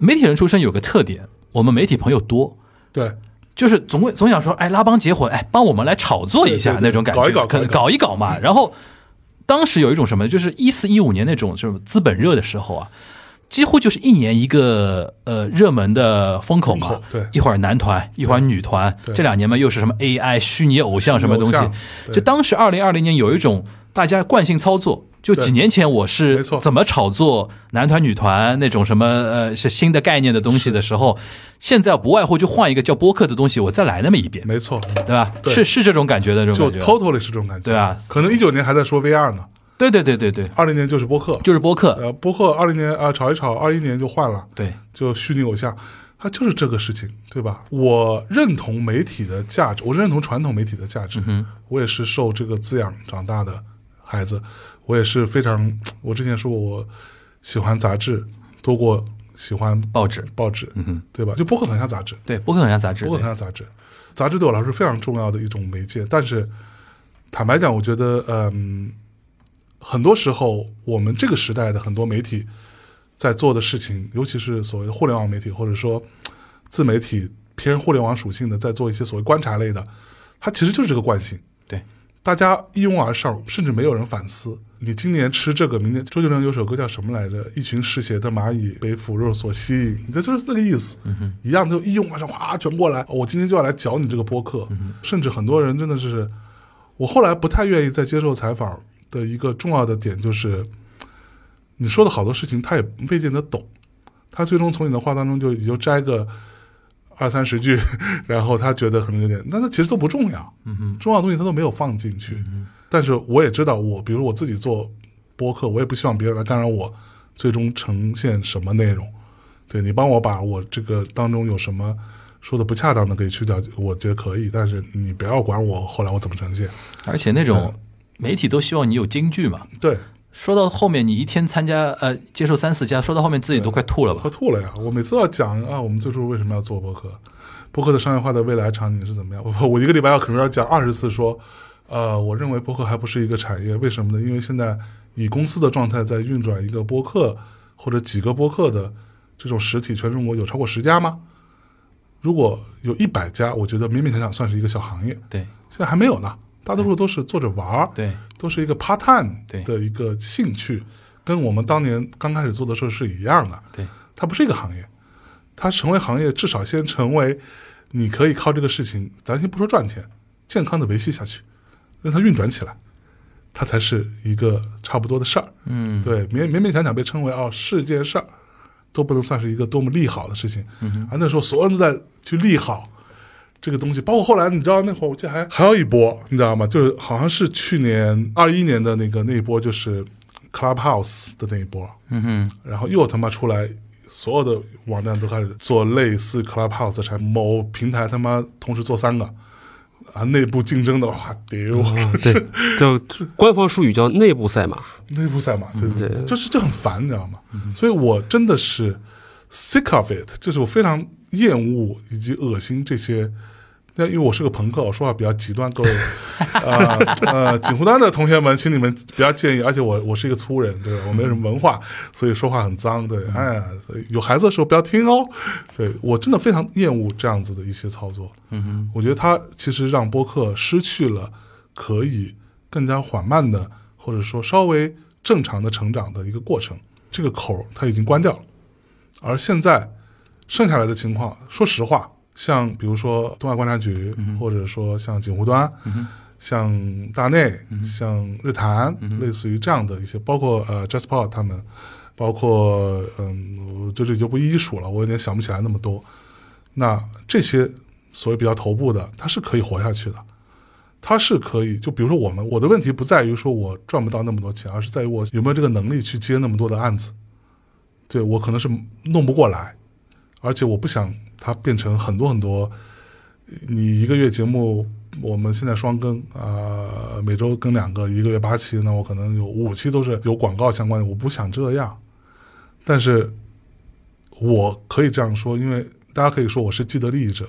[SPEAKER 2] 媒体人出身有个特点，我们媒体朋友多，
[SPEAKER 3] 对，
[SPEAKER 2] 就是总会总想说，哎，拉帮结伙，哎，帮我们来炒作一下
[SPEAKER 3] 对对对
[SPEAKER 2] 那种感觉，
[SPEAKER 3] 搞一搞
[SPEAKER 2] 可能
[SPEAKER 3] 搞
[SPEAKER 2] 搞一搞嘛。然后当时有一种什么，就是一四一五年那种就是资本热的时候啊，几乎就是一年一个呃热门的风口
[SPEAKER 3] 风
[SPEAKER 2] 嘛
[SPEAKER 3] 口，对
[SPEAKER 2] 一会儿男团，一会儿女团，
[SPEAKER 3] 对
[SPEAKER 2] 这两年嘛又是什么 AI 虚拟偶像什么东西
[SPEAKER 3] 偶像，对
[SPEAKER 2] 就当时二零二零年有一种大家惯性操作。就
[SPEAKER 3] 对
[SPEAKER 2] 几年前我是
[SPEAKER 3] 没错
[SPEAKER 2] 怎么炒作男团、女团那种什么呃是新的概念的东西的时候，现在不外乎就换一个叫播客的东西，我再来那么一遍，
[SPEAKER 3] 没错，
[SPEAKER 2] 对吧？
[SPEAKER 3] 对
[SPEAKER 2] 是是这种感觉的这种
[SPEAKER 3] 就
[SPEAKER 2] 感觉，
[SPEAKER 3] totally 是这种感觉。
[SPEAKER 2] 对吧？
[SPEAKER 3] 可能一九年还在说 VR 呢，
[SPEAKER 2] 对对对对对，
[SPEAKER 3] 二零年就是播客，
[SPEAKER 2] 就是播客，
[SPEAKER 3] 呃，播客二零年啊、呃炒一炒，二一年就换了，
[SPEAKER 2] 对
[SPEAKER 3] 就虚拟偶像，它就是这个事情，对吧？我认同媒体的价值，我认同传统媒体的价
[SPEAKER 2] 嗯
[SPEAKER 3] 值，我也是受这个滋养长大的孩子，我也是非常，我之前说过，我喜欢杂志多过喜欢
[SPEAKER 2] 报纸，
[SPEAKER 3] 报纸，
[SPEAKER 2] 嗯
[SPEAKER 3] 对吧？就播客很像杂志，
[SPEAKER 2] 对播客很像杂志，
[SPEAKER 3] 播客
[SPEAKER 2] 对
[SPEAKER 3] 很像杂志，杂志对我来说是非常重要的一种媒介，但是坦白讲，我觉得，嗯，很多时候我们这个时代的很多媒体在做的事情，尤其是所谓的互联网媒体，或者说自媒体偏互联网属性的，在做一些所谓观察类的，它其实就是这个惯性。
[SPEAKER 2] 对，
[SPEAKER 3] 大家一拥而上，甚至没有人反思。你今年吃这个，明年周杰伦有首歌叫什么来着？一群嗜血的蚂蚁被腐肉所吸引，这就是那个意思。一样就一拥而上，哗，全过来。哦我今天就要来嚼你这个播客。甚至很多人真的是，我后来不太愿意再接受采访的一个重要的点就是，你说的好多事情他也未见得懂，他最终从你的话当中就也就摘个二三十句， 然后他觉得可能有点，但他其实都不重要，重要的东西他都没有放进去。但是我也知道我，比如我自己做播客，我也不希望别人来干扰我最终呈现什么内容。对你帮我把我这个当中有什么说的不恰当的给去掉，我觉得可以，但是你不要管我后来我怎么呈现。
[SPEAKER 2] 而且那种媒体都希望你有京剧嘛。
[SPEAKER 3] 对，
[SPEAKER 2] 说到后面，你一天参加呃接受三四家，说到后面自己都快吐了吧
[SPEAKER 3] 喝？吐了呀！我每次都要讲啊，我们最初为什么要做播客，播客的商业化的未来场景是怎么样？ 我我一个礼拜要可能要讲二十次说，呃，我认为播客还不是一个产业，为什么呢？因为现在以公司的状态在运转一个播客或者几个播客的这种实体，全中国有超过十家吗？如果有一百家，我觉得勉勉强强算是一个小行业，
[SPEAKER 2] 对
[SPEAKER 3] 现在还没有呢。大多数都是做着玩儿，
[SPEAKER 2] 对，
[SPEAKER 3] 都是一个 part time
[SPEAKER 2] 对
[SPEAKER 3] 的一个兴趣，跟我们当年刚开始做的时候是一样的。
[SPEAKER 2] 对，
[SPEAKER 3] 它不是一个行业，它成为行业至少先成为你可以靠这个事情，咱先不说赚钱，健康的维系下去，让它运转起来，它才是一个差不多的事儿。
[SPEAKER 2] 嗯，
[SPEAKER 3] 对，勉勉勉强强被称为哦是件事儿，都不能算是一个多么利好的事情。嗯、啊，那时候所有人都在去利好这个东西，包括后来你知道那会儿我记得还还有一波，你知道吗？就是好像是去年二一年的那个那一波，就是 Clubhouse 的那一波，
[SPEAKER 2] 嗯哼，
[SPEAKER 3] 然后又他妈出来。所有的网站都开始做类似 Clubhouse 的产品，某平台他妈同时做三个，啊，内部竞争的哇，丢、
[SPEAKER 2] 嗯
[SPEAKER 4] 对，叫官方术语叫内部赛马。
[SPEAKER 3] 内部赛马，对对对，
[SPEAKER 4] 对
[SPEAKER 3] 就是这很烦，你知道吗？所以我真的是 sick of it，就是我非常厌恶以及恶心这些。那因为我是个朋克，我说话比较极端，各位，呃呃，锦湖端的同学们，请你们不要介意。而且我我是一个粗人，对吧？我没有什么文化，所以说话很脏，对。哎呀，所以有孩子的时候不要听哦。对我真的非常厌恶这样子的一些操作。嗯哼，我觉得它其实让播客失去了可以更加缓慢的，或者说稍微正常的成长的一个过程。这个口儿它已经关掉了，而现在剩下来的情况，说实话，像比如说东亚观察局，或者说像锦湖端，像大内、像日坛，类似于这样的一些，包括呃 JazzPod 他们，包括嗯，我就这就不一一数了，我有点想不起来那么多。那这些所谓比较头部的，它是可以活下去的，它是可以。就比如说我们，我的问题不在于说我赚不到那么多钱，而是在于我有没有这个能力去接那么多的案子。对我可能是弄不过来，而且我不想它变成很多很多。你一个月节目，我们现在双更啊、呃每周更两个，一个月八期，那我可能有五期都是有广告相关的，我不想这样。但是我可以这样说，因为大家可以说我是既得利益者，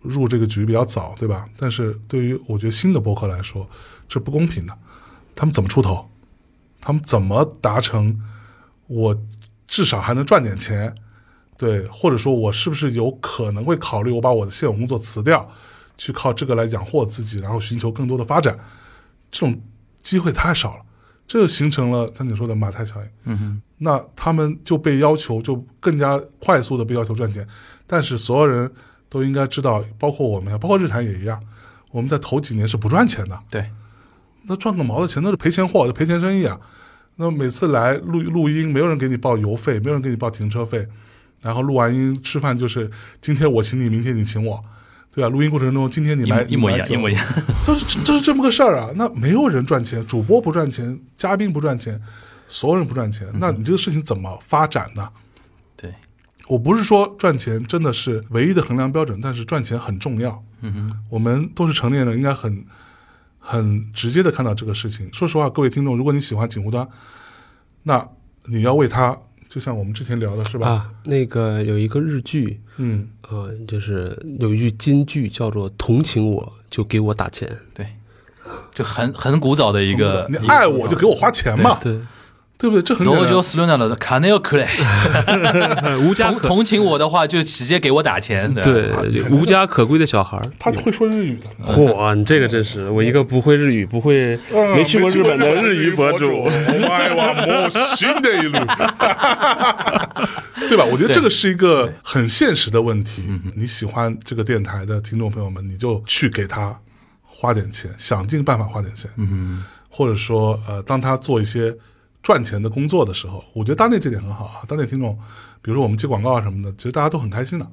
[SPEAKER 3] 入这个局比较早，对吧？但是对于我觉得新的博客来说，这不公平的。他们怎么出头？他们怎么达成？我至少还能赚点钱，对，或者说我是不是有可能会考虑我把我的现有工作辞掉，去靠这个来养活我自己，然后寻求更多的发展？这种机会太少了，这就形成了像你说的马太效应。
[SPEAKER 2] 嗯哼，
[SPEAKER 3] 那他们就被要求就更加快速的被要求赚钱，但是所有人都应该知道，包括我们呀，包括日坛也一样，我们在头几年是不赚钱的，
[SPEAKER 2] 对，
[SPEAKER 3] 那赚个毛的钱那是赔钱货，是赔钱生意啊。那每次来录录音，没有人给你报油费，没有人给你报停车费，然后录完音吃饭就是今天我请你，明天你请我，对啊，录音过程中今天你
[SPEAKER 2] 一
[SPEAKER 3] 来
[SPEAKER 2] 模一模一
[SPEAKER 3] 你来
[SPEAKER 2] 样，
[SPEAKER 3] 酒
[SPEAKER 2] 一模一样。
[SPEAKER 3] 就是就是这么个事儿啊。那没有人赚钱，主播不赚钱，嘉宾不赚钱，所有人不赚钱，那你这个事情怎么发展呢？
[SPEAKER 2] 对，
[SPEAKER 3] 我不是说赚钱真的是唯一的衡量标准，但是赚钱很重要。
[SPEAKER 2] 嗯哼，
[SPEAKER 3] 我们都是成年人，应该很很直接的看到这个事情。说实话，各位听众，如果你喜欢锦湖端，那你要为他，就像我们之前聊的是吧？
[SPEAKER 4] 啊，那个有一个日剧，
[SPEAKER 3] 嗯，
[SPEAKER 4] 呃，就是有一句金句叫做“同情我就给我打钱
[SPEAKER 2] 对，就很很古早的一个，
[SPEAKER 3] 你爱我就给我花钱嘛”，，
[SPEAKER 4] 对，
[SPEAKER 3] 对不对？这很简
[SPEAKER 2] 罗
[SPEAKER 3] 单
[SPEAKER 2] 就斯伦纳了，卡内奥 克雷，
[SPEAKER 4] 无家
[SPEAKER 2] 同
[SPEAKER 4] 可
[SPEAKER 2] 同情我的话就直接给我打钱，吧
[SPEAKER 4] 对无家可归的小孩儿。
[SPEAKER 3] 他会说日语的，
[SPEAKER 4] 嚯，你这个真是我一个不会日语、不会
[SPEAKER 3] 嗯
[SPEAKER 4] 没去过日本的
[SPEAKER 3] 没去过
[SPEAKER 4] 日语博主
[SPEAKER 3] 主，哎哇，我新的一路， 对吧？我觉得这个是一个很现实的问题。
[SPEAKER 2] 嗯
[SPEAKER 3] 你喜欢这个电台的听众朋友们，你就去给他花点钱，想尽办法花点钱。嗯，或者说，呃，当他做一些赚钱的工作的时候，我觉得大内这点很好啊。大内听众，比如说我们接广告啊什么的，其实大家都很开心的。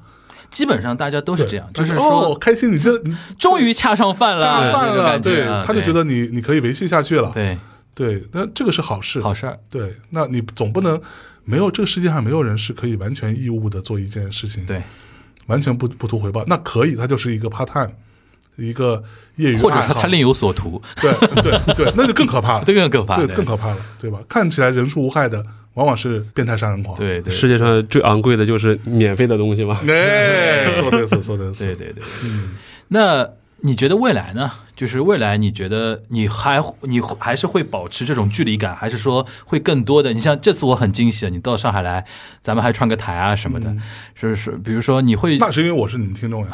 [SPEAKER 2] 基本上大家都是
[SPEAKER 3] 对
[SPEAKER 2] 这样，就是
[SPEAKER 3] 哦
[SPEAKER 2] 说，
[SPEAKER 3] 开心，你这你
[SPEAKER 2] 终于恰上饭了，
[SPEAKER 3] 加上饭
[SPEAKER 2] 这个
[SPEAKER 3] 了，
[SPEAKER 2] 感觉啊
[SPEAKER 3] 他就觉得你你可以维系下去了。
[SPEAKER 2] 对
[SPEAKER 3] 对，那这个是好事
[SPEAKER 2] 对，好事儿，
[SPEAKER 3] 对，那你总不能没有这个世界上没有人是可以完全义务的做一件事情，，
[SPEAKER 2] 对，
[SPEAKER 3] 完全不不图回报。那可以，他就是一个 part time，一个业余
[SPEAKER 2] 或者
[SPEAKER 3] 爱
[SPEAKER 2] 说
[SPEAKER 3] 好
[SPEAKER 2] 他另有所图，
[SPEAKER 3] 对对对，那就更可 怕了，
[SPEAKER 2] 这个更可怕，
[SPEAKER 3] 对更可怕了，对吧？看起来人畜无害的，往往是变态杀人狂。，
[SPEAKER 2] 对对
[SPEAKER 4] 世界上最昂贵的就是免费的东西嘛。
[SPEAKER 3] 哎，说的是说的
[SPEAKER 2] 对
[SPEAKER 3] 是，嗯
[SPEAKER 2] 对对，那你觉得未来呢？就是未来，你觉得你还你还是会保持这种距离感，还是说会更多的？你像这次我很惊喜，你到上海来，咱们还串个台啊什么的，
[SPEAKER 3] 嗯
[SPEAKER 2] 是不是？比如说你会
[SPEAKER 3] 那是因为我是你们 听众呀。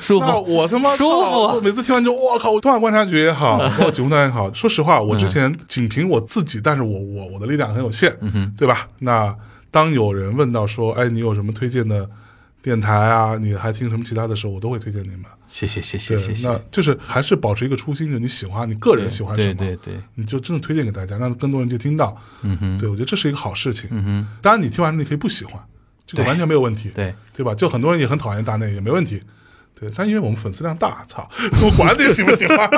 [SPEAKER 2] 舒
[SPEAKER 3] 那
[SPEAKER 2] 服，
[SPEAKER 3] 我他妈
[SPEAKER 2] 舒服
[SPEAKER 3] 操我每次听完就我靠，我东莞观察局 也好，包括九湖端也好，说实话，我之
[SPEAKER 2] 嗯
[SPEAKER 3] 前仅凭我自己，但是我我我的力量很有限，对吧？那当有人问到说，哎，你有什么推荐的电台啊？你还听什么其他的时候，我都会推荐你们。
[SPEAKER 2] 谢谢谢谢
[SPEAKER 3] 对，
[SPEAKER 2] 谢谢
[SPEAKER 3] 那，就是还是保持一个初心，就你喜欢，你个人喜欢什
[SPEAKER 2] 对
[SPEAKER 3] 么，
[SPEAKER 2] 对对，
[SPEAKER 3] 你就真的推荐给大家，让更多人去听到。
[SPEAKER 2] 嗯哼，
[SPEAKER 3] 对我觉得这是一个好事情。
[SPEAKER 2] 嗯哼，
[SPEAKER 3] 当然，你听完你可以不喜欢，这个
[SPEAKER 2] 对
[SPEAKER 3] 完全没有问题。
[SPEAKER 2] 对，
[SPEAKER 3] 对吧？就很多人也很讨厌大内，也没问题。对，但因为我们粉丝量大，操，我管你喜不喜欢，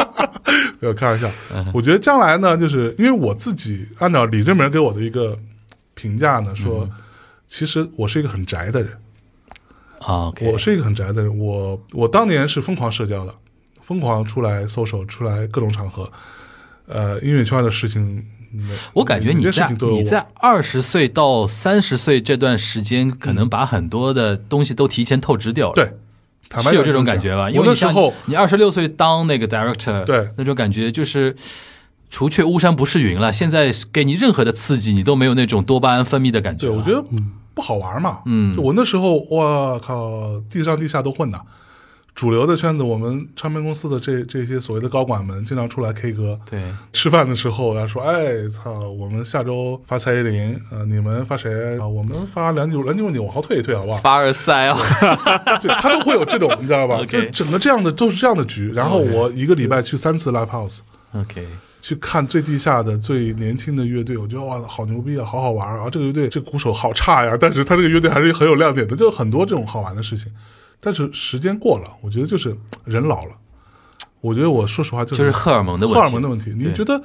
[SPEAKER 3] 没有开玩笑。
[SPEAKER 2] 嗯
[SPEAKER 3] 我觉得将来呢，就是因为我自己按照李正明给我的一个评价呢，
[SPEAKER 2] 嗯
[SPEAKER 3] 说，其实我是一个很宅的人，
[SPEAKER 2] 啊，OK，
[SPEAKER 3] 我是一个很宅的人。我我当年是疯狂社交的，疯狂出来 social，出来各种场合，呃，音乐圈的事情，每
[SPEAKER 2] 我感觉
[SPEAKER 3] 每
[SPEAKER 2] 你
[SPEAKER 3] 件事
[SPEAKER 2] 在
[SPEAKER 3] 情都有
[SPEAKER 2] 你
[SPEAKER 3] 我
[SPEAKER 2] 在二十岁到三十岁这段时间，可能把很多的东西都提前透支掉了。
[SPEAKER 3] 对，坦白
[SPEAKER 2] 是有
[SPEAKER 3] 讲
[SPEAKER 2] 这种感
[SPEAKER 3] 讲
[SPEAKER 2] 觉吧？因
[SPEAKER 3] 我
[SPEAKER 2] 为
[SPEAKER 3] 那
[SPEAKER 2] 你
[SPEAKER 3] 时
[SPEAKER 2] 像
[SPEAKER 3] 候
[SPEAKER 2] 你二十六岁当那个 director，
[SPEAKER 3] 对
[SPEAKER 2] 那种感觉就是。除却巫山不是云了，现在给你任何的刺激，你都没有那种多巴胺分泌的感觉
[SPEAKER 3] 对，
[SPEAKER 2] 了。
[SPEAKER 3] 我觉得不好玩嘛。
[SPEAKER 2] 啊嗯
[SPEAKER 3] 就我那时候，我靠，地上地下都混的，主流的圈子，我们唱片公司的这这些所谓的高管们，经常出来 K 歌，
[SPEAKER 2] 对，
[SPEAKER 3] 吃饭的时候，然后说：“哎，操，我们下周发蔡依林，呃，你们发谁啊？我们发梁静茹，梁静茹你往后退一退，好不 好
[SPEAKER 2] 凡尔赛啊，？”
[SPEAKER 3] 对，他都会有这种，你知道吧
[SPEAKER 2] OK
[SPEAKER 3] 就整个这样的都是这样的局。然后我一个礼拜去三次 live house，
[SPEAKER 2] OK，
[SPEAKER 3] 去看最地下的、最年轻的乐队，我觉得哇，好牛逼啊，好好玩啊！这个乐队这鼓手好差呀，但是他这个乐队还是很有亮点的，就很多这种好玩的事情。但是时间过了，我觉得就是人老了，我觉得我说实话就是
[SPEAKER 5] 就是荷尔蒙的问题
[SPEAKER 3] 荷尔蒙的问题，你觉得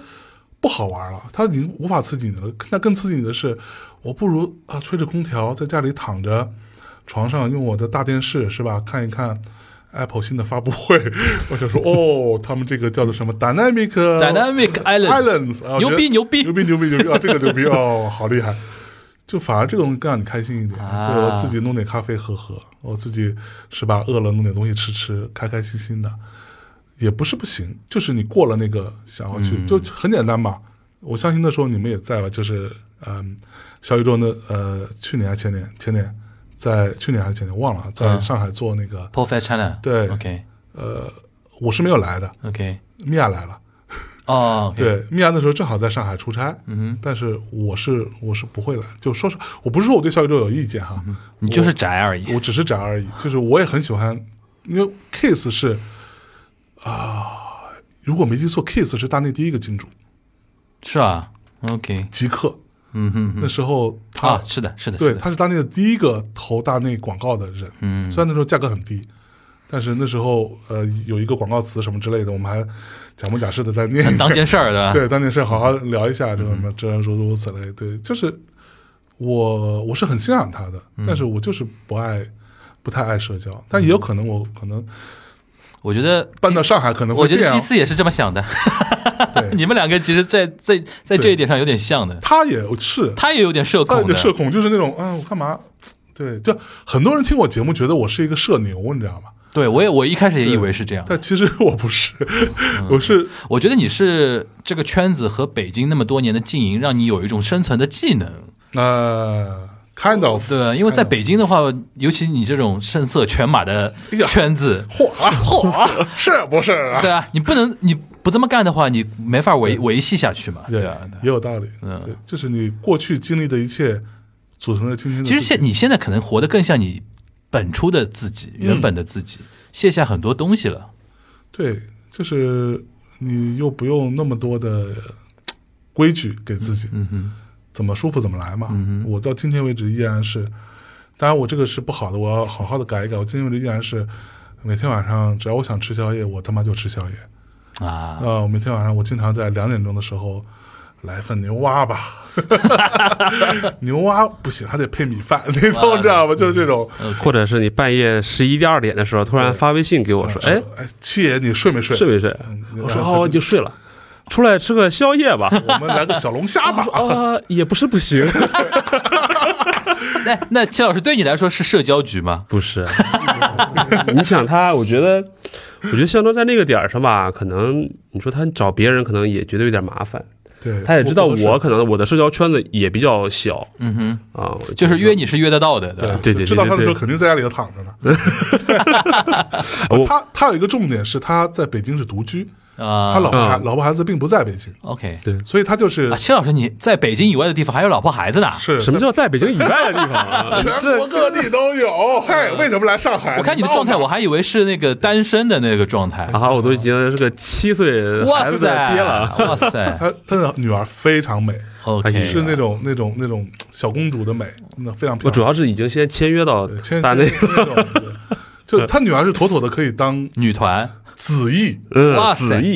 [SPEAKER 3] 不好玩了，它已经无法刺激你了。那更刺激你的是，我不如啊吹着空调在家里躺着，床上用我的大电视是吧，看一看。Apple 新的发布会，我想说哦，他们这个叫做什么 Dynamic
[SPEAKER 2] Dynamic Island，
[SPEAKER 3] Islands，啊、
[SPEAKER 2] 牛逼
[SPEAKER 3] 我
[SPEAKER 2] 牛逼
[SPEAKER 3] 觉得牛逼牛逼牛逼啊！这个牛逼哦，好厉害！就反而这个东西更让你开心一点，
[SPEAKER 2] 啊
[SPEAKER 3] 对我自己弄点咖啡喝喝，我自己是吧？饿了弄点东西吃吃，开开心心的，也不是不行。就是你过了那个想要去，
[SPEAKER 2] 嗯
[SPEAKER 3] 就很简单吧。我相信那时候你们也在吧，就是嗯，小宇宙那呃，去年还前年前年，在去年还是前年忘了啊，在上海做那个、
[SPEAKER 2] p o f e t China，
[SPEAKER 3] 对
[SPEAKER 2] ，OK
[SPEAKER 3] 呃，我是没有来的，
[SPEAKER 2] OK，
[SPEAKER 3] 米娅来了。
[SPEAKER 2] 哦，OK，
[SPEAKER 3] 对，密阳的时候正好在上海出差，嗯，但是我是我是不会来，就说是我不是说我对小宇宙有意见哈，
[SPEAKER 2] 你就是宅而已
[SPEAKER 3] 我只是宅而已，就是我也很喜欢，因为 Kiss 是啊、如果没记错，Kiss 是大内第一个金主，
[SPEAKER 2] 是吧？OK，
[SPEAKER 3] 极客，
[SPEAKER 2] 嗯哼哼，
[SPEAKER 3] 那时候他、
[SPEAKER 2] 啊，是的，是的，
[SPEAKER 3] 对
[SPEAKER 2] 是的
[SPEAKER 3] 他是大内的第一个投大内广告的人，嗯，虽然那时候价格很低。但是那时候，呃，有一个广告词什么之类的，我们还假模假式的在念，
[SPEAKER 2] 当件事儿的，
[SPEAKER 3] 对，当件事好好
[SPEAKER 2] 嗯
[SPEAKER 3] 聊一下，这个什么这样如如此类，对，就是我我是很欣赏他的，
[SPEAKER 2] 嗯
[SPEAKER 3] 但是我就是不爱，不太爱社交，但也有可能我可能
[SPEAKER 2] 我觉得，
[SPEAKER 3] 搬到上海可能
[SPEAKER 2] 我
[SPEAKER 3] 会
[SPEAKER 2] 觉
[SPEAKER 3] 变
[SPEAKER 2] 得
[SPEAKER 3] 啊
[SPEAKER 2] 祭，司也是这么想的，
[SPEAKER 3] 对，
[SPEAKER 2] 你们两个其实在，在在这
[SPEAKER 3] 对
[SPEAKER 2] 一点上有点像的，
[SPEAKER 3] 他也是，
[SPEAKER 2] 他也有点社
[SPEAKER 3] 他
[SPEAKER 2] 恐
[SPEAKER 3] 也
[SPEAKER 2] 的，
[SPEAKER 3] 社恐，就是那种，嗯，我干嘛？对，就很多人听我节目觉得我是一个社牛，你知道吗？
[SPEAKER 2] 对我也我一开始也以为是这样的，
[SPEAKER 3] 但其实我不是，
[SPEAKER 2] 嗯
[SPEAKER 3] 我是
[SPEAKER 2] 我觉得你是这个圈子和北京那么多年的经营，让你有一种生存的技能。
[SPEAKER 3] 呃，kind of，
[SPEAKER 2] 对，啊因为在北京的话，尤其你这种声色犬马的
[SPEAKER 3] 哎呀
[SPEAKER 2] 圈 子，
[SPEAKER 3] 嚯啊，
[SPEAKER 2] 嚯、
[SPEAKER 3] 是不是啊？
[SPEAKER 2] 对啊，你不能你不这么干的话，你没法维维系下去嘛。
[SPEAKER 3] 也
[SPEAKER 2] 对啊，
[SPEAKER 3] 也有道理。
[SPEAKER 2] 嗯
[SPEAKER 3] 对，就是你过去经历的一切，组成了今天的
[SPEAKER 2] 其
[SPEAKER 3] 自己。
[SPEAKER 2] 实现你现在可能活得更像你本初的自己，原本的自己，卸下很多东西了。
[SPEAKER 3] 对，就是你又不用那么多的呃规矩给自己，嗯
[SPEAKER 2] 哼
[SPEAKER 3] 怎么舒服怎么来嘛。
[SPEAKER 4] 嗯
[SPEAKER 3] 我到今天为止依然是，当然我这个是不好的，我要好好的改一改。我今天为止依然是。每天晚上，只要我想吃宵夜，我他妈就吃宵夜。
[SPEAKER 2] 啊，
[SPEAKER 3] 啊！我每天晚上，我经常在两点钟的时候来份牛蛙吧， 牛蛙不行，还得配米饭那种，你知道吗？就是这种，
[SPEAKER 4] 或者是你半夜十一点二点的时候，突然发微信给我说：“哎，
[SPEAKER 3] 哎，七爷你睡没睡？
[SPEAKER 4] 睡没睡？”我说：“哦，已经睡了，出来吃个宵夜吧。”
[SPEAKER 3] 我们来个小龙虾
[SPEAKER 4] 他
[SPEAKER 3] 吧
[SPEAKER 4] 说：“。啊，也不是不行，
[SPEAKER 2] 那那齐老师对你来说是社交局吗？
[SPEAKER 4] 不是。 你想他，我觉得，我觉得象征在那个点儿上吧，可能你说他找别人，可能也觉得有点麻烦。
[SPEAKER 3] 对，
[SPEAKER 4] 他也知道
[SPEAKER 3] 不合
[SPEAKER 4] 我
[SPEAKER 3] 适
[SPEAKER 4] 可能我的社交圈子也比较小，嗯哼，啊，我
[SPEAKER 2] 就是
[SPEAKER 4] 觉啊
[SPEAKER 2] 约你是约得到的，对吧？
[SPEAKER 4] 对对对对
[SPEAKER 3] 知道他的时候
[SPEAKER 4] 对
[SPEAKER 3] 肯定在家里头躺着 呢。
[SPEAKER 4] 我
[SPEAKER 3] 他他有一个重点是他在北京是独居，
[SPEAKER 2] 啊、
[SPEAKER 3] 他老婆孩
[SPEAKER 4] 嗯
[SPEAKER 3] 老婆孩子并不在北京，
[SPEAKER 2] OK，
[SPEAKER 3] 所以他就是
[SPEAKER 2] 啊，戚老师，你在北京以外的地方还有老婆孩子呢？
[SPEAKER 3] 是
[SPEAKER 4] 得什么叫在北京以外的地方 啊？
[SPEAKER 3] 全
[SPEAKER 4] 这
[SPEAKER 3] 国各地都有。嘿，为什么来上
[SPEAKER 2] 啊
[SPEAKER 3] 海？
[SPEAKER 2] 我看你的状态，我还以为是那个单身的那个状态。
[SPEAKER 4] 啊，我都已经是个七岁
[SPEAKER 2] 哇
[SPEAKER 4] 孩子
[SPEAKER 2] 塞
[SPEAKER 4] 的爹了，，
[SPEAKER 2] 哇 塞
[SPEAKER 3] 他他的女儿非常美，
[SPEAKER 4] 哎
[SPEAKER 2] ，OK，
[SPEAKER 3] 是那种那种那种小公主的美，那非常漂
[SPEAKER 4] 我主
[SPEAKER 3] 亮。
[SPEAKER 4] 要是已经先签约到
[SPEAKER 3] 对千
[SPEAKER 4] 大内呃
[SPEAKER 3] 千，是那种，对就他女儿是妥妥的可以当
[SPEAKER 2] 女团，
[SPEAKER 3] 子艺，
[SPEAKER 2] 哇
[SPEAKER 4] 嗯，
[SPEAKER 2] 塞
[SPEAKER 4] 子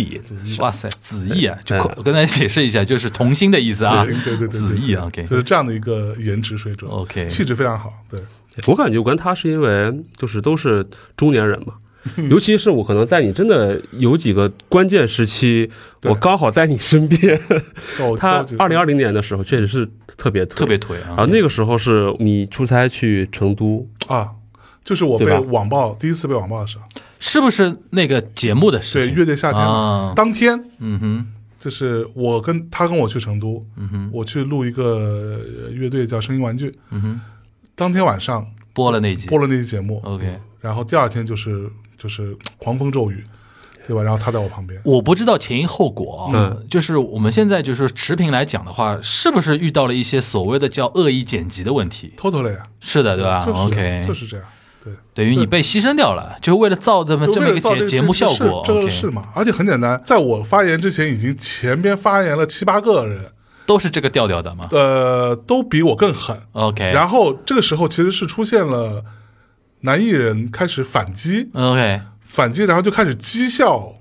[SPEAKER 4] 毅，
[SPEAKER 2] 哇塞，子毅啊，就
[SPEAKER 4] 嗯
[SPEAKER 2] 我跟大家解释一下，就是童星的意思啊
[SPEAKER 3] 对对对对，对
[SPEAKER 2] 子毅啊，OK，
[SPEAKER 3] 就是这样的一个颜值水准
[SPEAKER 2] OK
[SPEAKER 3] 气质非常好，对，
[SPEAKER 4] 我感觉我跟他是因为就是都是中年人 嘛。尤其是我可能在你真的有几个关键时期，我刚好在你身边。
[SPEAKER 3] 够
[SPEAKER 4] 他二零
[SPEAKER 3] 二
[SPEAKER 4] 二零年的时候确实是特别
[SPEAKER 2] 特别颓啊
[SPEAKER 4] 啊，那个时候是你出差去成都，
[SPEAKER 3] 啊，就是我被
[SPEAKER 4] 对吧
[SPEAKER 3] 网暴第一次被网暴的时候，
[SPEAKER 2] 是不是那个节目的事
[SPEAKER 3] 对，
[SPEAKER 2] 情？
[SPEAKER 3] 乐队夏天
[SPEAKER 2] 啊
[SPEAKER 3] 当天，
[SPEAKER 2] 嗯哼，
[SPEAKER 3] 就是我跟他跟我去成都，
[SPEAKER 2] 嗯
[SPEAKER 3] 我去录一个呃乐队叫声音玩具，
[SPEAKER 2] 嗯
[SPEAKER 3] 当天晚上
[SPEAKER 2] 播了那集
[SPEAKER 3] 播了那期节目，
[SPEAKER 2] ，OK，
[SPEAKER 3] 然后第二天就是就是狂风骤雨，对吧？然后他在我旁边，
[SPEAKER 2] 我不知道前因后果啊，
[SPEAKER 4] 嗯
[SPEAKER 2] 就是我们现在就是持平来讲的话，是不是遇到了一些所谓的叫恶意剪辑的问题？
[SPEAKER 3] 偷偷了呀，
[SPEAKER 2] 是的，对吧、
[SPEAKER 3] 啊就是
[SPEAKER 2] o k
[SPEAKER 3] 就是这样，对。
[SPEAKER 2] 等于你被牺牲掉了，就是为了造这么
[SPEAKER 3] 就
[SPEAKER 2] 这么
[SPEAKER 3] 为
[SPEAKER 2] 一个
[SPEAKER 3] 了造这
[SPEAKER 2] 节节目效果
[SPEAKER 3] 这个
[SPEAKER 2] ，OK，
[SPEAKER 3] 事嘛，而且很简单，在我发言之前，已经前边发言了七八个人，
[SPEAKER 2] 都是这个调调的嘛
[SPEAKER 3] 呃，都比我更狠。
[SPEAKER 2] ，OK，
[SPEAKER 3] 然后这个时候其实是出现了男艺人开始反击，
[SPEAKER 2] OK
[SPEAKER 3] 反击，然后就开始讥笑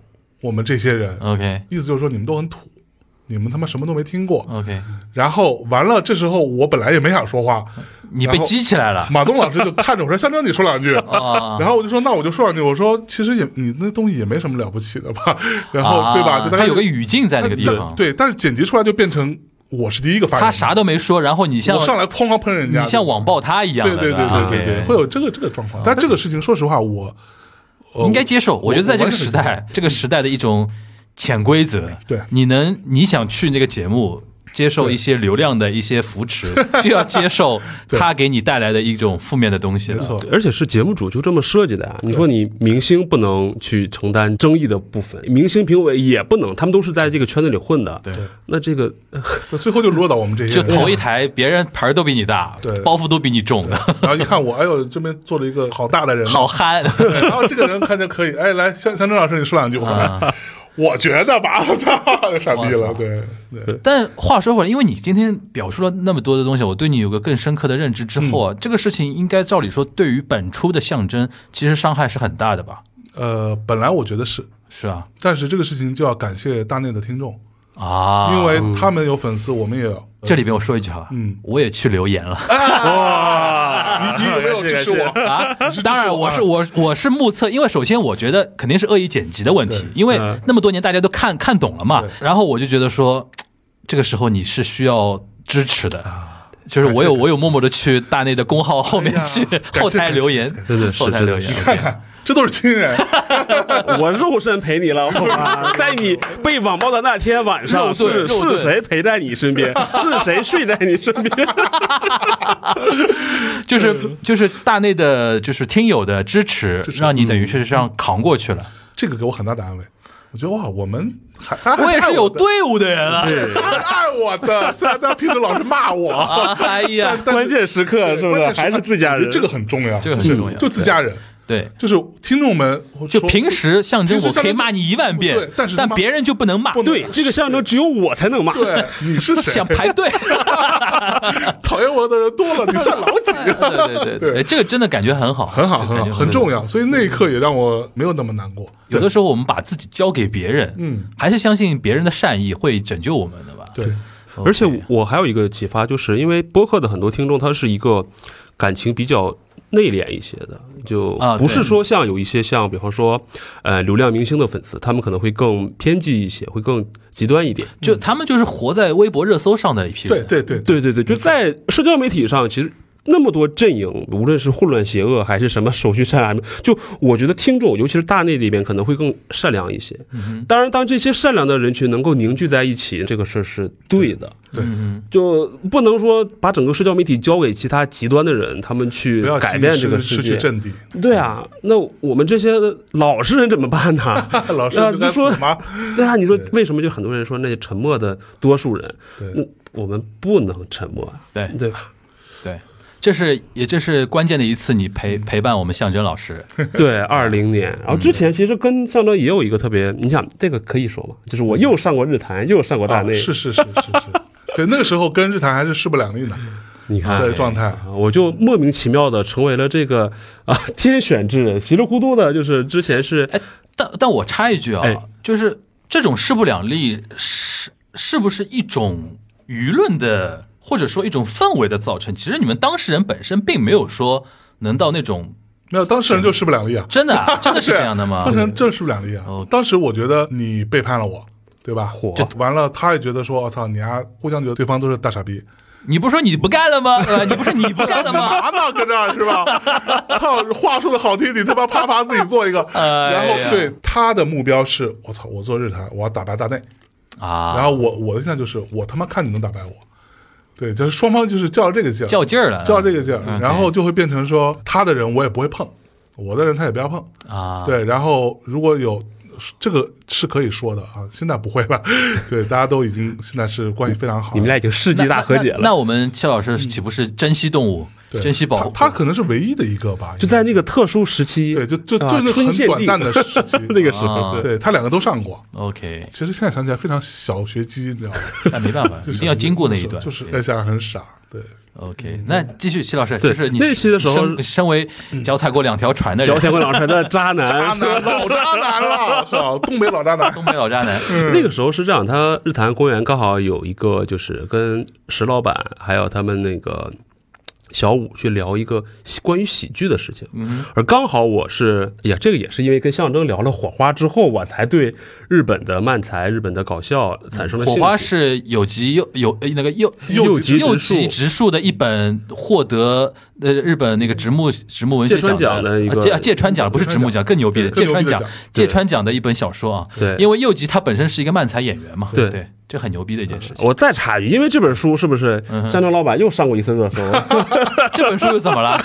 [SPEAKER 3] 我们这些人，
[SPEAKER 2] OK
[SPEAKER 3] 意思就是说你们都很土，你们他妈什么都没听过。
[SPEAKER 2] OK，
[SPEAKER 3] 然后完了，这时候我本来也没想说 话，
[SPEAKER 2] 你
[SPEAKER 3] 然
[SPEAKER 2] 被
[SPEAKER 3] 后
[SPEAKER 2] 激起来了
[SPEAKER 3] 马东老师就看着我说：“香蕉，你说两句。”
[SPEAKER 2] 啊
[SPEAKER 3] 然后我就说：“那我就说两句。”我说：“其实也你那东西也没什么了不起的吧？” 然后、
[SPEAKER 2] 啊
[SPEAKER 3] 对吧？就
[SPEAKER 2] 他
[SPEAKER 3] 大家
[SPEAKER 2] 有个语境在那个地方，，
[SPEAKER 3] 对，但是剪辑出来就变成我是第一个发言，
[SPEAKER 2] 他啥都没说，然后你像
[SPEAKER 3] 我上来哐哐喷人家，
[SPEAKER 2] 你像网暴他一样
[SPEAKER 3] 啊对
[SPEAKER 2] 的，
[SPEAKER 3] 对对
[SPEAKER 2] 吧啊
[SPEAKER 3] 对对对，
[SPEAKER 2] OK 嗯
[SPEAKER 3] 会有这个这个状况。但这个事情，说实话，我、呃
[SPEAKER 2] 应该接受。我觉得在这个时
[SPEAKER 3] 我完
[SPEAKER 2] 代，这个时代的一种潜规则，
[SPEAKER 3] 对
[SPEAKER 2] 你能你想去那个节目。接受一些流量的一些扶持， 就要接 受他给你带来的一种负面的东西了。
[SPEAKER 3] 没错，
[SPEAKER 4] 而且是节目组就这么设计的呀、你说你明星不能去承担争议的部分，明星评委也不能，他们都是在这个圈子里混的。
[SPEAKER 2] 对，
[SPEAKER 4] 那这个
[SPEAKER 3] 对最后就落到我们这些
[SPEAKER 2] 就
[SPEAKER 3] 人。
[SPEAKER 2] 头一台，别人牌儿都比你大
[SPEAKER 3] 对，
[SPEAKER 2] 包袱都比你重，
[SPEAKER 3] 然后一看我，哎呦，这边坐了一个好大的人呢，
[SPEAKER 2] 好憨。
[SPEAKER 3] 对然后这个人看着可以，哎，来，向向真老师，你说两句，我
[SPEAKER 2] 啊
[SPEAKER 3] 来。我觉得吧，我操， 傻逼
[SPEAKER 2] 哇塞
[SPEAKER 3] 了，对对，
[SPEAKER 2] 但话说回来，因为你今天表述了那么多的东西，我对你有个更深刻的认知之
[SPEAKER 3] 嗯
[SPEAKER 2] 后啊，这个事情应该照理说，对于本初的象征，其实伤害是很大的吧？
[SPEAKER 3] 呃，本来我觉得是，
[SPEAKER 2] 是啊，
[SPEAKER 3] 但是这个事情就要感谢大内的听众，
[SPEAKER 2] 啊，
[SPEAKER 3] 因为他们有粉丝，我们也有。
[SPEAKER 2] 这里边我说一句哈，
[SPEAKER 3] 嗯，
[SPEAKER 2] 我也去留言 了
[SPEAKER 3] 哇，你你有没有支持我？
[SPEAKER 2] 嗯 啊
[SPEAKER 3] 你是。
[SPEAKER 2] 当然，我是我我是目测，因为首先我觉得肯定是恶意剪辑的问题，因为那么多年大家都看看懂了嘛
[SPEAKER 3] 嗯对，
[SPEAKER 2] 然后我就觉得说，这个时候你是需要支持的。就是我有
[SPEAKER 3] 啊感谢
[SPEAKER 2] 我有默默的去大内的公号后面去
[SPEAKER 3] 哎呀感谢
[SPEAKER 2] 后台留言
[SPEAKER 3] 感，
[SPEAKER 4] 谢感谢
[SPEAKER 2] 后台留言，
[SPEAKER 4] 真的是真的是
[SPEAKER 2] 你
[SPEAKER 3] 看看，这都是亲人，
[SPEAKER 4] 我肉身陪你了，好吧？在你被网暴的那天晚上，
[SPEAKER 2] 肉盾
[SPEAKER 4] 是
[SPEAKER 2] 肉盾
[SPEAKER 4] 是谁陪在你身边？是谁睡在你身边？
[SPEAKER 2] 就是就是大内的就是听友的支持，让你等于
[SPEAKER 3] 嗯
[SPEAKER 2] 是让扛过去了。
[SPEAKER 3] 这个给我很大的安慰。我觉得哇，我们还大家还
[SPEAKER 2] 我也
[SPEAKER 3] 爱
[SPEAKER 2] 是有
[SPEAKER 3] 嗯的，
[SPEAKER 2] 队伍的人啊，
[SPEAKER 3] 大家爱我的，虽然大家平时老是骂我，
[SPEAKER 2] 啊 哎呀，
[SPEAKER 4] 关键时刻 是不是
[SPEAKER 3] 关键
[SPEAKER 4] 还是自家
[SPEAKER 3] 我觉
[SPEAKER 4] 人？
[SPEAKER 3] 得这个很重要，
[SPEAKER 2] 这个很
[SPEAKER 3] 就是
[SPEAKER 2] 重要
[SPEAKER 3] 就自家人，
[SPEAKER 2] 对，
[SPEAKER 3] 就是听众们，我
[SPEAKER 2] 就
[SPEAKER 3] 说
[SPEAKER 2] 平时象征
[SPEAKER 3] 平时
[SPEAKER 2] 我可以
[SPEAKER 3] 象征
[SPEAKER 2] 骂你一万遍
[SPEAKER 3] 对，但是他
[SPEAKER 2] 但
[SPEAKER 3] 妈
[SPEAKER 2] 别人就不能骂，
[SPEAKER 3] 不能
[SPEAKER 4] 对这个象征只有我才能骂。
[SPEAKER 3] 对你是谁
[SPEAKER 2] 想？排队。
[SPEAKER 3] 讨厌我的人多了，你算老几？
[SPEAKER 2] 对 对对对，
[SPEAKER 3] 对
[SPEAKER 2] 这个真的感觉很好，
[SPEAKER 3] 很好，
[SPEAKER 2] 这个
[SPEAKER 3] 很
[SPEAKER 2] 感
[SPEAKER 3] 好，
[SPEAKER 2] 觉
[SPEAKER 3] 很重要。所以那一刻也让我没有那么难过。
[SPEAKER 2] 有的时候我们把自己交给别人，
[SPEAKER 3] 嗯，
[SPEAKER 2] 还是相信别人的善意会拯救我们的吧？
[SPEAKER 3] 对，
[SPEAKER 2] OK，
[SPEAKER 4] 而且我还有一个启发，就是因为播客的很多听众他是一个感情比较内敛一些的，就
[SPEAKER 2] 啊
[SPEAKER 4] 不是
[SPEAKER 2] 对
[SPEAKER 4] 说像有一些像比方说呃流量明星的粉丝，他们可能会更偏激一些，会更极端一点。
[SPEAKER 2] 就
[SPEAKER 3] 嗯
[SPEAKER 2] 他们就是活在微博热搜上的一批
[SPEAKER 3] 对
[SPEAKER 2] 人，
[SPEAKER 3] 对对，
[SPEAKER 4] 对对对，就在社交媒体上，其实。那么多阵营，无论是混乱、邪恶，还是什么手续善良，就我觉得听众，尤其是大内里边，可能会更善良一些。当然，当这些善良的人群能够凝聚在一起，这个事儿是对的。
[SPEAKER 3] 对
[SPEAKER 2] 嗯，
[SPEAKER 4] 就不能说把整个社交媒体交给其他极端的人，他们去
[SPEAKER 3] 不要
[SPEAKER 4] 改变这个
[SPEAKER 3] 失
[SPEAKER 4] 世
[SPEAKER 3] 失去
[SPEAKER 4] 界。
[SPEAKER 3] 阵地。？
[SPEAKER 4] 对啊，那我们这些老实人怎么办呢
[SPEAKER 3] 老师
[SPEAKER 4] 啊
[SPEAKER 3] 就
[SPEAKER 4] 你
[SPEAKER 3] 该
[SPEAKER 4] 说
[SPEAKER 3] 死 吗？
[SPEAKER 4] 对啊，你说
[SPEAKER 3] 对
[SPEAKER 4] 为什么就很多人说那些沉默的多数人，
[SPEAKER 3] 对
[SPEAKER 4] 那我们不能沉默啊，
[SPEAKER 2] 对
[SPEAKER 4] 对 吧？
[SPEAKER 2] 对，这是也这是关键的一次，你陪
[SPEAKER 3] 嗯
[SPEAKER 2] 陪伴我们象征老师，
[SPEAKER 4] 对，二零年，然后之
[SPEAKER 3] 嗯
[SPEAKER 4] 前其实跟上周也有一个特别，你想这个可以说吗？就是我又上过日坛，又上过大
[SPEAKER 3] 啊，
[SPEAKER 4] 内，
[SPEAKER 3] 是是是是是，对，那个时候跟日坛还是势不 两立呢
[SPEAKER 4] 你
[SPEAKER 2] 哎
[SPEAKER 4] 看
[SPEAKER 3] 的状态。
[SPEAKER 4] 啊，我就莫名其妙的成为了这个啊 天选之人，稀里糊涂的，就是之前是
[SPEAKER 2] 哎，但但我插一句啊，
[SPEAKER 4] 哎
[SPEAKER 2] 就是这种势不两立是是不是一种舆论的或者说一种氛围的造成？其实你们当事人本身并没有说能到那种
[SPEAKER 3] 没有，当事人就势不两立啊，
[SPEAKER 2] 真的啊、真的是
[SPEAKER 3] 对
[SPEAKER 2] 这样的吗
[SPEAKER 3] 当？事人 就是势不两立啊
[SPEAKER 2] 哦。
[SPEAKER 3] 当时我觉得你背叛了我，对吧？
[SPEAKER 4] 火
[SPEAKER 3] 就完了，他也觉得说，我操，你俩互相觉得对方都是大傻 逼，
[SPEAKER 2] 你不是说你不干了吗？呃，你不是你不干了 吗？
[SPEAKER 3] 嘛呢？搁这儿是 吧？操，话说的好听，你他妈啪啪自己做一个，
[SPEAKER 2] 哎呀
[SPEAKER 3] 然后对他的目标是，我操，我做日坛，我要打败大内，然
[SPEAKER 2] 啊，
[SPEAKER 3] 后我我的现在就是，我他妈看你能打败我，对，就是双方就是较这个劲儿，
[SPEAKER 2] 较劲儿了，啊
[SPEAKER 3] 较这个劲儿，
[SPEAKER 2] 嗯
[SPEAKER 3] 然后就会变成说他的人我也不会碰，我的人他也不要碰。
[SPEAKER 2] 啊，
[SPEAKER 3] 对，然后如果有这个是可以说的啊，现在不会了。对，大家都已经现在是关系非常好了。
[SPEAKER 4] 你们俩已经世纪大和解
[SPEAKER 2] 那
[SPEAKER 4] 了。
[SPEAKER 2] 我们戚老师岂不是珍惜动物，
[SPEAKER 3] 对
[SPEAKER 2] 珍惜保护？
[SPEAKER 3] 他，他可能是唯一的一个吧，
[SPEAKER 4] 就在那
[SPEAKER 3] 个
[SPEAKER 4] 个特殊时期，
[SPEAKER 3] 对，就就
[SPEAKER 4] 啊
[SPEAKER 3] 就是
[SPEAKER 4] 春
[SPEAKER 3] 很
[SPEAKER 4] 限
[SPEAKER 3] 短
[SPEAKER 4] 地
[SPEAKER 3] 暂 的时期
[SPEAKER 4] 那个时候，
[SPEAKER 2] 啊
[SPEAKER 4] 对
[SPEAKER 3] 对他两个都上过。
[SPEAKER 2] OK，
[SPEAKER 3] 其实现在想起来非常小学鸡，你知道吗？
[SPEAKER 2] 那没办法，
[SPEAKER 3] 就
[SPEAKER 2] 一
[SPEAKER 3] 是
[SPEAKER 2] 定要经过那一段。
[SPEAKER 3] 就是
[SPEAKER 2] 对
[SPEAKER 3] 那下很傻。对，
[SPEAKER 2] OK，那继续，戚老师，就
[SPEAKER 4] 对
[SPEAKER 2] 是你
[SPEAKER 4] 那期的时候
[SPEAKER 2] 身身为脚踩过两条船的人
[SPEAKER 4] 脚，舔过两船的渣男，
[SPEAKER 3] 渣男老渣男了，是吧？东北老渣 男。
[SPEAKER 2] 东北老渣 男，
[SPEAKER 3] 嗯
[SPEAKER 4] 那个时候是这样，他日坛公园刚好有一个，就是跟石老板还有他们那个小五去聊一个喜关于喜剧的事情，
[SPEAKER 2] 嗯
[SPEAKER 4] 而刚好我是，哎呀，这个也是因为跟象征聊了火花之后，我才对日本的漫才、日本的搞笑产生了兴
[SPEAKER 2] 嗯火
[SPEAKER 4] 趣。
[SPEAKER 2] 花是有极右有呃那个右
[SPEAKER 4] 右极
[SPEAKER 2] 右
[SPEAKER 4] 直树
[SPEAKER 2] 极直树的一本获得呃日本那个直木直木文学
[SPEAKER 4] 芥川
[SPEAKER 2] 奖
[SPEAKER 4] 奖的一个
[SPEAKER 2] 啊芥啊芥川奖不是直木奖，更牛逼的芥
[SPEAKER 3] 对更牛
[SPEAKER 2] 川
[SPEAKER 3] 逼的
[SPEAKER 2] 奖
[SPEAKER 3] 奖
[SPEAKER 2] 芥川奖的一本小说啊，
[SPEAKER 4] 对
[SPEAKER 2] 因为右极他本身是一个漫才演员嘛，
[SPEAKER 4] 对
[SPEAKER 2] 对，这很牛逼的一件事情。
[SPEAKER 4] 我再插一句，因为这本书是不是
[SPEAKER 2] 嗯
[SPEAKER 4] 象征老板又上过一次 热搜？
[SPEAKER 2] 这本书又怎么 了？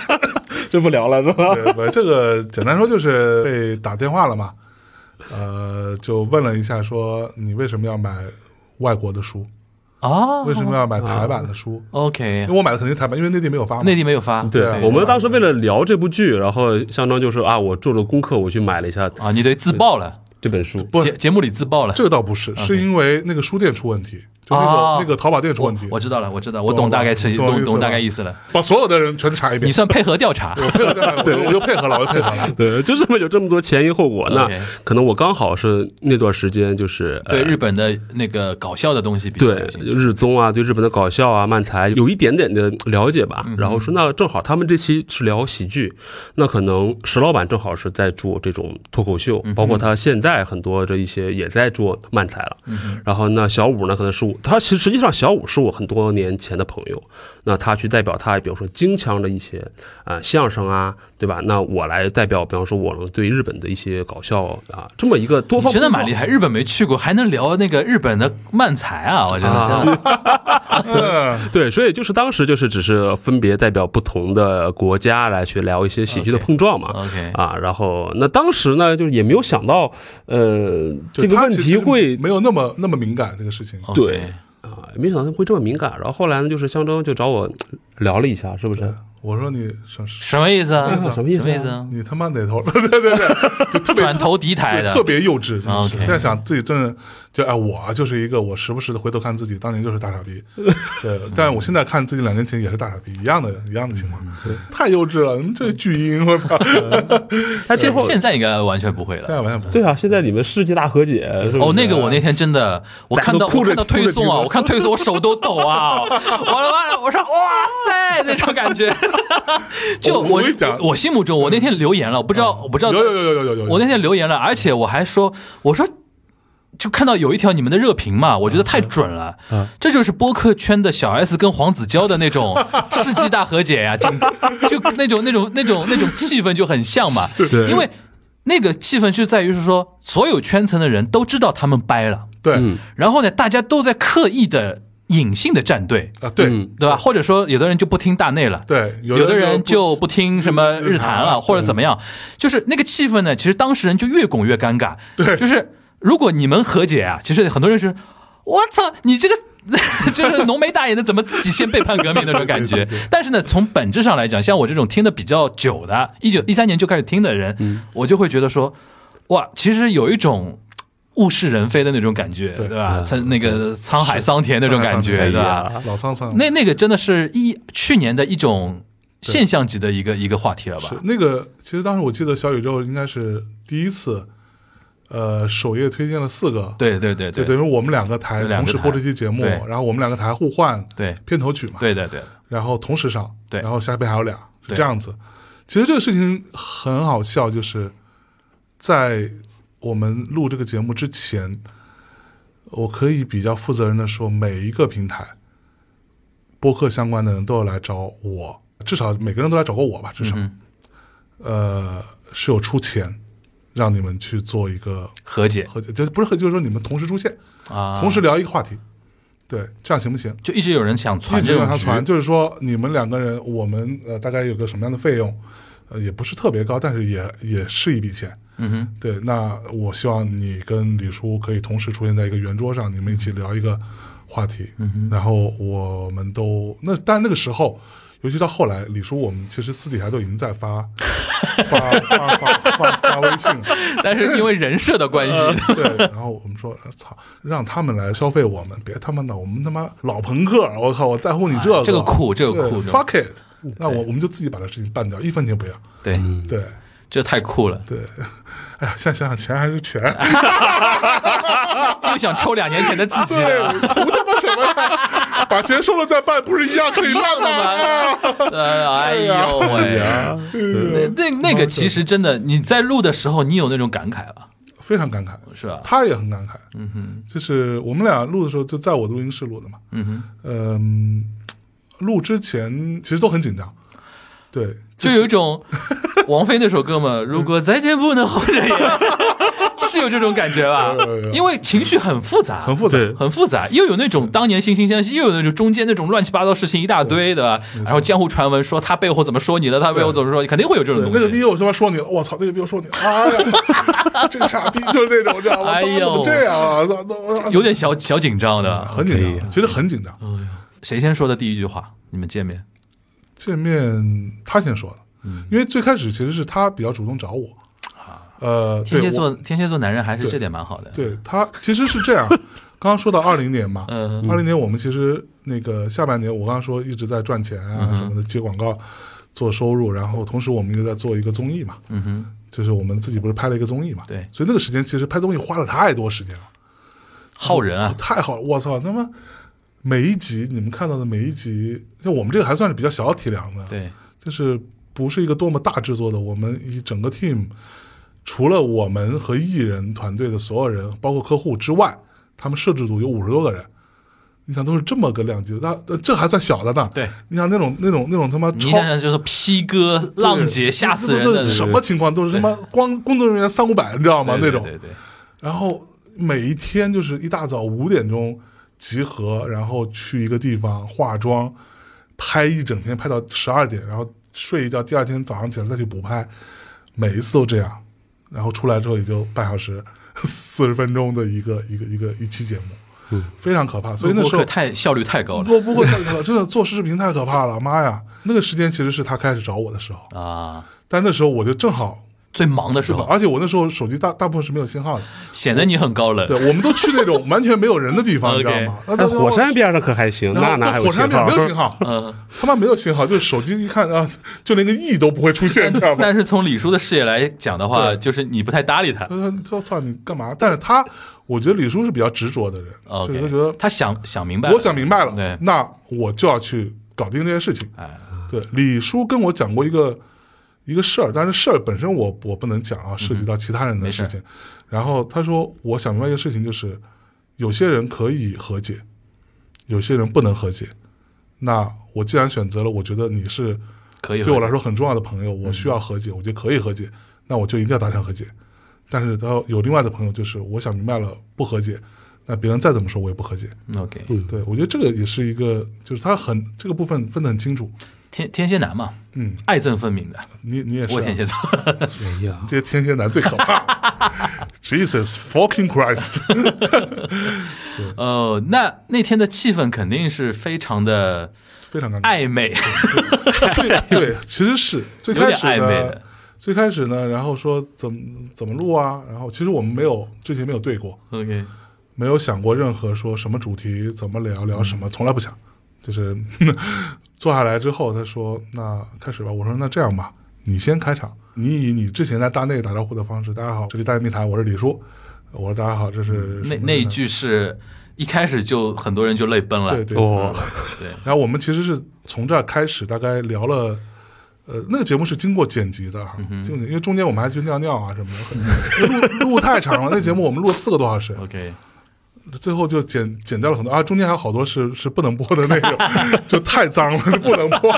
[SPEAKER 4] 这不聊了是吧？
[SPEAKER 3] 对，我这个简单说就是被打电话了嘛，呃，就问了一下说你为什么要买外国的书，
[SPEAKER 2] 啊，
[SPEAKER 3] 为什么要买台版的书？
[SPEAKER 2] ？OK，
[SPEAKER 3] 因为我买的肯定是台版，因为内地没有发嘛。
[SPEAKER 2] 内地没有发，
[SPEAKER 3] 对啊
[SPEAKER 4] 我们当时为了聊这部剧，然后象征就说啊，我做了功课，我去买了一下
[SPEAKER 2] 啊，你得自爆了，
[SPEAKER 4] 这本书。
[SPEAKER 3] 不
[SPEAKER 2] 节节目里自爆了。
[SPEAKER 3] 这个倒不是，是因为那个书店出问题，就那个、
[SPEAKER 2] 哦
[SPEAKER 3] 那个淘宝店出
[SPEAKER 2] 我
[SPEAKER 3] 问题，
[SPEAKER 2] 我知道了，我知道，我
[SPEAKER 3] 懂
[SPEAKER 2] 懂
[SPEAKER 3] 了
[SPEAKER 2] 大
[SPEAKER 3] 吧
[SPEAKER 2] 概是
[SPEAKER 3] 懂了
[SPEAKER 2] 懂
[SPEAKER 3] 意思
[SPEAKER 2] 懂大
[SPEAKER 3] 吧
[SPEAKER 2] 概意思了。
[SPEAKER 3] 把所有的人全查一
[SPEAKER 2] 你
[SPEAKER 3] 遍。
[SPEAKER 2] 算配合调 查，
[SPEAKER 3] 我配 合调查，我就我就配合了，我就配合了。
[SPEAKER 4] 对，就这么有这么多前因后果，那
[SPEAKER 2] OK
[SPEAKER 4] 可能我刚好是那段时间就是
[SPEAKER 2] 对
[SPEAKER 4] 呃
[SPEAKER 2] 日本的那个搞笑的东西比较
[SPEAKER 4] 对
[SPEAKER 2] 有兴趣
[SPEAKER 4] 日综啊，对日本的搞笑啊、漫才有一点点的了解吧。
[SPEAKER 2] 嗯
[SPEAKER 4] 然后说，那正好他们这期是聊喜剧，那可能石老板正好是在做这种脱口秀，
[SPEAKER 2] 嗯
[SPEAKER 4] 包括他现在很多的一些也在做漫才了。
[SPEAKER 2] 嗯
[SPEAKER 4] 然后那小五呢，可能是我，他其实实际上小五是我很多年前的朋友，那他去代表他，比如说京腔的一些啊、呃相声啊，对吧？那我来代表，比方说我能对日本的一些搞笑啊这么一个多
[SPEAKER 2] 你
[SPEAKER 4] 方
[SPEAKER 2] 真的蛮
[SPEAKER 4] 面
[SPEAKER 2] 厉害，日本没去过还能聊那个日本的漫才啊，我觉得真的。
[SPEAKER 3] 嗯，
[SPEAKER 4] 对，所以就是当时就是只是分别代表不同的国家来去聊一些喜剧的
[SPEAKER 2] OK
[SPEAKER 4] 碰撞嘛。
[SPEAKER 2] OK
[SPEAKER 4] 啊，然后那当时呢，就是也没有想到，呃，
[SPEAKER 3] 就
[SPEAKER 4] 这个
[SPEAKER 3] 他
[SPEAKER 4] 问
[SPEAKER 3] 其
[SPEAKER 4] 题
[SPEAKER 3] 实
[SPEAKER 4] 会
[SPEAKER 3] 没有那么那么敏感这个事情。
[SPEAKER 2] OK
[SPEAKER 4] 对啊，没想到会这么敏感。然后后来呢，就是象征就找我聊了一下，是不是？
[SPEAKER 3] 我说你什么
[SPEAKER 2] 什么意思啊？
[SPEAKER 4] 什
[SPEAKER 2] 什
[SPEAKER 4] 么意思啊
[SPEAKER 2] 么意思啊？
[SPEAKER 3] 你他妈哪头？ 对对对，就特别
[SPEAKER 2] 转头敌台
[SPEAKER 3] 对，
[SPEAKER 2] 的
[SPEAKER 3] 特，别幼稚，真的是。
[SPEAKER 2] OK
[SPEAKER 3] 现在想自己真的就哎，我就是一个我时不时的回头看自己，当年就是大傻逼。对，但我现在看自己两年前也是大傻逼，一样的一样的情况，太幼稚了。你这巨婴，我操！
[SPEAKER 4] 他最
[SPEAKER 2] 现
[SPEAKER 4] 后
[SPEAKER 2] 现在应该完全不会
[SPEAKER 3] 现
[SPEAKER 2] 了。
[SPEAKER 3] 在完全不
[SPEAKER 4] 对啊，现在你们世纪大和解是不是
[SPEAKER 2] 哦，那个我那天真的，我看到
[SPEAKER 4] 大家都哭
[SPEAKER 2] 我看
[SPEAKER 4] 着
[SPEAKER 2] 到推送啊，我看推送我手都抖啊，我的妈呀！我 说哇塞那种感觉， 就
[SPEAKER 3] 我
[SPEAKER 2] 我
[SPEAKER 3] 我跟你讲
[SPEAKER 2] 我心目中我那天留言了，我不知道我不知道
[SPEAKER 3] 有有有有有有有。
[SPEAKER 2] 我那天留言了，而且我还说，我说就看到有一条你们的热评嘛，我觉得太准了，这就是播客圈的小 S 跟黄子佼的那种世纪大和解呀、就就那种那种那种那种气氛就很像嘛，
[SPEAKER 4] 对
[SPEAKER 2] 因为那个气氛就在于是说，所有圈层的人都知道他们掰了，
[SPEAKER 3] 对
[SPEAKER 4] 嗯
[SPEAKER 2] 然后呢，大家都在刻意的隐性的站队。
[SPEAKER 3] 啊对
[SPEAKER 4] 嗯
[SPEAKER 2] 对吧？或者说，有的人就不听大内了，
[SPEAKER 3] 对，
[SPEAKER 2] 有的
[SPEAKER 3] 的
[SPEAKER 2] 人就不听什么日
[SPEAKER 3] 日
[SPEAKER 2] 坛
[SPEAKER 3] 坛
[SPEAKER 2] 了，或者怎么样，就是那个气氛呢，其实当事人就越拱越尴尬。
[SPEAKER 3] 对
[SPEAKER 2] 就是如果你们和解啊，其实很多人是，我操，你这个 就是浓眉大眼的，怎么自己先背叛革命那种感 觉？但是呢，从本质上来讲，像我这种听的比较久的，一九一三年就开始听的人，我就会觉得说，哇，其实有一种。物是人非的那种感觉，对
[SPEAKER 3] 对
[SPEAKER 2] 吧？沧那个沧海桑田那种感觉，
[SPEAKER 3] 沧海桑田
[SPEAKER 2] 对吧？
[SPEAKER 3] 老苍苍。
[SPEAKER 2] 那那个真的是一去年的一种现象级的一个一个话题了吧
[SPEAKER 3] 是？那个，其实当时我记得小宇宙应该是第一次，呃，首页推荐了四个，
[SPEAKER 2] 对对对
[SPEAKER 3] 就
[SPEAKER 2] 对
[SPEAKER 3] 等于我们两个台
[SPEAKER 2] 有两个
[SPEAKER 3] 同时播这期节目，
[SPEAKER 2] 台对
[SPEAKER 3] 然后我们两个台互换
[SPEAKER 2] 对
[SPEAKER 3] 片头曲嘛，
[SPEAKER 2] 对对对，
[SPEAKER 3] 然后同时上，
[SPEAKER 2] 对
[SPEAKER 3] 然后下边还有俩，是
[SPEAKER 2] 对
[SPEAKER 3] 这样子。其实这个事情很好笑，就是在我们录这个节目之前，我可以比较负责任的说，每一个平台播客相关的人都有来找我，至少每个人都来找过我吧，至少，
[SPEAKER 2] 嗯
[SPEAKER 3] 呃，是有出钱让你们去做一个
[SPEAKER 2] 和解
[SPEAKER 3] 和，就不是和，就是说你们同时出现，
[SPEAKER 2] 啊，
[SPEAKER 3] 同时聊一个话题，对，这样行不行？
[SPEAKER 2] 就一直有人想
[SPEAKER 3] 一
[SPEAKER 2] 传
[SPEAKER 3] 直
[SPEAKER 2] 这
[SPEAKER 3] 往
[SPEAKER 2] 种局
[SPEAKER 3] 上传，就是说你们两个人，我们呃大概有个什么样的费用，呃，也不是特别高，但是也也是一笔钱。
[SPEAKER 2] 嗯哼，
[SPEAKER 3] 对，那我希望你跟李叔可以同时出现在一个圆桌上，你们一起聊一个话题。嗯、然后我们都那，但那个时候，尤其到后来，李叔我们其实私底下都已经在发发发发发发微信了。
[SPEAKER 2] 但是因为人设的关系，
[SPEAKER 3] 对，然后我们说，操，让他们来消费我们，别他妈的，我们他妈老朋克，我靠，我在乎你这个，
[SPEAKER 2] 哎这个酷这个
[SPEAKER 3] 对
[SPEAKER 2] 酷这个
[SPEAKER 3] ，fuck it，那我我们就自己把这事情办掉，一分钱不要，
[SPEAKER 2] 对，
[SPEAKER 3] 对
[SPEAKER 2] 这太酷了，
[SPEAKER 3] 对，哎呀，现在想想钱还是钱，
[SPEAKER 2] 又想抽两年前的自己
[SPEAKER 3] 对，
[SPEAKER 2] 了。
[SPEAKER 3] 图他妈什么呀？把钱收了再办，不是一样可以办 吗？
[SPEAKER 2] 呃，哎嗯呦喂，那那那个其实真的，你在录的时候，你有那种感慨吧？
[SPEAKER 3] 非常感慨，
[SPEAKER 2] 是吧？
[SPEAKER 3] 他也很感慨，
[SPEAKER 2] 嗯哼，
[SPEAKER 3] 就是我们俩录的时候就在我的录音室录的嘛，
[SPEAKER 2] 嗯哼，
[SPEAKER 3] 嗯，录之前其实都很紧张，对。
[SPEAKER 2] 就有一种 王菲那首歌
[SPEAKER 3] 嗯
[SPEAKER 2] 嘛，如果再见不能红着眼， 是有这种感觉吧
[SPEAKER 3] 有有有？
[SPEAKER 2] 因为情绪很复杂，
[SPEAKER 3] 很复杂，
[SPEAKER 4] 对
[SPEAKER 2] 很复杂，又有那种当年惺惺相惜，又有那种中间那种乱七八糟事情一大堆，对吧？然后江湖传闻说他背后怎么说你的，他背后怎么说你，肯定会有这种东
[SPEAKER 3] 对，那个逼
[SPEAKER 2] 西。
[SPEAKER 3] 我他妈说你了，我操，那个逼我说你，哎呀，这个傻逼就是那种，你知道吗？
[SPEAKER 2] 哎
[SPEAKER 3] 怎
[SPEAKER 2] 呦
[SPEAKER 3] 么这样啊？我操，我操
[SPEAKER 2] 有点小小紧张的，
[SPEAKER 3] 很紧张，其实很紧张。
[SPEAKER 2] 嗯谁先说的第一句话？你们见面
[SPEAKER 3] 见面他先说的，
[SPEAKER 2] 嗯
[SPEAKER 3] 因为最开始其实是他比较主动找我，呃，
[SPEAKER 2] 啊天蝎
[SPEAKER 3] 对，
[SPEAKER 2] 座，
[SPEAKER 3] 我
[SPEAKER 2] 天蝎座男人还是
[SPEAKER 3] 对
[SPEAKER 2] 这点蛮好的。
[SPEAKER 3] 对他其实是这样。刚刚说到二零年嘛，
[SPEAKER 2] 嗯
[SPEAKER 3] 二零年我们其实那个下半年，我刚刚说一直在赚钱
[SPEAKER 2] 嗯
[SPEAKER 3] 啊什么的，接广告做收入，然后同时我们又在做一个综艺嘛，
[SPEAKER 2] 嗯哼，
[SPEAKER 3] 就是我们自己不是拍了一个综艺嘛，
[SPEAKER 2] 对
[SPEAKER 3] 所以那个时间其实拍综艺花了太多时间了。
[SPEAKER 2] 好人啊，
[SPEAKER 3] 太好了！我操，他妈每一集你们看到的每一集，像我们这个还算是比较小体量的，，
[SPEAKER 2] 对，
[SPEAKER 3] 就是不是一个多么大制作的。我们以整个 team，除了我们和艺人团队的所有人，包括客户之外，他们摄制组有五十多个人。你想都是这么个量级，那那这还算小的呢。
[SPEAKER 2] 对，
[SPEAKER 3] 你想那种那种那种他妈
[SPEAKER 2] 你
[SPEAKER 3] 超
[SPEAKER 2] 想想就是劈哥浪姐吓死人
[SPEAKER 3] 那那
[SPEAKER 2] 的
[SPEAKER 3] 那什么情况，都是他妈光工作人员三五百，你知道吗？那
[SPEAKER 2] 对对
[SPEAKER 3] 种
[SPEAKER 2] 对对，对
[SPEAKER 3] 然后每一天就是一大早五点钟集合，然后去一个地方化妆，拍一整天，拍到十二点，然后睡一觉，第二天早上起来再去补拍，每一次都这样。然后出来之后也就半小时、四十分钟的一个一个一个一期节目，嗯，非常可怕。所以那
[SPEAKER 2] 录
[SPEAKER 3] 时
[SPEAKER 2] 播
[SPEAKER 3] 候
[SPEAKER 2] 客太效率太高了
[SPEAKER 3] 录播客太可怕，真的做视频太可怕了，妈呀！那个时间其实是他开始找我的时候，
[SPEAKER 2] 啊，
[SPEAKER 3] 但那时候我就正好，
[SPEAKER 2] 最忙的时候，
[SPEAKER 3] 而且我那时候手机大大部分是没有信号的，
[SPEAKER 2] 显得你很高冷。
[SPEAKER 3] 对，我们都去那种完全没有人的地方，你知道吗？那
[SPEAKER 4] 但火山边上可还行，
[SPEAKER 3] 然
[SPEAKER 4] 那
[SPEAKER 3] 后
[SPEAKER 4] 哪还有
[SPEAKER 3] 火山边没有信
[SPEAKER 4] 号？
[SPEAKER 3] 号，
[SPEAKER 2] 嗯，
[SPEAKER 3] 他妈没有信号，就是手机一看啊，就连个 E 都不会出现，你知道吗？
[SPEAKER 2] 但是从李叔的视野来讲的话，
[SPEAKER 3] 对
[SPEAKER 2] 就是你不太搭理他。
[SPEAKER 3] 他说：“他说操你干嘛？”但是他，我觉得李叔是比较执着的人，就是他
[SPEAKER 2] OK，
[SPEAKER 3] 觉得
[SPEAKER 2] 他想想明白了，
[SPEAKER 3] 我想明白了
[SPEAKER 2] 对，
[SPEAKER 3] 那我就要去搞定这件事情。
[SPEAKER 2] 哎，
[SPEAKER 3] 对，李叔跟我讲过一个一个事儿，但是事儿本身我我不能讲啊，涉及到其他人的
[SPEAKER 2] 嗯没事
[SPEAKER 3] 事情。然后他说，我想明白一个事情，就是有些人可以和解，有些人不能和解。那我既然选择了，我觉得你是
[SPEAKER 2] 可以嗯吧
[SPEAKER 3] 对我来说很重要的朋友，我需要和解，我觉得可以和解，那我就一定要达成和解。但是他有另外的朋友，就是我想明白了不和解，那别人再怎么说我也不和解。
[SPEAKER 2] 嗯 OK，
[SPEAKER 3] 对我觉得这个也是一个，就是他很这个部分分得很清楚。
[SPEAKER 2] 天天蝎男嘛，
[SPEAKER 3] 嗯，
[SPEAKER 2] 爱憎分明的，
[SPEAKER 3] 你你也是、
[SPEAKER 2] 我
[SPEAKER 3] 啊，
[SPEAKER 2] 天蝎座，
[SPEAKER 4] 哎呀，
[SPEAKER 3] 这些天蝎男最可怕 了，Jesus fucking Christ！
[SPEAKER 2] 哦，那那天的气氛肯定是非常的
[SPEAKER 3] 非常尴尬。
[SPEAKER 2] 暧昧，
[SPEAKER 3] 最对，其实是最
[SPEAKER 2] 有
[SPEAKER 3] 开
[SPEAKER 2] 点
[SPEAKER 3] 始
[SPEAKER 2] 暧昧
[SPEAKER 3] 呢
[SPEAKER 2] 的，，
[SPEAKER 3] 最开始呢，然后说怎么怎么录啊，然后其实我们没有之前没有对过，
[SPEAKER 2] OK，
[SPEAKER 3] 没有想过任何说什么主题，怎么聊聊什么，从来不想。就是 坐下来之后，他说：“那开始吧。”我说：“那这样吧，你先开场，你以你之前在大内打招呼的方式，大家好，这里大内密谈，我是李叔。”我说：“大家好，这是什
[SPEAKER 2] 嗯那
[SPEAKER 3] 么
[SPEAKER 2] 那一
[SPEAKER 3] 呢
[SPEAKER 2] 句是一开始就很多人就泪奔了，
[SPEAKER 3] 对对
[SPEAKER 4] 哦
[SPEAKER 2] 嗯
[SPEAKER 3] 对然后我们其实是从这儿开始，大概聊了。呃，那个节目是经过剪辑的哈，
[SPEAKER 2] 嗯
[SPEAKER 3] 就、因为中间我们还去尿尿啊什么的， 很录录太长了。那节目我们录了四个多小时，
[SPEAKER 2] OK，
[SPEAKER 3] 最后就剪剪掉了很多啊，中间还有好多是是不能播的内容， 就太脏了，就不能播。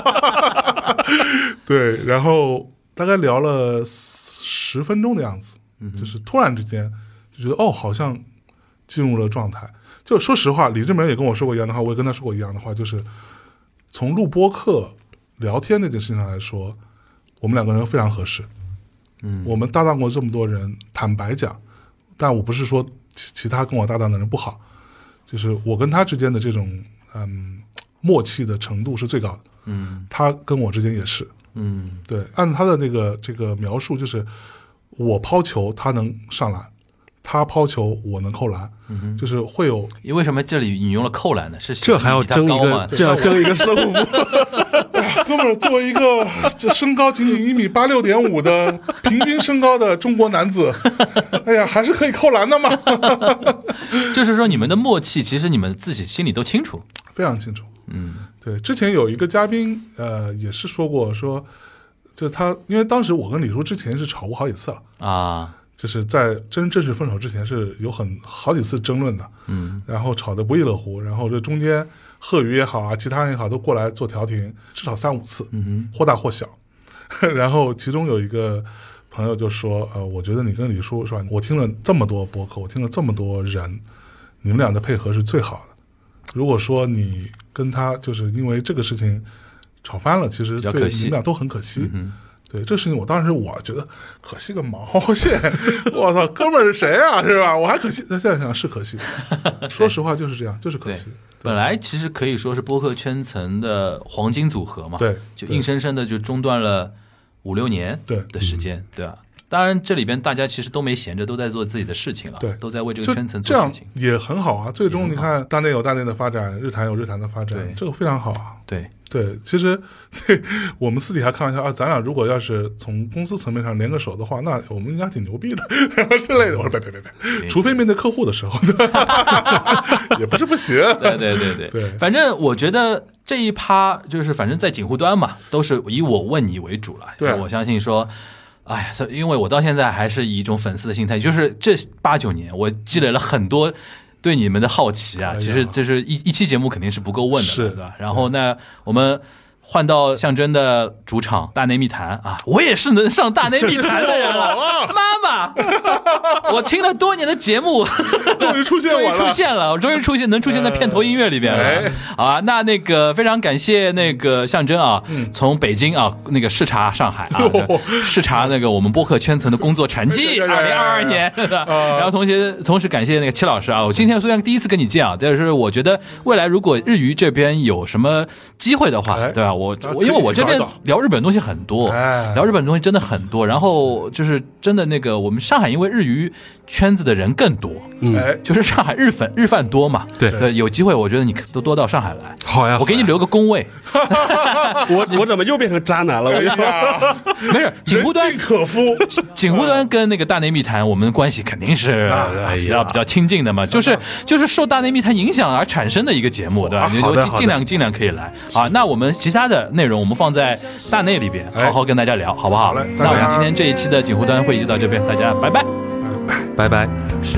[SPEAKER 3] 对，然后大概聊了十分钟的样子，就是突然之间就觉得哦，好像进入了状态。就说实话，李志明也跟我说过一样的话，我也跟他说过一样的话，就是从录播课聊天这件事情上来说，我们两个人非常合适。嗯，我们搭档过这么多人，坦白讲，但我不是说其其他跟我搭档的人不好，就是我跟他之间的这种嗯默契的程度是最高的。嗯，他跟我之间也是。
[SPEAKER 2] 嗯
[SPEAKER 3] 对，按他的那个这个描述，就是我抛球，他能上篮；他抛球，我能扣篮，就是会有
[SPEAKER 2] 因为什么这里引用了扣篮呢？是
[SPEAKER 4] 这还 要
[SPEAKER 2] 比他
[SPEAKER 4] 争一
[SPEAKER 2] 高
[SPEAKER 4] 个
[SPEAKER 2] 吗，
[SPEAKER 4] 这要争一个胜负。
[SPEAKER 3] 哥们儿，作为一个 这身高仅仅一米八六点五的平均身高的中国男子，哎呀，还是可以扣篮的嘛，
[SPEAKER 2] 就是说你们的默契，其实你们自己心里都清楚。
[SPEAKER 3] 非常清楚。
[SPEAKER 2] 嗯
[SPEAKER 3] 对，之前有一个嘉宾，呃，也是说过说，就他，因为当时我跟李叔之前是吵过好几次了，
[SPEAKER 2] 啊，
[SPEAKER 3] 就是在真正式分手之前是有很好几次争论的，
[SPEAKER 2] 嗯
[SPEAKER 3] 然后吵得不亦乐乎，然后这中间贺宇也好啊，其他人也好，都过来做调停，至少三五次，
[SPEAKER 2] 嗯
[SPEAKER 3] 或大或小。 然后其中有一个朋友就说：“呃，我觉得你跟李叔是吧？我听了这么多播客，我听了这么多人，你们俩的配合是最好的。如果说你跟他就是因为这个事情吵翻了，其实
[SPEAKER 2] 比较
[SPEAKER 3] 对
[SPEAKER 2] 可
[SPEAKER 3] 你
[SPEAKER 2] 惜
[SPEAKER 3] 们俩都很可惜。
[SPEAKER 2] 嗯
[SPEAKER 3] 对这个事情，我当时我觉得可惜个毛线！ 我操，哥们儿是谁啊？是吧？我还可惜，那现在想是可 惜。说实话就是这样，就是可惜。
[SPEAKER 2] 本来其实可以说是播客圈层的黄金组合嘛，
[SPEAKER 3] 对
[SPEAKER 2] 就
[SPEAKER 3] 对
[SPEAKER 2] 硬生生的就中断了五六年
[SPEAKER 3] 对嗯
[SPEAKER 2] 的时间，对吧？当然，这里边大家其实都没闲着，都在做自己的事情了，
[SPEAKER 3] 对
[SPEAKER 2] 都在为这
[SPEAKER 3] 就
[SPEAKER 2] 个圈层
[SPEAKER 3] 这
[SPEAKER 2] 做
[SPEAKER 3] 样
[SPEAKER 2] 事情。
[SPEAKER 3] 也很好啊。最终你看，大内有大内的发展，日坛有日坛的发展
[SPEAKER 2] 对，
[SPEAKER 3] 这个非常好啊。
[SPEAKER 2] 对，
[SPEAKER 3] 对，其实我们私底下开玩笑啊，咱俩如果要是从公司层面上连个手的话，那我们应该挺牛逼的，然后之类的。我说别别别别，除非面对客户的时候， 也不是不行。
[SPEAKER 2] 对对对对，
[SPEAKER 3] 对
[SPEAKER 2] 反正我觉得这一趴就是，反正在警护端嘛，都是以我问你为主了。
[SPEAKER 3] 对
[SPEAKER 2] 我相信说，哎呀，所以因为我到现在还是以一种粉丝的心态，就是这八九年我积累了很多。对你们的好奇啊，
[SPEAKER 3] 哎呀
[SPEAKER 2] 其实就是一一期节目肯定是不够问的
[SPEAKER 3] 是
[SPEAKER 2] 了，对吧？然后那我们换到象征的主场大内密谈啊，我也是能上大内密谈的人 了，
[SPEAKER 3] 哦
[SPEAKER 2] 妈妈，我听了多年的节 目，
[SPEAKER 3] 终于出现
[SPEAKER 2] 终于
[SPEAKER 3] 我
[SPEAKER 2] 出
[SPEAKER 3] 了，
[SPEAKER 2] 现了，我终于出现能出现在片头音乐里边了。
[SPEAKER 3] 哎
[SPEAKER 2] 好啊，那那个非常感谢那个象征啊，从北京啊那个视察上海啊，
[SPEAKER 3] 嗯哟
[SPEAKER 2] 视察那个我们播客圈层的工作成绩，
[SPEAKER 3] 哎啊
[SPEAKER 2] 二
[SPEAKER 3] 呀
[SPEAKER 2] 零
[SPEAKER 3] 呀
[SPEAKER 2] 二
[SPEAKER 3] 呀
[SPEAKER 2] 二
[SPEAKER 3] 呀
[SPEAKER 2] 年。然后同时同时感谢那个戚老师啊，我今天虽然第一次跟你见啊，但是我觉得未来如果日语这边有什么机会的话，
[SPEAKER 3] 哎
[SPEAKER 2] 对吧？我
[SPEAKER 3] 大家
[SPEAKER 2] 我因为
[SPEAKER 3] 可以
[SPEAKER 2] 我
[SPEAKER 3] 一起
[SPEAKER 2] 这边
[SPEAKER 3] 搞一搞
[SPEAKER 2] 聊日本东西很多，
[SPEAKER 3] 哎
[SPEAKER 2] 聊日本东西真的很多，然后就是真的那个我们上海因为日语圈子的人更多，
[SPEAKER 3] 哎，
[SPEAKER 2] 就是上海日粉日饭多嘛，
[SPEAKER 4] 对
[SPEAKER 2] 有机会我觉得你都多到上海来，
[SPEAKER 4] 好呀，
[SPEAKER 2] 我给你留个工位，
[SPEAKER 4] 我我怎么又变成渣男了？我
[SPEAKER 3] 哎呀，
[SPEAKER 2] 没事，锦
[SPEAKER 3] 人
[SPEAKER 2] 湖端
[SPEAKER 3] 尽可夫，
[SPEAKER 2] 景湖端跟那个大内密谈，我们关系肯定是
[SPEAKER 3] 哎
[SPEAKER 2] 比较比较亲近的嘛，就是就是受大内密谈影响而产生的一个节目，对吧？你
[SPEAKER 4] 好
[SPEAKER 2] 就
[SPEAKER 4] 的
[SPEAKER 2] 尽
[SPEAKER 4] 好的
[SPEAKER 2] 尽量尽量可以来啊。那我们其他的内容我们放在大内里边，
[SPEAKER 3] 哎
[SPEAKER 2] 好好跟大家聊，好不好
[SPEAKER 3] 好嘞
[SPEAKER 2] 那我
[SPEAKER 3] 大
[SPEAKER 2] 们
[SPEAKER 3] 家
[SPEAKER 2] 今天这一期的景湖端会议就到这边，大家拜拜。
[SPEAKER 4] 拜拜。
[SPEAKER 5] 是